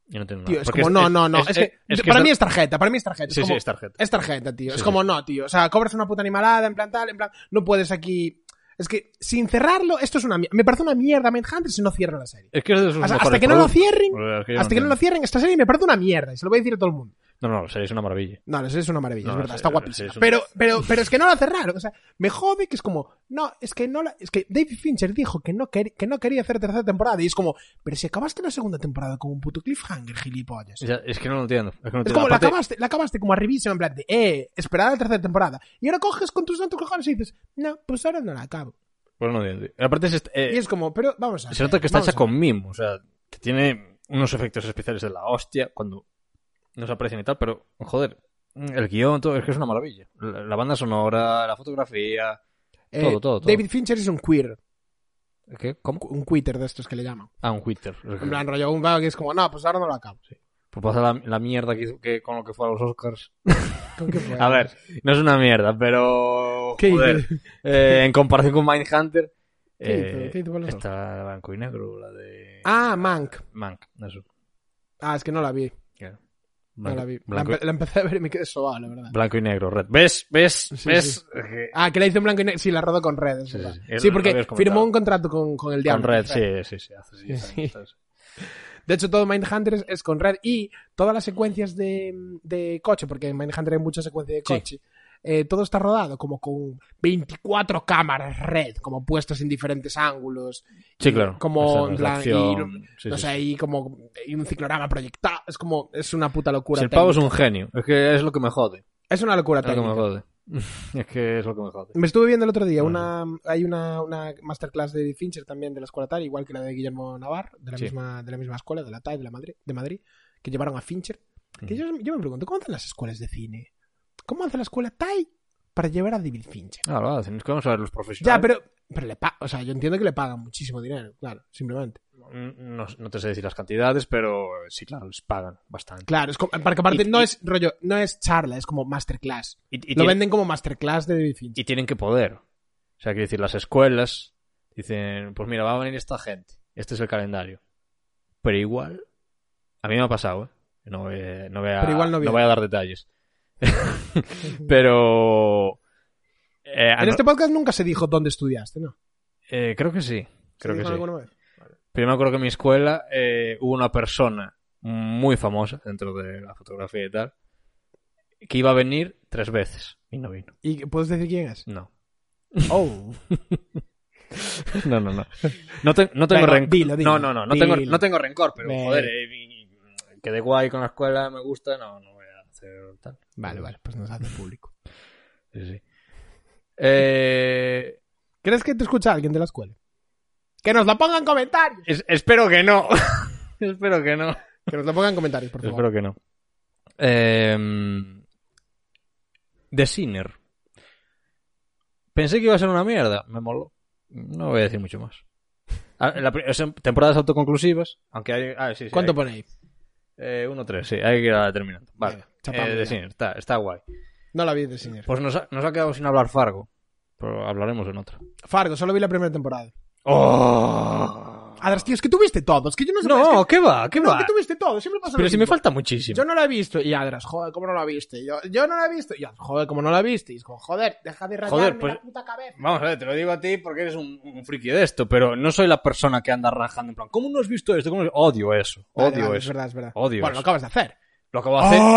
Speaker 4: Yo no entiendo nada.
Speaker 3: Tío, es
Speaker 4: Porque
Speaker 3: como, no, no, no. Es, que, para mí es tarjeta, para mí es tarjeta.
Speaker 4: Sí, sí,
Speaker 3: como-
Speaker 4: es tarjeta.
Speaker 3: Es tarjeta, tío.
Speaker 4: Sí,
Speaker 3: es
Speaker 4: sí.
Speaker 3: como, no, tío. O sea, cobras una puta animalada, en plan tal, en plan. No puedes aquí. Es que, sin cerrarlo, esto es una mierda. Me parece una mierda Mindhunter si no cierra la serie.
Speaker 4: Es que es de sus
Speaker 3: Hasta,
Speaker 4: mejores
Speaker 3: hasta que no lo
Speaker 4: productos.
Speaker 3: cierren,
Speaker 4: Pues es que yo
Speaker 3: hasta que no lo
Speaker 4: entiendo.
Speaker 3: cierren, esta serie me parece una mierda. Y se lo voy a decir a todo el mundo.
Speaker 4: No, no, o sea, es una maravilla.
Speaker 3: No, la serie es una maravilla,
Speaker 4: No,
Speaker 3: es
Speaker 4: la
Speaker 3: verdad,
Speaker 4: serie-
Speaker 3: está
Speaker 4: la
Speaker 3: guapísima.
Speaker 4: serie es un-
Speaker 3: Pero, pero, pero es que no la cerraron. O sea, me jode que es como, no, es que no la, es que David Fincher dijo que no, quer- que no quería hacer tercera temporada. Y es como, pero si acabaste la segunda temporada con un puto cliffhanger, gilipollas.
Speaker 4: O sea, es que no lo entiendo. Es, que no
Speaker 3: Es
Speaker 4: entiendo.
Speaker 3: como,
Speaker 4: Aparte,
Speaker 3: la, acabaste, la acabaste como arribísima, en plan de, eh, esperada la tercera temporada. Y ahora coges con tus tantos cojones y dices, no, pues ahora no la acabo.
Speaker 4: Pues no lo entiendo. Aparte, se, eh,
Speaker 3: y es como, pero vamos a ver.
Speaker 4: se nota que está
Speaker 3: vamos
Speaker 4: hecha
Speaker 3: a ver.
Speaker 4: con mimo. O sea, que tiene unos efectos especiales de la hostia cuando nos aparecen y tal, pero, joder, el guión, todo, es que es una maravilla. La, la banda sonora, la fotografía. todo, todo, todo.
Speaker 3: Eh, David Fincher es un queer,
Speaker 4: ¿Qué? ¿Cómo?
Speaker 3: un quitter de estos que le llaman.
Speaker 4: Ah, un Twitter.
Speaker 3: En plan, rollo, un vago que es como, no, pues ahora no la acabo.
Speaker 4: Pues pasa la, la mierda que, que- con lo que fue a los Oscars.
Speaker 3: ¿Con qué fue?
Speaker 4: A ver, no es una mierda, pero.
Speaker 3: ¿Qué
Speaker 4: joder,
Speaker 3: hizo?
Speaker 4: eh, en comparación con Mindhunter.
Speaker 3: ¿Qué
Speaker 4: eh,
Speaker 3: hizo? ¿Qué hizo con los
Speaker 4: está la de blanco y negro, la de.
Speaker 3: Ah, Mank.
Speaker 4: Mank, eso.
Speaker 3: Ah, es que no la vi.
Speaker 4: claro.
Speaker 3: No
Speaker 4: Blanco,
Speaker 3: la vi. La,
Speaker 4: Blanco,
Speaker 3: empe- la empecé a ver y me quedé sobado, la verdad.
Speaker 4: blanco y negro, red. ¿Ves? ¿Ves?
Speaker 3: Sí,
Speaker 4: ¿Ves?
Speaker 3: sí.
Speaker 4: Eh,
Speaker 3: Ah, que la hice en blanco y negro. Sí, la rodó con Red. es
Speaker 4: Sí,
Speaker 3: verdad. Sí,
Speaker 4: sí, sí. Lo
Speaker 3: porque
Speaker 4: habías comentado.
Speaker 3: firmó un contrato con, con el
Speaker 4: Con
Speaker 3: diablo.
Speaker 4: red, sí, sí, sí. hace sí,
Speaker 3: Sí,
Speaker 4: está, está.
Speaker 3: De hecho, todo Mindhunter es, es con Red. Y todas las secuencias de, de coche, porque en Mindhunter hay muchas secuencias de
Speaker 4: Sí.
Speaker 3: coche, eh, todo está rodado como con 24 cámaras Red, como puestas en diferentes ángulos.
Speaker 4: Sí, claro.
Speaker 3: Como en
Speaker 4: Está la
Speaker 3: plan,
Speaker 4: acción,
Speaker 3: y-
Speaker 4: sí,
Speaker 3: no
Speaker 4: sí,
Speaker 3: sé,
Speaker 4: sí.
Speaker 3: y como y un ciclorama proyectado. Es como, es una puta locura.
Speaker 4: Si el pavo es
Speaker 3: técnica.
Speaker 4: un genio. Es que es lo que me jode.
Speaker 3: Es una locura
Speaker 4: Es lo que me
Speaker 3: técnica.
Speaker 4: jode. Es que es lo que me jode.
Speaker 3: Me estuve viendo el otro día
Speaker 4: Ujú.
Speaker 3: una hay una, una masterclass de Fincher también de la escuela TAR, igual que la de Guillermo Navar, de la
Speaker 4: Sí.
Speaker 3: misma de la misma escuela de la TAR de la Madrid, de Madrid, que llevaron a Fincher. Que
Speaker 4: Ujú.
Speaker 3: yo, yo me pregunto, ¿cómo hacen las escuelas de cine? ¿Cómo hace la escuela TAI para llevar a David Fincher?
Speaker 4: Ah, lo hacen. Es que vamos a ver los
Speaker 3: Ya,
Speaker 4: profesionales.
Speaker 3: pero pero le pa- o sea, yo entiendo que le pagan muchísimo dinero, claro, simplemente.
Speaker 4: No, no te sé decir las cantidades, pero sí, claro, les pagan bastante.
Speaker 3: Claro, es como, porque aparte
Speaker 4: Eh, Y-
Speaker 3: no
Speaker 4: y-
Speaker 3: es rollo, no es charla, es como masterclass.
Speaker 4: Y, y
Speaker 3: Lo
Speaker 4: tienen-
Speaker 3: venden como masterclass de David Fincher.
Speaker 4: y tienen que poder. O sea, quiero decir, las escuelas dicen, pues mira, va a venir esta gente. Este es el calendario. Pero igual, a mí me ha pasado, ¿eh? No voy, no voy a,
Speaker 3: Pero igual no viene.
Speaker 4: voy a dar detalles. pero... eh, a
Speaker 3: en
Speaker 4: no-
Speaker 3: este podcast nunca se dijo dónde estudiaste, ¿no?
Speaker 4: eh, creo que sí.
Speaker 3: ¿Se
Speaker 4: Creo que
Speaker 3: dijo
Speaker 4: sí.
Speaker 3: alguna vez?
Speaker 4: Pero yo me acuerdo que en mi escuela eh, hubo una persona muy famosa dentro de la fotografía y tal, que iba a venir tres veces y no vino.
Speaker 3: ¿Y puedes decir quién es?
Speaker 4: No.
Speaker 3: Oh.
Speaker 4: No, no, no. No, te- no tengo
Speaker 3: Venga,
Speaker 4: rencor.
Speaker 3: dilo, dilo,
Speaker 4: no, no, no. No
Speaker 3: dilo.
Speaker 4: tengo, no tengo rencor, pero
Speaker 3: Venga.
Speaker 4: joder, eh, y- y- quedé guay con la escuela, me gusta, no, no voy a hacer tal.
Speaker 3: Vale, vale, pues nos hace público.
Speaker 4: Sí, sí. Eh,
Speaker 3: ¿Crees que te escucha alguien de la escuela? Que nos lo pongan en comentarios.
Speaker 4: es- espero que no. espero que no.
Speaker 3: Que nos lo pongan en comentarios, por favor.
Speaker 4: Espero que no. Eh, The Sinner. Pensé que iba a ser una mierda. Me moló. No voy a decir mucho más. Ah, la pri- o sea, temporadas autoconclusivas. Aunque hay. Ah, sí, sí,
Speaker 3: ¿Cuánto
Speaker 4: hay-
Speaker 3: pone ahí?
Speaker 4: Eh, 1-3, sí, hay que ir determinando. Vale.
Speaker 3: Venga, chapamos
Speaker 4: Eh,
Speaker 3: ya.
Speaker 4: The Sinner, está, está guay.
Speaker 3: No la vi de Sinner.
Speaker 4: Pues nos ha, nos ha quedado sin hablar Fargo. Pero hablaremos en otra.
Speaker 3: Fargo, solo vi la primera temporada.
Speaker 4: ¡Oh!
Speaker 3: Adras, tío, es que tuviste todo. Es que yo Ah. no sé.
Speaker 4: No,
Speaker 3: es
Speaker 4: ¿qué va? ¿Qué
Speaker 3: que, no,
Speaker 4: va?
Speaker 3: que tuviste todo. Siempre pasa
Speaker 4: Pero
Speaker 3: lo
Speaker 4: si me
Speaker 3: mismo.
Speaker 4: falta muchísimo.
Speaker 3: Yo no la he visto. Y Adras, joder, ¿cómo no la viste? Yo, yo no la he visto. Y yo, joder, ¿cómo no la viste? Y es como, joder, deja de rayarme
Speaker 4: Joder, pues-
Speaker 3: la puta cabeza.
Speaker 4: Vamos a ver, te lo digo a ti porque eres un, un friki de esto, pero no soy la persona que anda rajando en plan, ¿cómo no has visto esto? ¿Cómo no- Odio eso,
Speaker 3: Vale,
Speaker 4: odio
Speaker 3: vale, Es
Speaker 4: eso.
Speaker 3: verdad, es verdad.
Speaker 4: Odio
Speaker 3: bueno, lo
Speaker 4: eso.
Speaker 3: acabas de hacer.
Speaker 4: Lo acabo de hacer. Lo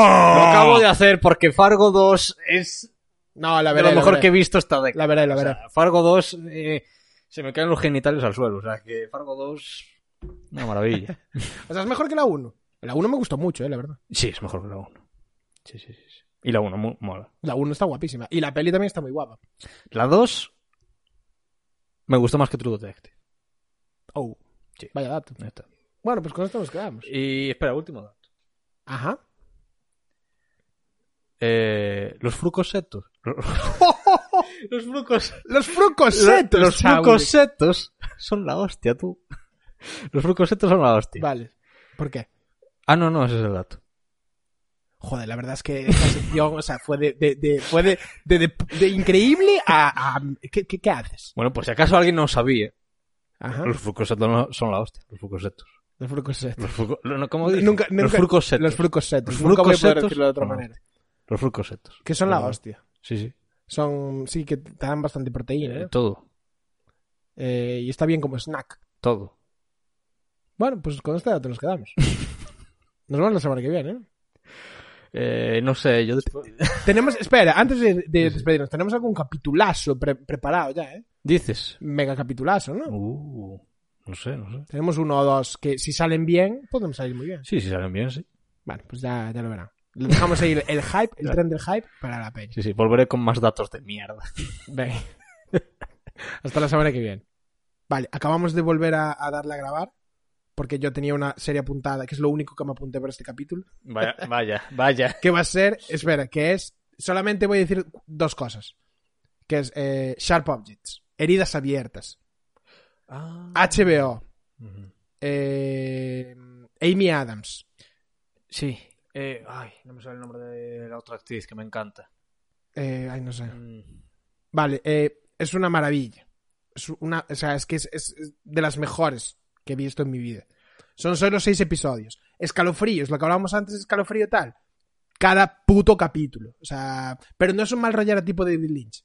Speaker 4: acabo de hacer porque Fargo 2 es
Speaker 3: No, la
Speaker 4: de
Speaker 3: veré.
Speaker 4: lo
Speaker 3: la
Speaker 4: mejor
Speaker 3: veré.
Speaker 4: que he visto esta década.
Speaker 3: La veré, la
Speaker 4: O
Speaker 3: veré.
Speaker 4: sea, Fargo 2 eh, se me caen los genitales al suelo. O sea, que Fargo 2... Una maravilla.
Speaker 3: O sea, es mejor que la 1. La 1 me gustó mucho, eh, la verdad.
Speaker 4: sí, es mejor que la 1. Sí, sí, sí. sí. Y la 1 mo- mola.
Speaker 3: La 1 está guapísima. Y la peli también está muy guapa.
Speaker 4: La 2 me gustó más que True Detective.
Speaker 3: Oh.
Speaker 4: Sí.
Speaker 3: Vaya dato.
Speaker 4: Ya está.
Speaker 3: Bueno, pues con esto nos quedamos.
Speaker 4: Y espera, último dato.
Speaker 3: Ajá.
Speaker 4: Eh, los frucosetos. los frucos.
Speaker 3: Los frucosetos.
Speaker 4: los
Speaker 3: Saúl.
Speaker 4: frucosetos son la hostia, tú. Los frucosetos son la hostia.
Speaker 3: Vale. ¿Por qué?
Speaker 4: Ah, no, no, ese es el dato.
Speaker 3: Joder, la verdad es que esta sección, o sea, fue de, de, de- fue de, de- de- de increíble a... a- ¿qué, qué, qué haces?
Speaker 4: Bueno, pues si acaso alguien no sabía,
Speaker 3: Ajá.
Speaker 4: los frucosetos no son la hostia. Los frucosetos.
Speaker 3: Los frucosetos.
Speaker 4: Los fruco- lo- no, ¿Cómo dije?
Speaker 3: Nunca-
Speaker 4: los
Speaker 3: nunca-
Speaker 4: frucosetos.
Speaker 3: Los frucosetos.
Speaker 4: Los
Speaker 3: Nunca voy a poder
Speaker 4: frucosetos,
Speaker 3: decirlo de otra
Speaker 4: no.
Speaker 3: manera.
Speaker 4: Los frucosetos.
Speaker 3: Que son la
Speaker 4: Ah,
Speaker 3: hostia.
Speaker 4: Sí, sí.
Speaker 3: Son, sí, que te dan bastante proteína.
Speaker 4: Eh,
Speaker 3: ¿eh?
Speaker 4: todo.
Speaker 3: Eh, y está bien como snack.
Speaker 4: Todo.
Speaker 3: Bueno, pues con este dato nos quedamos. Nos vemos la semana que viene. ¿eh?
Speaker 4: Eh, no sé, yo después-
Speaker 3: Tenemos, espera, antes de, de despedirnos, tenemos algún capitulazo pre- preparado ya, ¿eh?
Speaker 4: Dices.
Speaker 3: Mega capitulazo, ¿no?
Speaker 4: Uh, no sé, no sé.
Speaker 3: Tenemos uno o dos que si salen bien, podemos salir muy bien.
Speaker 4: Sí, sí, salen bien, sí.
Speaker 3: Bueno, pues ya, ya lo verán. Le dejamos ahí el, el hype, el tren del hype para la peña.
Speaker 4: Sí, sí, volveré con más datos de mierda.
Speaker 3: Venga. Hasta la semana que viene. Vale, acabamos de volver a, a darle a grabar porque yo tenía una serie apuntada, que es lo único que me apunté para este capítulo.
Speaker 4: Vaya, vaya, vaya.
Speaker 3: que va a ser, espera, que es, solamente voy a decir dos cosas, que es eh, Sharp Objects, Heridas Abiertas,
Speaker 4: Ah.
Speaker 3: HBO, eh, Amy Adams,
Speaker 4: Sí. Eh, ay, no me sale el nombre de la otra actriz que me encanta.
Speaker 3: eh, ay, no sé.
Speaker 4: Mm,
Speaker 3: Vale, eh, es una maravilla. Es una, o sea, es que es, es- es de las mejores que he visto en mi vida. Son solo seis episodios. Escalofríos, lo que hablábamos antes, escalofrío tal. Cada puto capítulo. O sea, pero no es un mal rollar tipo de David Lynch.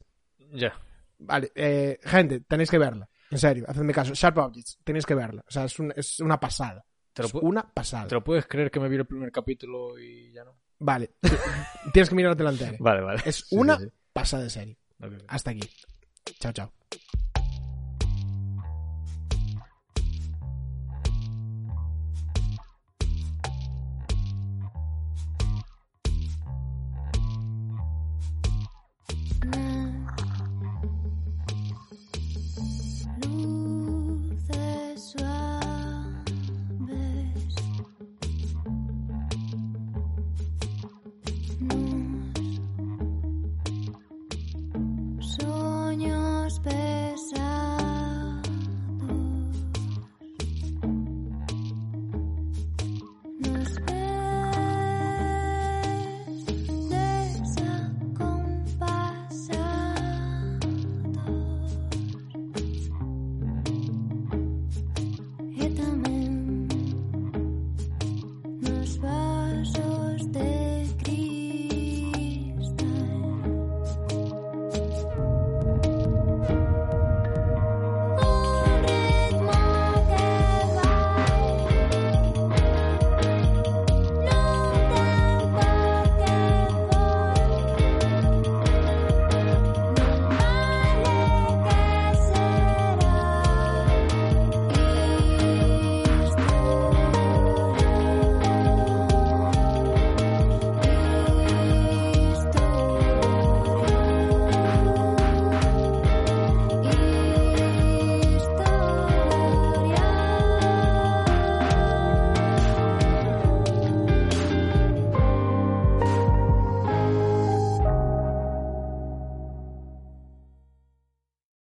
Speaker 4: Ya.
Speaker 3: Vale, eh, gente, tenéis que verla. En serio, hacedme caso. Sharp Objects, tenéis que verla. O sea, es, un- es una pasada.
Speaker 4: ¿Te lo,
Speaker 3: Es
Speaker 4: pu-
Speaker 3: una pasada.
Speaker 4: te lo puedes creer que me vi el primer capítulo y ya no?
Speaker 3: Vale, tienes que mirar la delantera.
Speaker 4: Vale, vale.
Speaker 3: Es
Speaker 4: Sí,
Speaker 3: una
Speaker 4: sí, sí.
Speaker 3: pasada de serie.
Speaker 4: Ok.
Speaker 3: Hasta aquí. Chao, chao.